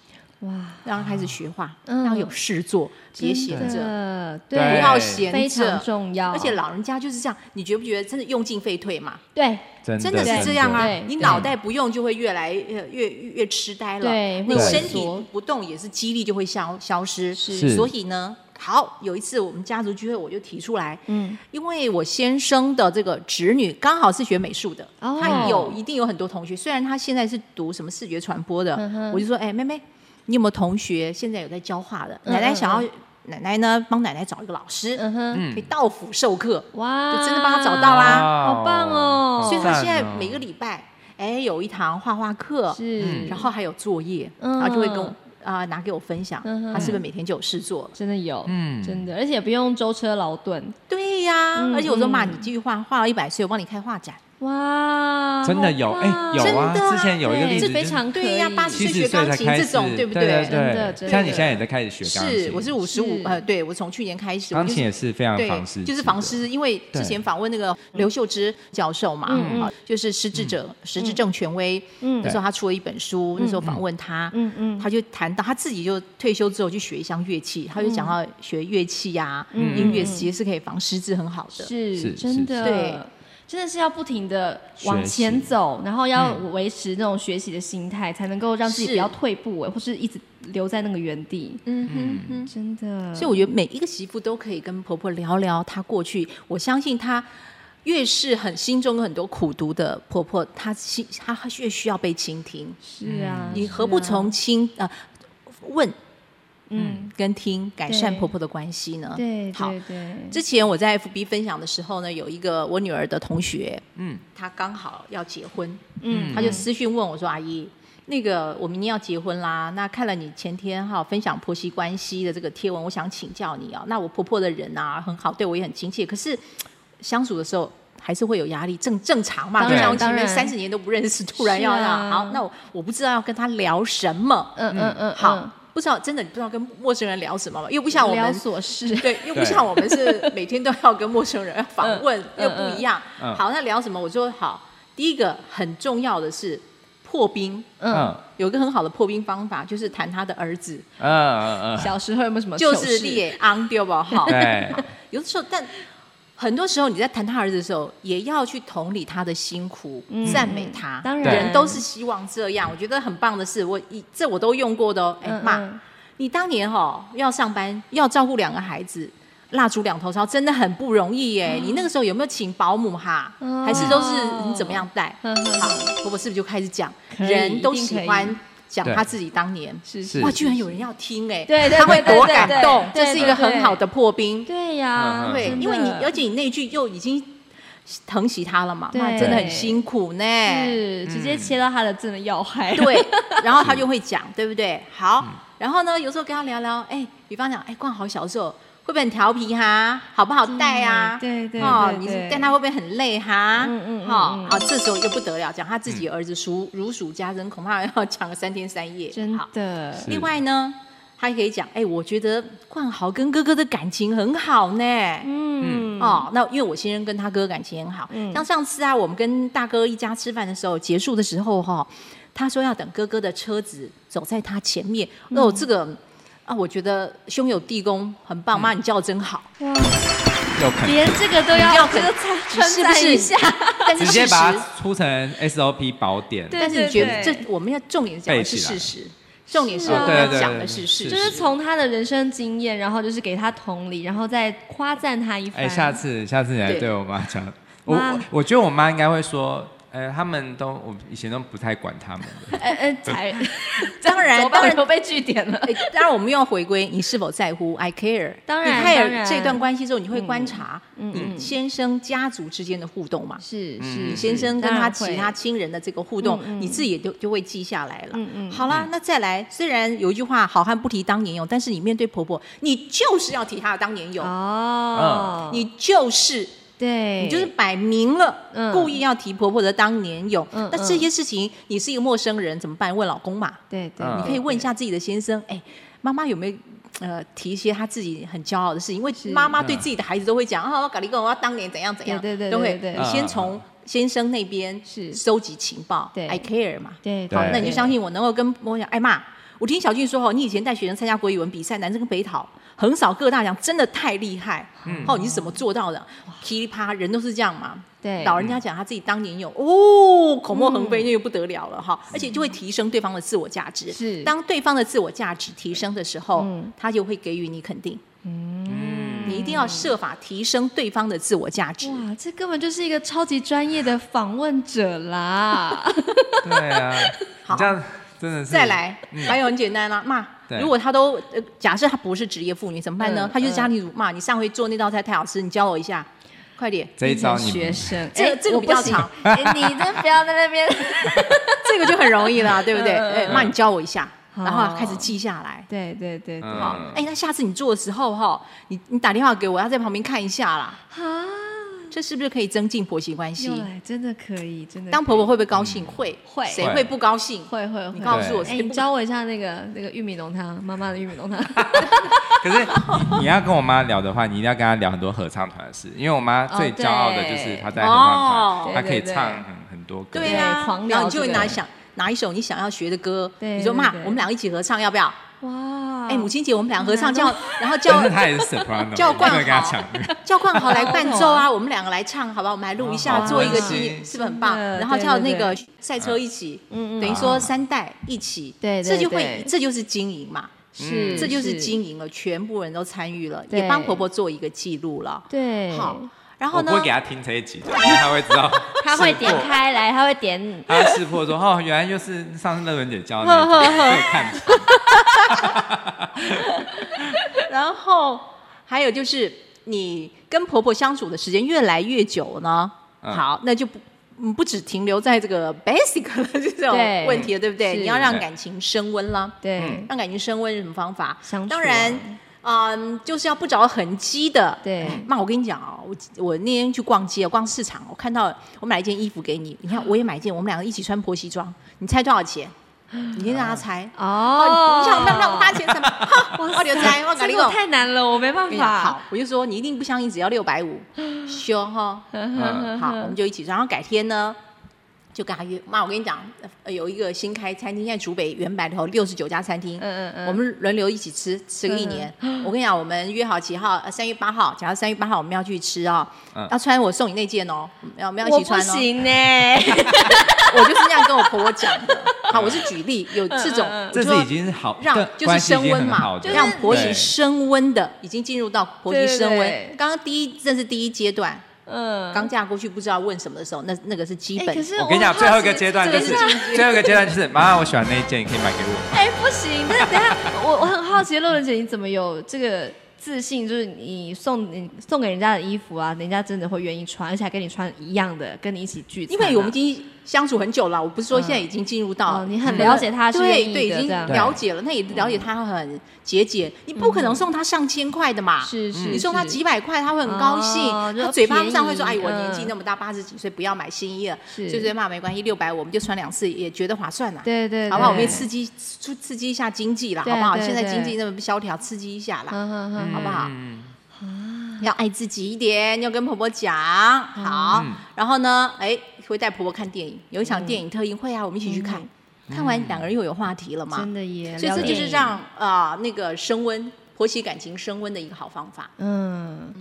[SPEAKER 3] 哇，
[SPEAKER 1] 让她开始学画，
[SPEAKER 3] 嗯
[SPEAKER 1] 让她有事做，别闲
[SPEAKER 3] 真
[SPEAKER 1] 着，
[SPEAKER 3] 的
[SPEAKER 1] 不
[SPEAKER 2] 对
[SPEAKER 1] 要闲着，
[SPEAKER 3] 非常重要，
[SPEAKER 1] 而且老人家就是这样，你觉不觉得真的用进废退嘛？
[SPEAKER 3] 对
[SPEAKER 2] 真
[SPEAKER 1] 真的
[SPEAKER 3] 对
[SPEAKER 1] 是这样啊
[SPEAKER 3] 对！
[SPEAKER 1] 你
[SPEAKER 3] 对
[SPEAKER 1] 脑袋不用就会越来越越越痴呆了，
[SPEAKER 3] 对
[SPEAKER 1] 你
[SPEAKER 3] 会
[SPEAKER 1] 身
[SPEAKER 3] 萎
[SPEAKER 1] 体
[SPEAKER 3] 缩
[SPEAKER 1] 不动也是肌力就会消消失。
[SPEAKER 3] 是
[SPEAKER 1] 所以呢，好有一次我们家族聚会，我就提出来，
[SPEAKER 3] 嗯
[SPEAKER 1] 因为我先生的这个侄女刚好是学美术的，
[SPEAKER 3] 哦
[SPEAKER 1] 她有一定有很多同学，虽然她现在是读什么视觉传播的，
[SPEAKER 3] 嗯哼
[SPEAKER 1] 我就说，哎，妹妹，你有没有同学现在有在教画的？
[SPEAKER 3] 嗯
[SPEAKER 1] 奶奶
[SPEAKER 3] 嗯
[SPEAKER 1] 想要，奶奶呢帮奶奶找一个老师，
[SPEAKER 3] 嗯哼，
[SPEAKER 1] 可以到府授课，
[SPEAKER 3] 哇，
[SPEAKER 1] 就真的帮她找到啦嗯
[SPEAKER 3] 好棒哦啊
[SPEAKER 1] 所以她
[SPEAKER 2] 他
[SPEAKER 1] 现在每个礼拜，哎，有一堂画画课，嗯
[SPEAKER 3] 是，
[SPEAKER 1] 然后还有作业，
[SPEAKER 3] 嗯
[SPEAKER 1] 然后就会跟我啊、拿给我分享，
[SPEAKER 3] 嗯哼
[SPEAKER 1] 她是不是每天就有事做？
[SPEAKER 3] 真的有，
[SPEAKER 2] 嗯
[SPEAKER 3] 真的，而且也不用舟车劳顿，
[SPEAKER 1] 对呀、
[SPEAKER 3] 嗯
[SPEAKER 1] 而且我说
[SPEAKER 3] 嗯
[SPEAKER 1] 妈，你继续画，画到一百岁，我帮你开画展。
[SPEAKER 3] 哇，
[SPEAKER 2] 真的有
[SPEAKER 3] 好
[SPEAKER 2] 哎
[SPEAKER 3] 棒
[SPEAKER 2] 有啊，
[SPEAKER 1] 真的啊
[SPEAKER 2] 之前有一个
[SPEAKER 3] 对
[SPEAKER 2] 例子
[SPEAKER 3] 这非常可以，
[SPEAKER 1] 对呀八十
[SPEAKER 2] 七十岁才开始
[SPEAKER 1] 学钢琴这种对不对
[SPEAKER 2] 对？
[SPEAKER 3] 真的真
[SPEAKER 2] 对
[SPEAKER 3] 的
[SPEAKER 2] 像你现在也在开始学钢琴，
[SPEAKER 1] 是，我是五十
[SPEAKER 3] 是
[SPEAKER 1] 五，呃，对我从去年开始，我
[SPEAKER 2] 钢
[SPEAKER 1] 就
[SPEAKER 2] 琴也是非常
[SPEAKER 1] 对
[SPEAKER 2] 防湿，
[SPEAKER 1] 就是防。湿，因为之
[SPEAKER 2] 对
[SPEAKER 1] 前访问那个刘秀芝教授嘛，
[SPEAKER 3] 嗯
[SPEAKER 1] 啊就是失智者、失智症权威，
[SPEAKER 3] 嗯
[SPEAKER 1] 那时候他出了一本书，那时候访问他，
[SPEAKER 3] 嗯嗯，
[SPEAKER 1] 他就谈到他自己就退休之后去学一项乐器，他就讲到学乐器呀、音乐其实是可以防失智很好的。
[SPEAKER 3] 是
[SPEAKER 2] 是
[SPEAKER 3] 真的，
[SPEAKER 1] 是对
[SPEAKER 3] 真的是要不停的
[SPEAKER 2] 学
[SPEAKER 3] 往前
[SPEAKER 2] 习
[SPEAKER 3] 走，然后要维持那种学习的心态，才能够让自己
[SPEAKER 1] 是
[SPEAKER 3] 不要退步，哎，或是一直留在那个原地，
[SPEAKER 1] 嗯哼哼。
[SPEAKER 3] 真的，
[SPEAKER 1] 所以我觉得每一个媳妇都可以跟婆婆聊聊她过去。我相信她越是很心中有很多苦读的婆婆，她心她越需要被倾听。
[SPEAKER 3] 是啊，
[SPEAKER 1] 你
[SPEAKER 3] 是
[SPEAKER 1] 何不
[SPEAKER 3] 啊
[SPEAKER 1] 从倾呃问
[SPEAKER 3] 嗯，
[SPEAKER 1] 跟听改善
[SPEAKER 3] 对
[SPEAKER 1] 婆婆的关系呢？
[SPEAKER 3] 嗯对
[SPEAKER 1] 好
[SPEAKER 3] 对。对，
[SPEAKER 1] 之前我在 FB 分享的时候呢，有一个我女儿的同学，
[SPEAKER 2] 嗯，
[SPEAKER 1] 她刚好要结婚，
[SPEAKER 3] 嗯
[SPEAKER 1] 她就私讯问我说：“阿姨，那个我明年要结婚啦，那看了你前天哈、分享婆媳关系的这个贴文，我想请教你哦。那我婆婆的人啊很好，对我也很亲切，可是嘖相处的时候。”还是会有压力，正正常嘛？
[SPEAKER 3] 当
[SPEAKER 1] 就
[SPEAKER 2] 然
[SPEAKER 1] 像我姐妹
[SPEAKER 3] 当然
[SPEAKER 1] 三十年都不认识，突然
[SPEAKER 3] 是
[SPEAKER 1] 要
[SPEAKER 3] 啊
[SPEAKER 1] 那、好，那我我不知道要跟她聊什么。
[SPEAKER 3] 嗯嗯嗯，
[SPEAKER 1] 好，不知道真的你不知道跟陌生人聊什么嘛？又不像我
[SPEAKER 3] 聊
[SPEAKER 1] 们
[SPEAKER 3] 琐 事，
[SPEAKER 1] 对，又不
[SPEAKER 2] 对
[SPEAKER 1] 像我们是每天都要跟陌生人 要访问，
[SPEAKER 3] 嗯
[SPEAKER 1] 又不一样。
[SPEAKER 2] 嗯嗯
[SPEAKER 1] 好，那聊什么？我说好，第一个很重要的是破冰，
[SPEAKER 3] 嗯，
[SPEAKER 2] 嗯
[SPEAKER 1] 有一个很好的破冰方法，就是谈他的儿子，
[SPEAKER 2] 嗯嗯嗯，
[SPEAKER 3] 小时候有没有什么
[SPEAKER 1] 就
[SPEAKER 3] 哦糗
[SPEAKER 1] 是
[SPEAKER 3] 事
[SPEAKER 1] 列昂丢 吧？好，
[SPEAKER 2] 对，
[SPEAKER 1] 有的时候，但很多时候你在谈他儿子的时候，也要去同理他的辛苦，赞美他。
[SPEAKER 3] 嗯当
[SPEAKER 2] 然
[SPEAKER 1] 人都是希望这样。我觉得很棒的是，我以这我都用过的哦。哎、
[SPEAKER 3] 嗯
[SPEAKER 1] 妈，
[SPEAKER 3] 嗯
[SPEAKER 1] 你当年哦要上班，要照顾两个孩子。蜡烛两头烧，真的很不容易
[SPEAKER 3] 嗯
[SPEAKER 1] 耶！你那个时候有没有请保姆哈？
[SPEAKER 3] 哦
[SPEAKER 1] 还是都是你怎么样带？
[SPEAKER 3] 嗯嗯
[SPEAKER 1] 好，婆婆是不是就开始讲？
[SPEAKER 3] 可以
[SPEAKER 1] 人都
[SPEAKER 3] 一定可
[SPEAKER 1] 喜
[SPEAKER 3] 以
[SPEAKER 1] 欢讲
[SPEAKER 2] 对
[SPEAKER 1] 他自己当年，
[SPEAKER 3] 是
[SPEAKER 2] 是
[SPEAKER 1] 哇，居然有人要听哎！
[SPEAKER 3] 对对
[SPEAKER 1] 他会
[SPEAKER 3] 对对
[SPEAKER 1] 多
[SPEAKER 3] 对
[SPEAKER 1] 感
[SPEAKER 3] 对
[SPEAKER 1] 动，
[SPEAKER 3] 对
[SPEAKER 1] 这是一个
[SPEAKER 3] 对对
[SPEAKER 1] 很好的破冰。
[SPEAKER 3] 对呀，
[SPEAKER 2] 嗯嗯
[SPEAKER 1] 对，
[SPEAKER 3] 真
[SPEAKER 1] 因为你
[SPEAKER 3] 的
[SPEAKER 1] 而且你那一句又已经疼惜他了嘛，
[SPEAKER 3] 对
[SPEAKER 1] 那真的很辛苦呢。
[SPEAKER 3] 是直
[SPEAKER 2] 嗯
[SPEAKER 3] 接切到他的真的要 害，
[SPEAKER 1] 对，然后他就会讲，对不对？好，然后呢，有时候跟他聊聊，哎，比方讲，哎，冠豪小时候会不会很调皮哈？好不好带啊？
[SPEAKER 3] 嗯对对
[SPEAKER 1] 哦
[SPEAKER 3] 对，
[SPEAKER 1] 你
[SPEAKER 3] 对
[SPEAKER 1] 带他会不会很累哈？
[SPEAKER 3] 嗯嗯嗯
[SPEAKER 1] 哦
[SPEAKER 3] 嗯，
[SPEAKER 1] 好，这时候就不得了，讲他自己儿子如如数家珍，恐怕要讲个三天三夜。
[SPEAKER 3] 真
[SPEAKER 1] 好，
[SPEAKER 3] 的，
[SPEAKER 2] 是
[SPEAKER 1] 另外呢，他也可以讲，哎，我觉得冠豪跟哥哥的感情很好呢。
[SPEAKER 3] 嗯，
[SPEAKER 1] 哦，那因为我先生跟他哥感情很好，像上次啊，我们跟大哥一家吃饭的时候，结束的时候哈、他说要等哥哥的车子走在他前面，
[SPEAKER 3] 嗯
[SPEAKER 1] 哦，这个啊，我觉得兄友弟恭，很
[SPEAKER 3] 嗯
[SPEAKER 1] 棒，妈、你叫得真好，
[SPEAKER 3] 哇，
[SPEAKER 2] 有可能
[SPEAKER 3] 连这个都
[SPEAKER 1] 你
[SPEAKER 3] 要
[SPEAKER 1] 要
[SPEAKER 3] 这
[SPEAKER 1] 肯
[SPEAKER 3] 个
[SPEAKER 1] 你
[SPEAKER 3] 称
[SPEAKER 1] 是不
[SPEAKER 3] 赞
[SPEAKER 1] 是
[SPEAKER 3] 一下，
[SPEAKER 1] 但是
[SPEAKER 2] 直
[SPEAKER 1] 事
[SPEAKER 2] 接
[SPEAKER 1] 实，
[SPEAKER 2] 把它出成 SOP 宝典。
[SPEAKER 3] 对
[SPEAKER 1] 但是你觉得
[SPEAKER 3] 对
[SPEAKER 1] 这我们要重点讲的是
[SPEAKER 2] 背起
[SPEAKER 1] 事
[SPEAKER 2] 来
[SPEAKER 1] 实，重点是
[SPEAKER 3] 是啊
[SPEAKER 1] 我们要
[SPEAKER 2] 对对对
[SPEAKER 1] 讲的是事
[SPEAKER 3] 就
[SPEAKER 1] 实。
[SPEAKER 3] 是从他的人生经验，然后就是给他同理，然后再夸赞 他一番。
[SPEAKER 2] 哎、下次下次你来
[SPEAKER 1] 对
[SPEAKER 2] 对我妈讲，我
[SPEAKER 3] 妈
[SPEAKER 2] 我我觉得我妈应该会说，呃，他们都我以前都不太管他们的，
[SPEAKER 3] 哎哎， 才
[SPEAKER 1] 当然
[SPEAKER 3] 怎么办
[SPEAKER 1] 当然
[SPEAKER 3] 我被据点了。
[SPEAKER 1] 哎当然，我们又要回归你是否在乎，I care。
[SPEAKER 3] 当然
[SPEAKER 1] 你 care
[SPEAKER 3] 当然
[SPEAKER 1] 这段关系之后，你会观察
[SPEAKER 3] 嗯嗯
[SPEAKER 1] 你先生家族之间的互动嘛？
[SPEAKER 3] 是
[SPEAKER 2] 嗯
[SPEAKER 3] 是，
[SPEAKER 1] 先生跟
[SPEAKER 3] 当
[SPEAKER 1] 他
[SPEAKER 3] 然
[SPEAKER 1] 其
[SPEAKER 3] 会
[SPEAKER 1] 他亲人的这个互动，
[SPEAKER 3] 嗯嗯
[SPEAKER 1] 你自己也就就会记下来了。
[SPEAKER 3] 嗯嗯
[SPEAKER 1] 好啦，那再来，虽然有一句话“好汉不提当年勇”，但是你面对婆婆，你就是要提她的当年勇，
[SPEAKER 3] 哦，
[SPEAKER 1] 你就是
[SPEAKER 3] 对，
[SPEAKER 1] 嗯你就是摆明了、
[SPEAKER 3] 嗯
[SPEAKER 1] 故意要提婆婆的当年勇。
[SPEAKER 3] 嗯
[SPEAKER 1] 那这些事情，你是一个陌生人怎么办？问老公嘛，
[SPEAKER 3] 对对，
[SPEAKER 2] 嗯
[SPEAKER 1] 你可以问一下自己的先
[SPEAKER 3] 嗯
[SPEAKER 1] 生，哎，妈妈有没有？呃，提一些她自己很骄傲的事情，因为妈妈对自己的孩子都会讲啊，我搞了一个，我要当年怎样怎样，
[SPEAKER 3] 嗯对对对
[SPEAKER 1] 都会。
[SPEAKER 3] 对对
[SPEAKER 1] 你
[SPEAKER 3] 嗯
[SPEAKER 2] 对
[SPEAKER 1] 先从先生那边
[SPEAKER 3] 是
[SPEAKER 1] 收集情报
[SPEAKER 3] 对
[SPEAKER 1] ，I care 嘛，
[SPEAKER 3] 对
[SPEAKER 2] 好
[SPEAKER 1] 那你就
[SPEAKER 2] 对
[SPEAKER 1] 相信我能够跟我讲，哎妈，我听小俊说哦，你以前带学生参加国语文比赛，南征北讨，横扫各大奖，真的太厉害。哦，你是怎么做到的？噼里啪，人都是这样嘛。
[SPEAKER 3] 对嗯
[SPEAKER 1] 老人家讲他自己当年有哦，口沫横飞，那就不得了了哈，而且就会提升对方的自我价值。
[SPEAKER 3] 是
[SPEAKER 1] 当对方的自我价值提升的时候
[SPEAKER 3] 嗯，
[SPEAKER 1] 他就会给予你肯定。
[SPEAKER 2] 嗯，
[SPEAKER 1] 你一定要设法提升对方的自我价值。
[SPEAKER 3] 哇，这根本就是一个超级专业的访问者啦！
[SPEAKER 2] 对啊，
[SPEAKER 1] 好
[SPEAKER 2] 你这样真的是
[SPEAKER 1] 再，来，还有很简单啦，骂。
[SPEAKER 2] 嗯对
[SPEAKER 1] 如果他都呃假设他不是职业妇女怎么办呢
[SPEAKER 3] 嗯？
[SPEAKER 1] 他就是家庭主骂你上回做那道菜太好吃，你教我一下，快点。
[SPEAKER 2] 这一招你
[SPEAKER 3] 学
[SPEAKER 2] 们
[SPEAKER 3] 生，
[SPEAKER 1] 这个
[SPEAKER 3] 哎
[SPEAKER 1] 这个
[SPEAKER 3] 我
[SPEAKER 1] 比
[SPEAKER 3] 不
[SPEAKER 1] 较
[SPEAKER 3] 行
[SPEAKER 1] 长
[SPEAKER 3] 哎，你真不要在那边。
[SPEAKER 1] 这个就很容易 了，对不对？
[SPEAKER 3] 嗯嗯
[SPEAKER 1] 哎，骂你教我一下，
[SPEAKER 3] 好
[SPEAKER 1] 然后开始记下来。
[SPEAKER 3] 对对对对，
[SPEAKER 2] 嗯
[SPEAKER 3] 啊，
[SPEAKER 1] 哎，那下次你做的时候哈，你你打电话给我，要在旁边看一下啦，这是不是可以增进婆媳关系
[SPEAKER 3] 又？来，真的可以，真的可以。
[SPEAKER 1] 当婆婆会不会高
[SPEAKER 2] 嗯
[SPEAKER 1] 兴？会，
[SPEAKER 3] 会
[SPEAKER 1] 谁会不高兴？
[SPEAKER 3] 会会会，
[SPEAKER 1] 你告
[SPEAKER 2] 诉我
[SPEAKER 3] 哎，
[SPEAKER 1] 谁
[SPEAKER 3] 你
[SPEAKER 1] 不
[SPEAKER 3] 教我一下那个那个玉米浓汤，妈妈的玉米 浓汤。
[SPEAKER 2] 可是你你要跟我妈聊的话，你一定要跟她聊很多合唱团的事，因为我妈最骄傲的就是她在合
[SPEAKER 1] 哦
[SPEAKER 2] 唱
[SPEAKER 3] 对
[SPEAKER 2] 团，她可以
[SPEAKER 3] 对对
[SPEAKER 2] 唱很很多歌。
[SPEAKER 1] 对啊
[SPEAKER 3] 对，狂聊
[SPEAKER 1] 然后你就会
[SPEAKER 3] 这个
[SPEAKER 1] 拿想拿一首你想要学的歌，
[SPEAKER 3] 对
[SPEAKER 1] 你说妈，
[SPEAKER 3] 对对
[SPEAKER 1] 我们俩一起合唱要不要？
[SPEAKER 3] 哇，
[SPEAKER 1] 哎，母亲节我们俩合唱
[SPEAKER 3] 难
[SPEAKER 1] 叫，然后
[SPEAKER 2] 但
[SPEAKER 1] 叫
[SPEAKER 2] 是她也是 soprano，
[SPEAKER 1] 叫冠
[SPEAKER 2] 我没有跟她
[SPEAKER 1] 豪
[SPEAKER 2] 抢。
[SPEAKER 1] 叫冠豪来伴奏
[SPEAKER 3] 哦
[SPEAKER 1] 啊，我们两个来唱，好吧？我们来录一下，
[SPEAKER 2] 哦
[SPEAKER 1] 做一个
[SPEAKER 2] 好
[SPEAKER 1] 纪念，
[SPEAKER 2] 温馨
[SPEAKER 1] 是不是很棒？
[SPEAKER 3] 真的
[SPEAKER 1] 然后
[SPEAKER 3] 对
[SPEAKER 1] 叫
[SPEAKER 3] 对
[SPEAKER 1] 那个赛车一起，
[SPEAKER 3] 嗯嗯
[SPEAKER 1] 等于说三代一起，
[SPEAKER 3] 对对
[SPEAKER 1] 这就
[SPEAKER 3] 对
[SPEAKER 1] 会这就是经营嘛，
[SPEAKER 2] 嗯
[SPEAKER 3] 是，
[SPEAKER 1] 这就是经营了，全部人都参与了，
[SPEAKER 3] 对
[SPEAKER 1] 也帮婆婆做一个记录了。
[SPEAKER 3] 对，。
[SPEAKER 1] 好，然
[SPEAKER 2] 我
[SPEAKER 1] 后
[SPEAKER 2] 不
[SPEAKER 1] 呢
[SPEAKER 2] 会？给她听这一集的，因为她会知道
[SPEAKER 3] 他会点开来，他会点。
[SPEAKER 2] 她识破说哦，原来就是上次乐文姐教的那一集，可以看起来。
[SPEAKER 1] 然后还有就是，你跟婆婆相处的时间越来越久呢，
[SPEAKER 2] 嗯
[SPEAKER 1] 好，那就不。嗯不只停留在这个 basic 的 这种
[SPEAKER 3] 对
[SPEAKER 1] 问题了，对不对？
[SPEAKER 3] 是
[SPEAKER 1] 你要让感情升温啦，
[SPEAKER 2] 嗯
[SPEAKER 3] 对，
[SPEAKER 1] 让感情升温是什么方法？
[SPEAKER 3] 相处啊
[SPEAKER 1] 当然，嗯，就是要不着痕迹的。
[SPEAKER 3] 对
[SPEAKER 1] 妈，我跟你讲哦，我我那天去逛街，逛市场，我看到我买一件衣服给你，你看我也买一件，我们两个一起穿婆媳装，你猜多少钱？你先让
[SPEAKER 3] 啊
[SPEAKER 1] 他猜。
[SPEAKER 3] 哦，
[SPEAKER 1] 你想让让他钱什 么？哈我留在，我跟
[SPEAKER 3] 这
[SPEAKER 1] 你
[SPEAKER 3] 个
[SPEAKER 1] 讲。
[SPEAKER 3] 太难了，我没办
[SPEAKER 1] 我跟你讲嗯好
[SPEAKER 3] 法。，
[SPEAKER 1] 我就说你一定不相信，只要六百五，修哈。
[SPEAKER 2] 嗯
[SPEAKER 1] 好，我们就一起。然后改天呢，就跟他约。妈，我跟你讲，呃有一个新开餐厅，现在竹北原百头六十九家餐厅，
[SPEAKER 3] 嗯嗯嗯
[SPEAKER 1] 我们轮流一起吃，吃个一年。我跟你讲，我们约好几号？呃三月八号。假如三月八号我们要去吃哦，
[SPEAKER 2] 嗯
[SPEAKER 1] 要穿我送你那件哦，我们要我欸们要一
[SPEAKER 3] 我
[SPEAKER 1] 起
[SPEAKER 3] 不
[SPEAKER 1] 穿哦。
[SPEAKER 3] 行呢，
[SPEAKER 1] 我就是这样跟我婆婆讲的。好，我是举例，有这种
[SPEAKER 3] 嗯嗯嗯，
[SPEAKER 2] 这
[SPEAKER 1] 我就是
[SPEAKER 2] 已经是好，
[SPEAKER 1] 让
[SPEAKER 2] 这
[SPEAKER 1] 就是
[SPEAKER 2] 关系已经
[SPEAKER 1] 升温
[SPEAKER 2] 很好
[SPEAKER 1] 嘛，
[SPEAKER 2] 的
[SPEAKER 1] 让婆媳
[SPEAKER 2] 对
[SPEAKER 1] 升温的，已经进入到婆媳
[SPEAKER 3] 对对
[SPEAKER 1] 升温
[SPEAKER 3] 对。
[SPEAKER 1] 刚刚第一，这是第一阶段，
[SPEAKER 3] 嗯，
[SPEAKER 1] 刚嫁过去不知道问什么的时候，那那个是基
[SPEAKER 3] 哎
[SPEAKER 1] 本。
[SPEAKER 3] 可是
[SPEAKER 2] 我跟你讲，
[SPEAKER 3] 好
[SPEAKER 2] 最后一
[SPEAKER 3] 奇
[SPEAKER 2] 个阶段就
[SPEAKER 3] 这
[SPEAKER 2] 是
[SPEAKER 3] 个
[SPEAKER 2] 最后一个阶段就是，妈妈，我喜欢 那一件，你可以买给我吗。
[SPEAKER 3] 哎，不行，那等一下，我我很好奇，洛伦姐，你怎么有这个自信，就是你送你送给人家的衣服啊，人家真的会愿意穿，而且还跟你穿一样的，跟你一起聚餐、啊
[SPEAKER 1] 因为我们已经相处很久了，我不是说现在已经进入到、
[SPEAKER 3] 哦你很了解他是愿
[SPEAKER 1] 对
[SPEAKER 3] 意
[SPEAKER 1] 对，已
[SPEAKER 3] 的
[SPEAKER 1] 经
[SPEAKER 3] 这样
[SPEAKER 1] 了解了，那也了解他很节俭，你不可能送他上千块的嘛，
[SPEAKER 3] 是是，
[SPEAKER 1] 嗯你送他
[SPEAKER 3] 是
[SPEAKER 1] 几百块，他会很高兴，
[SPEAKER 3] 哦就
[SPEAKER 1] 他嘴巴上会说：“哎，
[SPEAKER 3] 便宜
[SPEAKER 1] 我年纪
[SPEAKER 3] 嗯
[SPEAKER 1] 那么大，八十几岁，不要买新衣了，
[SPEAKER 3] 是
[SPEAKER 1] 碎碎骂没关系，六百我们就穿两次，也觉得划算啊啦。”
[SPEAKER 3] 对对，
[SPEAKER 1] 好不好？我们也
[SPEAKER 3] 对
[SPEAKER 1] 刺激刺刺激一下经济啦，
[SPEAKER 3] 对
[SPEAKER 1] 好不好？
[SPEAKER 3] 对
[SPEAKER 1] 现在
[SPEAKER 3] 对
[SPEAKER 1] 经济那么萧条，刺激一下啦，
[SPEAKER 3] 嗯哼哼，
[SPEAKER 1] 好不好？
[SPEAKER 2] 嗯
[SPEAKER 1] 要爱自己一点，要跟婆婆讲好
[SPEAKER 2] 嗯。
[SPEAKER 1] 然后呢，哎，会带婆婆看电影，有一场电影特映会啊，我们一起去看。看完两个人又有话题了嘛，
[SPEAKER 3] 嗯真的耶，
[SPEAKER 1] 嗯所以这
[SPEAKER 3] 了
[SPEAKER 1] 就
[SPEAKER 3] 解
[SPEAKER 1] 是让啊那个升温婆媳感情升温的一个好方法。
[SPEAKER 3] 嗯，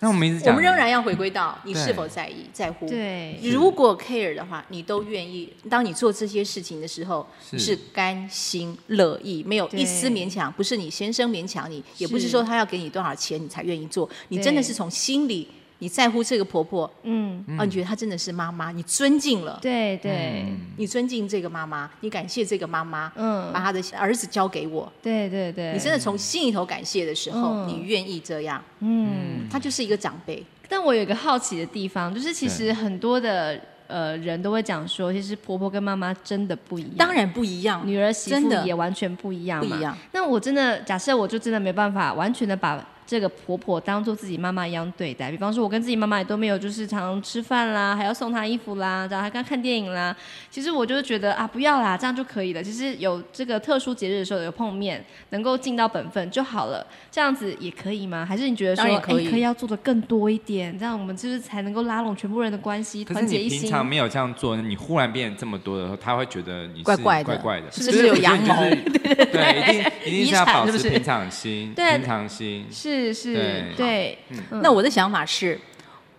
[SPEAKER 2] 那我们一直
[SPEAKER 1] 我
[SPEAKER 2] 讲，
[SPEAKER 1] 们仍然要回归到你
[SPEAKER 2] 对
[SPEAKER 1] 是否在意在乎。
[SPEAKER 3] 对，
[SPEAKER 1] 如果 care 的话，你都愿意。当你做这些事情的时候，
[SPEAKER 2] 是
[SPEAKER 1] 是甘心乐意，没有
[SPEAKER 3] 对
[SPEAKER 1] 一丝勉强。不是你先生勉强你，也不是
[SPEAKER 3] 是
[SPEAKER 1] 说他要给你多少钱你才愿意做，你
[SPEAKER 3] 对
[SPEAKER 1] 真的是从心里你在乎这个婆婆，
[SPEAKER 3] 嗯，
[SPEAKER 1] 啊，你觉得她真的是妈妈，你尊敬了，
[SPEAKER 3] 对对，
[SPEAKER 1] 你尊敬这个妈妈，你感谢这个妈妈，
[SPEAKER 3] 嗯
[SPEAKER 1] 把她的儿子交给我，
[SPEAKER 3] 对对对，
[SPEAKER 1] 你真的从心里头感谢的时候，
[SPEAKER 3] 嗯
[SPEAKER 1] 你愿意这样，
[SPEAKER 3] 嗯。
[SPEAKER 1] 她就是一个长辈，
[SPEAKER 3] 但我有一个好奇的地方，就是其实很多的呃人都会讲说，其实婆婆跟妈妈真的不一样，
[SPEAKER 1] 当然不一样，
[SPEAKER 3] 嗯女儿媳
[SPEAKER 1] 真
[SPEAKER 3] 妇
[SPEAKER 1] 的
[SPEAKER 3] 也完全不一样
[SPEAKER 1] 不
[SPEAKER 3] 嘛。
[SPEAKER 1] 一样。
[SPEAKER 3] 那我真的假设我就真的没办法完全的把这个婆婆当做自己妈妈一样对待，比方说我跟自己妈妈也都没有就是常常吃饭啦，还要送她衣服啦，然后还跟她看电影啦。其实我就是觉得啊，不要啦，这样就可以了。其实有这个特殊节日的时候有碰面，能够尽到本分就好了，这样子也可以吗？还是你觉得说
[SPEAKER 1] 当然可以
[SPEAKER 3] 哎要做的更多一点，这样我们就是才能够拉拢全部人的关系，
[SPEAKER 2] 可是
[SPEAKER 3] 团结
[SPEAKER 2] 你
[SPEAKER 3] 一
[SPEAKER 2] 平
[SPEAKER 3] 心。
[SPEAKER 2] 常没有这样做，你忽然变这么多的时候，他会觉得你是
[SPEAKER 1] 怪怪的
[SPEAKER 2] 怪怪的，
[SPEAKER 1] 是不是有羊毛
[SPEAKER 2] 所以我觉得你就是对，一定一定是要保
[SPEAKER 3] 遗产是
[SPEAKER 2] 持
[SPEAKER 3] 不是
[SPEAKER 2] 平常心，
[SPEAKER 3] 对
[SPEAKER 2] 平常心。
[SPEAKER 3] 是是，
[SPEAKER 2] 对
[SPEAKER 3] 对，嗯
[SPEAKER 1] 那我的想法是，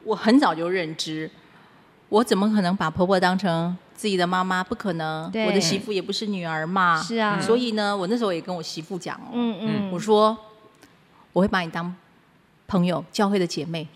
[SPEAKER 1] 我很早就认知，我怎么可能把婆婆当成自己的妈妈？不可能，
[SPEAKER 3] 对
[SPEAKER 1] 我的媳妇也不是女儿嘛。
[SPEAKER 3] 是啊
[SPEAKER 1] 所以呢，我那时候也跟我媳妇讲哦，
[SPEAKER 3] 嗯嗯，
[SPEAKER 1] 我说我会把你当朋友，教会的姐妹。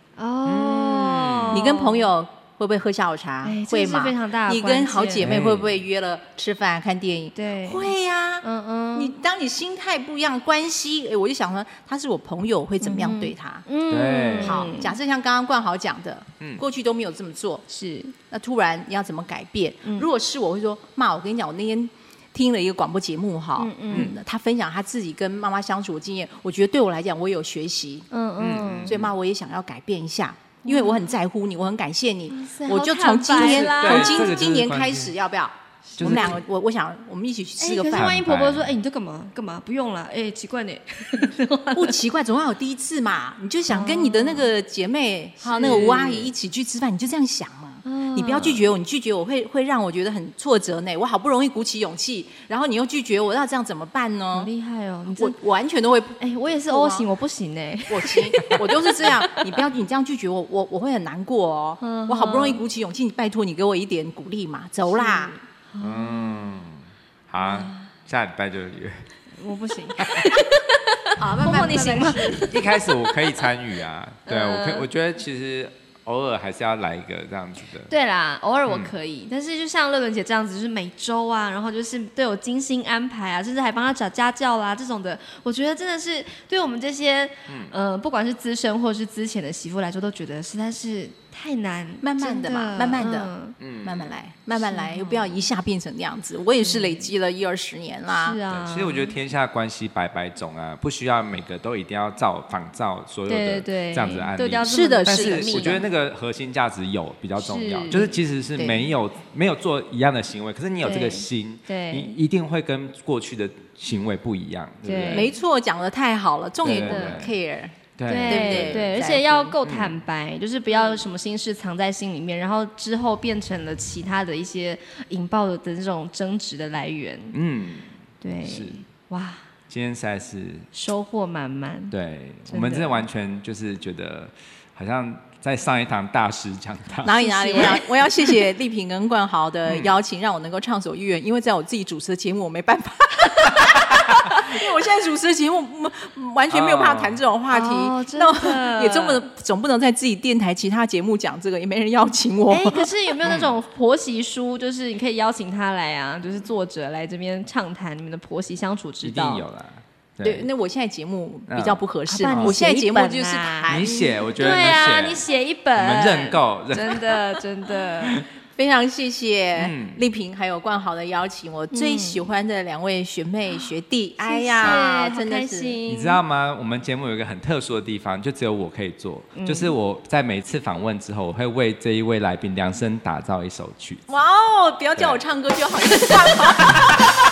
[SPEAKER 3] 哦，
[SPEAKER 1] 你跟朋友会不会喝下午茶
[SPEAKER 3] 哎？这
[SPEAKER 1] 会
[SPEAKER 3] 个是
[SPEAKER 1] 嘛？
[SPEAKER 3] 非常大的
[SPEAKER 1] 你
[SPEAKER 3] 关
[SPEAKER 1] 跟好
[SPEAKER 3] 键
[SPEAKER 1] 姐妹会不会约了吃饭、看电影？
[SPEAKER 3] 对，
[SPEAKER 1] 会呀、
[SPEAKER 3] 嗯嗯，
[SPEAKER 1] 你当你心态不一样，关系，哎，我就想说，她是我朋友，我会怎么
[SPEAKER 3] 嗯
[SPEAKER 1] 样对她？
[SPEAKER 2] 对
[SPEAKER 1] 好，假设像刚刚冠豪讲的，
[SPEAKER 2] 嗯
[SPEAKER 1] 过去都没有这么做，
[SPEAKER 3] 是
[SPEAKER 1] 那突然你要怎么改变？
[SPEAKER 3] 嗯
[SPEAKER 1] 如果是我会说，妈，我跟你讲，我那天听了一个广播节目哈，
[SPEAKER 3] 嗯
[SPEAKER 1] 嗯，他分享他自己跟妈妈相处的经验，我觉得对我来讲，我也有学习，
[SPEAKER 3] 嗯嗯，
[SPEAKER 1] 所以妈，我也想要改变一下。因为我很在乎你，我很感谢你
[SPEAKER 3] 塞，
[SPEAKER 1] 我就
[SPEAKER 3] 嗯好
[SPEAKER 1] 从
[SPEAKER 3] 坦
[SPEAKER 1] 今
[SPEAKER 3] 白
[SPEAKER 1] 天
[SPEAKER 3] 啦
[SPEAKER 1] 从
[SPEAKER 2] 对这个
[SPEAKER 1] 今
[SPEAKER 2] 就是
[SPEAKER 1] 今年
[SPEAKER 2] 关
[SPEAKER 1] 开
[SPEAKER 2] 键
[SPEAKER 1] 始，要不要？
[SPEAKER 2] 就是
[SPEAKER 1] 我们两个，我我想我们一起去
[SPEAKER 3] 哎，
[SPEAKER 1] 吃个
[SPEAKER 3] 可是
[SPEAKER 1] 饭，
[SPEAKER 3] 万一婆婆说，哎，你这干嘛干嘛？不用了，哎，奇怪呢，
[SPEAKER 1] 哦不奇怪，总要有第一次嘛。你就想跟你的那
[SPEAKER 3] 哦
[SPEAKER 1] 个姐妹，还有那个吴阿姨一起去吃饭，你就这样想嘛。
[SPEAKER 3] 嗯
[SPEAKER 1] 你不要拒绝我，你拒绝我会会让我觉得很挫折呢。我好不容易鼓起勇气，然后你又拒绝我，那这样怎么办
[SPEAKER 3] 好
[SPEAKER 1] 呢？
[SPEAKER 2] 嗯
[SPEAKER 3] 厉害哦，你
[SPEAKER 1] 我
[SPEAKER 3] 这，
[SPEAKER 1] 完全都会，
[SPEAKER 3] 哎，我也是
[SPEAKER 1] 我
[SPEAKER 3] O 型，我不行呢，
[SPEAKER 1] 我行，我就是这 样。你不要你这样拒绝我，我我会很难过哦
[SPEAKER 3] 嗯。
[SPEAKER 1] 我好不容易鼓起勇气，你拜托你给我一点鼓励嘛，走啦。
[SPEAKER 2] 嗯，好啊，下礼拜 就约。
[SPEAKER 3] 我不 行，
[SPEAKER 1] 啊，
[SPEAKER 3] 婆婆你行吗？
[SPEAKER 2] 一开始我可以参与啊，对我可
[SPEAKER 1] 嗯
[SPEAKER 2] 以，我觉得其实偶尔还是要来一个这样子的。
[SPEAKER 3] 对啦，偶尔我可
[SPEAKER 2] 嗯
[SPEAKER 3] 以，但是就像乐伦姐这样子，就是每周啊，然后就是对我精心安排啊，甚至还帮她找家教啦、这种的，我觉得真的是对我们这些，
[SPEAKER 2] 嗯
[SPEAKER 3] 呃，不管是资深或是之前的媳妇来说，都觉得实在是太难，
[SPEAKER 1] 慢慢
[SPEAKER 3] 真
[SPEAKER 1] 地
[SPEAKER 3] 的
[SPEAKER 1] 嘛慢慢地
[SPEAKER 3] 嗯
[SPEAKER 2] 嗯
[SPEAKER 1] 慢慢来，慢慢来，又不要一下变成那样子。我也是累积了一二十年啦
[SPEAKER 3] 是。啊，
[SPEAKER 2] 对，其实我觉得天下关系百百种啊，不需要每个都一定要照仿照所有
[SPEAKER 3] 对
[SPEAKER 2] 的
[SPEAKER 3] 对对，
[SPEAKER 2] 这样子的案
[SPEAKER 3] 都一定要
[SPEAKER 2] 例。
[SPEAKER 3] 这么
[SPEAKER 1] 是的
[SPEAKER 2] 但
[SPEAKER 1] 是
[SPEAKER 2] 是
[SPEAKER 1] 的
[SPEAKER 2] 我觉得那个核心价值有比较重要，
[SPEAKER 3] 是
[SPEAKER 2] 就是即使是
[SPEAKER 1] 对
[SPEAKER 2] 没有没有做一样的行为，可是你有这
[SPEAKER 3] 对
[SPEAKER 2] 个心，
[SPEAKER 3] 对
[SPEAKER 2] 你一定会跟过去的行为不一样，对不
[SPEAKER 3] 对
[SPEAKER 2] 对？
[SPEAKER 1] 没错，讲的太好了，重点
[SPEAKER 2] 对
[SPEAKER 1] 我们
[SPEAKER 2] 对
[SPEAKER 1] care。
[SPEAKER 2] 对
[SPEAKER 1] 对
[SPEAKER 3] 对
[SPEAKER 1] 不对
[SPEAKER 3] 而
[SPEAKER 1] 在乎
[SPEAKER 3] 且要够坦
[SPEAKER 2] 嗯
[SPEAKER 3] 白，就是不要有什么心事藏在心里面，然后之后变成了其他的一些引爆的这种争执的来源。
[SPEAKER 2] 嗯，
[SPEAKER 3] 对，
[SPEAKER 2] 是
[SPEAKER 3] 哇，
[SPEAKER 2] 今天实在是
[SPEAKER 3] 收获满满。
[SPEAKER 2] 对，
[SPEAKER 3] 真
[SPEAKER 2] 我们
[SPEAKER 3] 的
[SPEAKER 2] 这完全就是觉得好像在上一堂大师讲 堂。
[SPEAKER 1] 哪里哪里，
[SPEAKER 3] 谢嗯
[SPEAKER 1] 我
[SPEAKER 3] 谢
[SPEAKER 1] 要我要谢谢丽萍跟冠豪的邀请，让我能够畅所欲言。因为在我自己主持的节目，我没办 法，因为我现在主持的节目嗯完全没有办法谈这种话题。
[SPEAKER 3] 哦真
[SPEAKER 1] 那
[SPEAKER 3] 的
[SPEAKER 1] 我也总不能总不能在自己电台其他节目讲这个，也没人邀请我。
[SPEAKER 3] 哎，可是有没有那种婆媳书？就是你可以邀请他来啊，就是作者来这边畅谈你们的婆媳相处之
[SPEAKER 2] 一定
[SPEAKER 3] 道。
[SPEAKER 2] 有啦，
[SPEAKER 1] 对，
[SPEAKER 2] 对，
[SPEAKER 1] 那我现在节目比较不合适
[SPEAKER 3] 嗯
[SPEAKER 1] 嘛，
[SPEAKER 3] 啊不然你
[SPEAKER 1] 我现在
[SPEAKER 3] 写一
[SPEAKER 1] 节目
[SPEAKER 3] 本
[SPEAKER 1] 就是
[SPEAKER 3] 啊
[SPEAKER 1] 谈
[SPEAKER 2] 你写，我觉
[SPEAKER 3] 对
[SPEAKER 2] 得
[SPEAKER 3] 啊，
[SPEAKER 2] 你
[SPEAKER 3] 你
[SPEAKER 2] 写，
[SPEAKER 3] 写一
[SPEAKER 2] 我
[SPEAKER 3] 本，
[SPEAKER 2] 们认购，认
[SPEAKER 3] 真的真的，
[SPEAKER 1] 非常谢谢
[SPEAKER 2] 嗯
[SPEAKER 1] 丽萍还有冠豪的邀请，我最喜欢的两位学妹学弟，哎
[SPEAKER 3] 谢
[SPEAKER 1] 呀，
[SPEAKER 3] 谢
[SPEAKER 1] 真的
[SPEAKER 3] 好开
[SPEAKER 1] 是
[SPEAKER 3] 心，
[SPEAKER 2] 你知道吗？我们节目有一个很特殊的地方，就只有我可以做，就是我在每次访问之后，我会为这一位来宾量身打造一首曲子。
[SPEAKER 1] 哇哦！不要叫我唱歌就好，你唱吧。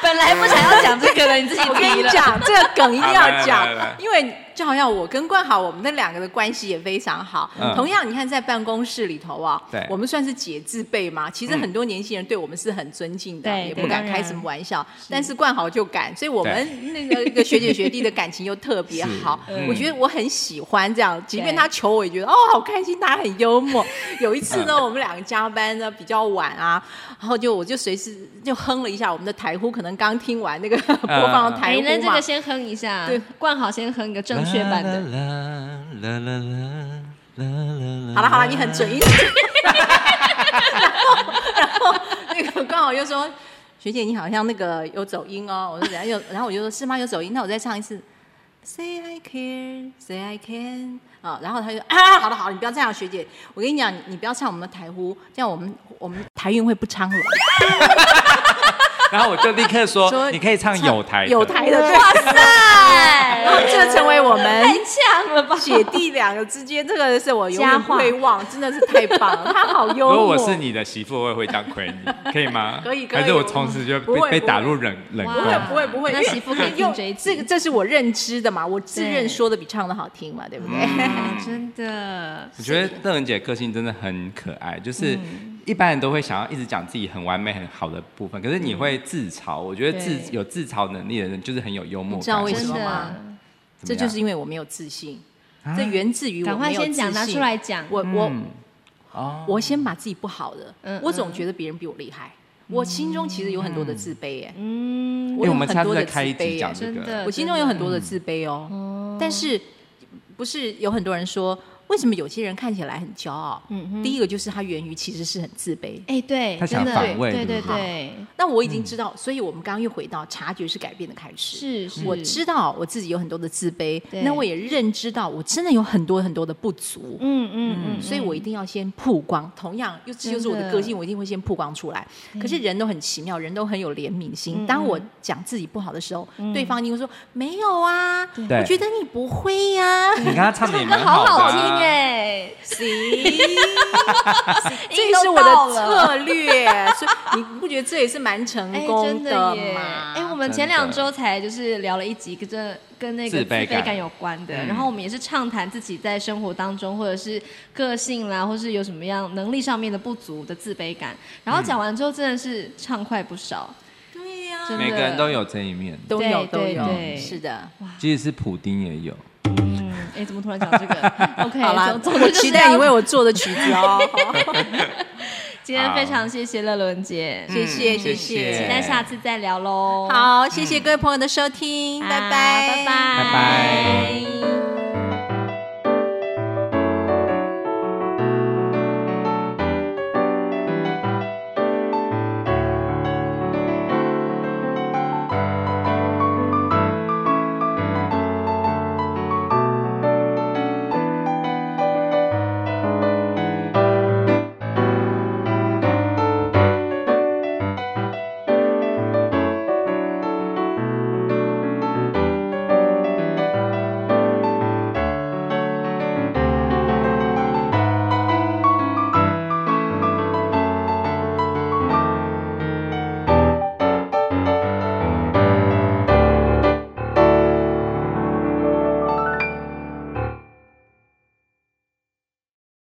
[SPEAKER 3] 本来不想要讲这个的， 你自己
[SPEAKER 1] 我跟
[SPEAKER 3] 提
[SPEAKER 1] 你
[SPEAKER 3] 了。
[SPEAKER 1] 讲，这个梗一定
[SPEAKER 2] 好来
[SPEAKER 1] 要
[SPEAKER 2] 来
[SPEAKER 1] 讲
[SPEAKER 2] 来来，
[SPEAKER 1] 因为就好像我跟冠豪，我们那两个的关系也非常好。
[SPEAKER 2] 嗯
[SPEAKER 1] 同样，你看在办公室里头啊
[SPEAKER 2] 对，
[SPEAKER 1] 我们算是姐字辈嘛，其实
[SPEAKER 2] 嗯
[SPEAKER 1] 很多年轻人对我们是很尊敬的，
[SPEAKER 3] 嗯对
[SPEAKER 1] 也不敢
[SPEAKER 3] 对
[SPEAKER 1] 开什么玩笑。但是冠豪就敢，所以我们那个个学姐学弟的感情又特别好
[SPEAKER 2] 是嗯。
[SPEAKER 1] 我觉得我很喜欢这样，即便
[SPEAKER 3] 对
[SPEAKER 1] 他求我，也觉得哦好开心，他很幽默。有一次
[SPEAKER 2] 嗯
[SPEAKER 1] 呢，我们两个加班呢比较晚啊，然后就我就随时就哼了一下我们的台呼，可能刚听完那 个播
[SPEAKER 2] 啊
[SPEAKER 1] 放的台
[SPEAKER 3] 哎，那
[SPEAKER 1] 呼
[SPEAKER 3] 这
[SPEAKER 1] 嘛
[SPEAKER 3] 个。先哼一下，
[SPEAKER 1] 对，
[SPEAKER 3] 冠好先哼一个正确版的。
[SPEAKER 2] 啦啦啦啦啦啦啦
[SPEAKER 1] 好了好了，你很准。一点。然后然后那个刚好又说，学姐你好像那个有走音哦。我说怎样有，然后我就说是吗？有走音，那我再唱一次。Say I care, say I can 啊、然后他就啊，好了好了，你不要这样，学姐，我跟你讲，你你不要唱我们的台呼，这样我们我们台运会不昌隆。
[SPEAKER 2] 然后我就立刻
[SPEAKER 1] 说
[SPEAKER 2] 说，你可以唱有台的
[SPEAKER 1] 有台的，对，
[SPEAKER 3] 哇塞，
[SPEAKER 1] 这个成为我们
[SPEAKER 3] 太强 了吧！
[SPEAKER 1] 姐弟两个之间，这个是我永
[SPEAKER 3] 佳
[SPEAKER 1] 远
[SPEAKER 3] 话
[SPEAKER 1] 不会忘，真的是太棒了，他好幽
[SPEAKER 2] 如
[SPEAKER 1] 默。
[SPEAKER 2] 果我是你的媳妇，我也会这样亏你，可以吗？
[SPEAKER 1] 可以可以
[SPEAKER 2] 还是我从此就
[SPEAKER 1] 不会
[SPEAKER 2] 被被
[SPEAKER 1] 不会
[SPEAKER 2] 打入冷冷
[SPEAKER 3] 哇
[SPEAKER 1] 不会
[SPEAKER 2] 宫？
[SPEAKER 1] 不会不会，
[SPEAKER 3] 那
[SPEAKER 1] 因为
[SPEAKER 3] 媳妇可以听
[SPEAKER 1] 因为
[SPEAKER 3] 这一集
[SPEAKER 1] 这个这是我认知的嘛，我自认
[SPEAKER 3] 对
[SPEAKER 1] 说的比唱的好听嘛，对不对？
[SPEAKER 3] 啊真的，
[SPEAKER 2] 我觉得乐人姐个性真的很可爱，就是
[SPEAKER 1] 嗯
[SPEAKER 2] 一般人都会想要一直讲自己很完美、很好的部分，可是你会自嘲。我觉得自
[SPEAKER 3] 对
[SPEAKER 2] 有自嘲能力的人就是很有幽默感。
[SPEAKER 1] 你知道为什
[SPEAKER 3] 真
[SPEAKER 1] 么吗
[SPEAKER 3] 的，
[SPEAKER 1] 这就是
[SPEAKER 2] 因
[SPEAKER 1] 因为我没有自信，
[SPEAKER 2] 啊
[SPEAKER 1] 这源自于我
[SPEAKER 3] 赶快
[SPEAKER 1] 没有
[SPEAKER 3] 先
[SPEAKER 1] 自
[SPEAKER 3] 讲，拿出
[SPEAKER 1] 信。
[SPEAKER 3] 来讲。
[SPEAKER 1] 我我
[SPEAKER 2] 嗯哦，
[SPEAKER 1] 我先把自己不好的
[SPEAKER 3] 嗯，
[SPEAKER 1] 我总觉得别人比我厉害，我心中其实有很多的自卑哎，
[SPEAKER 3] 嗯，
[SPEAKER 1] 我
[SPEAKER 2] 因为
[SPEAKER 1] 有
[SPEAKER 2] 我们
[SPEAKER 1] 很
[SPEAKER 2] 下
[SPEAKER 1] 多
[SPEAKER 2] 次
[SPEAKER 1] 的
[SPEAKER 2] 再
[SPEAKER 1] 自
[SPEAKER 2] 开一集
[SPEAKER 1] 卑哎
[SPEAKER 2] 讲，这
[SPEAKER 3] 真的
[SPEAKER 2] 个。
[SPEAKER 1] 我心中有很多的自卑
[SPEAKER 3] 嗯
[SPEAKER 1] 哦，但是不是有很多人说，为什么有些人看起来很骄傲？
[SPEAKER 3] 嗯
[SPEAKER 1] 第一个就是他源于其实是很自卑，
[SPEAKER 3] 哎，对，
[SPEAKER 2] 他
[SPEAKER 3] 真
[SPEAKER 2] 想
[SPEAKER 3] 的，
[SPEAKER 2] 反胃
[SPEAKER 3] 对对
[SPEAKER 2] 对不对
[SPEAKER 3] 对，
[SPEAKER 1] 那我已经知道，所以我们刚刚又回到察觉是改变的开始。
[SPEAKER 3] 是是，
[SPEAKER 1] 我知道我自己有很多的自卑，
[SPEAKER 3] 对
[SPEAKER 1] 那我也认知到我真的有很多很多的不足，
[SPEAKER 3] 嗯嗯嗯，
[SPEAKER 1] 所以我一定要先曝光。同样，又这就是我的个性，我一定会先曝光出来。
[SPEAKER 3] 嗯
[SPEAKER 1] 可是人都很奇妙，人都很有怜悯心。当我讲自己不好的时候，
[SPEAKER 3] 嗯
[SPEAKER 1] 对方一定会说：“没有啊，
[SPEAKER 2] 对
[SPEAKER 1] 我觉得你不会 呀、
[SPEAKER 2] 你刚刚唱的也
[SPEAKER 3] 唱歌
[SPEAKER 2] 蛮
[SPEAKER 3] 好
[SPEAKER 2] 的
[SPEAKER 3] 好听
[SPEAKER 2] 啊，
[SPEAKER 3] 哎，
[SPEAKER 1] 行，
[SPEAKER 3] 音
[SPEAKER 1] 这
[SPEAKER 3] 都
[SPEAKER 1] 是我
[SPEAKER 3] 到
[SPEAKER 1] 的
[SPEAKER 3] 了
[SPEAKER 1] 策略。所以你不觉得这也是蛮成
[SPEAKER 3] 哎，
[SPEAKER 1] 功
[SPEAKER 3] 真的耶！
[SPEAKER 1] 吗？
[SPEAKER 3] 哎，我们前两周才就是聊了一集跟这跟那个自
[SPEAKER 2] 自卑感嗯
[SPEAKER 3] 卑感有关的，然后我们也是畅谈自己在生活当中或者是个性啦，或是有什么样能力上面的不足的自卑
[SPEAKER 2] 嗯
[SPEAKER 3] 感。然后讲完之后，真的是畅快不少。
[SPEAKER 1] 对呀、
[SPEAKER 3] 真的
[SPEAKER 2] 每个人都有这一面，
[SPEAKER 1] 都有
[SPEAKER 3] 对
[SPEAKER 1] 都
[SPEAKER 3] 对
[SPEAKER 1] 有
[SPEAKER 3] 对，
[SPEAKER 1] 是的。
[SPEAKER 2] 即使是普丁也有。
[SPEAKER 3] 嗯，哎，怎么突然讲 这个？OK，
[SPEAKER 1] 好啦
[SPEAKER 3] 总，总之
[SPEAKER 1] 我
[SPEAKER 3] 就是
[SPEAKER 1] 期待
[SPEAKER 3] 要
[SPEAKER 1] 你为我做的曲子 哦。
[SPEAKER 3] 今天非常谢谢乐伦姐，
[SPEAKER 1] 谢谢谢
[SPEAKER 2] 嗯
[SPEAKER 1] 谢
[SPEAKER 2] 谢谢，
[SPEAKER 3] 期待下次再聊喽。，
[SPEAKER 1] 好，谢谢各位朋友的收听，拜拜
[SPEAKER 3] 嗯拜拜，
[SPEAKER 2] 拜拜。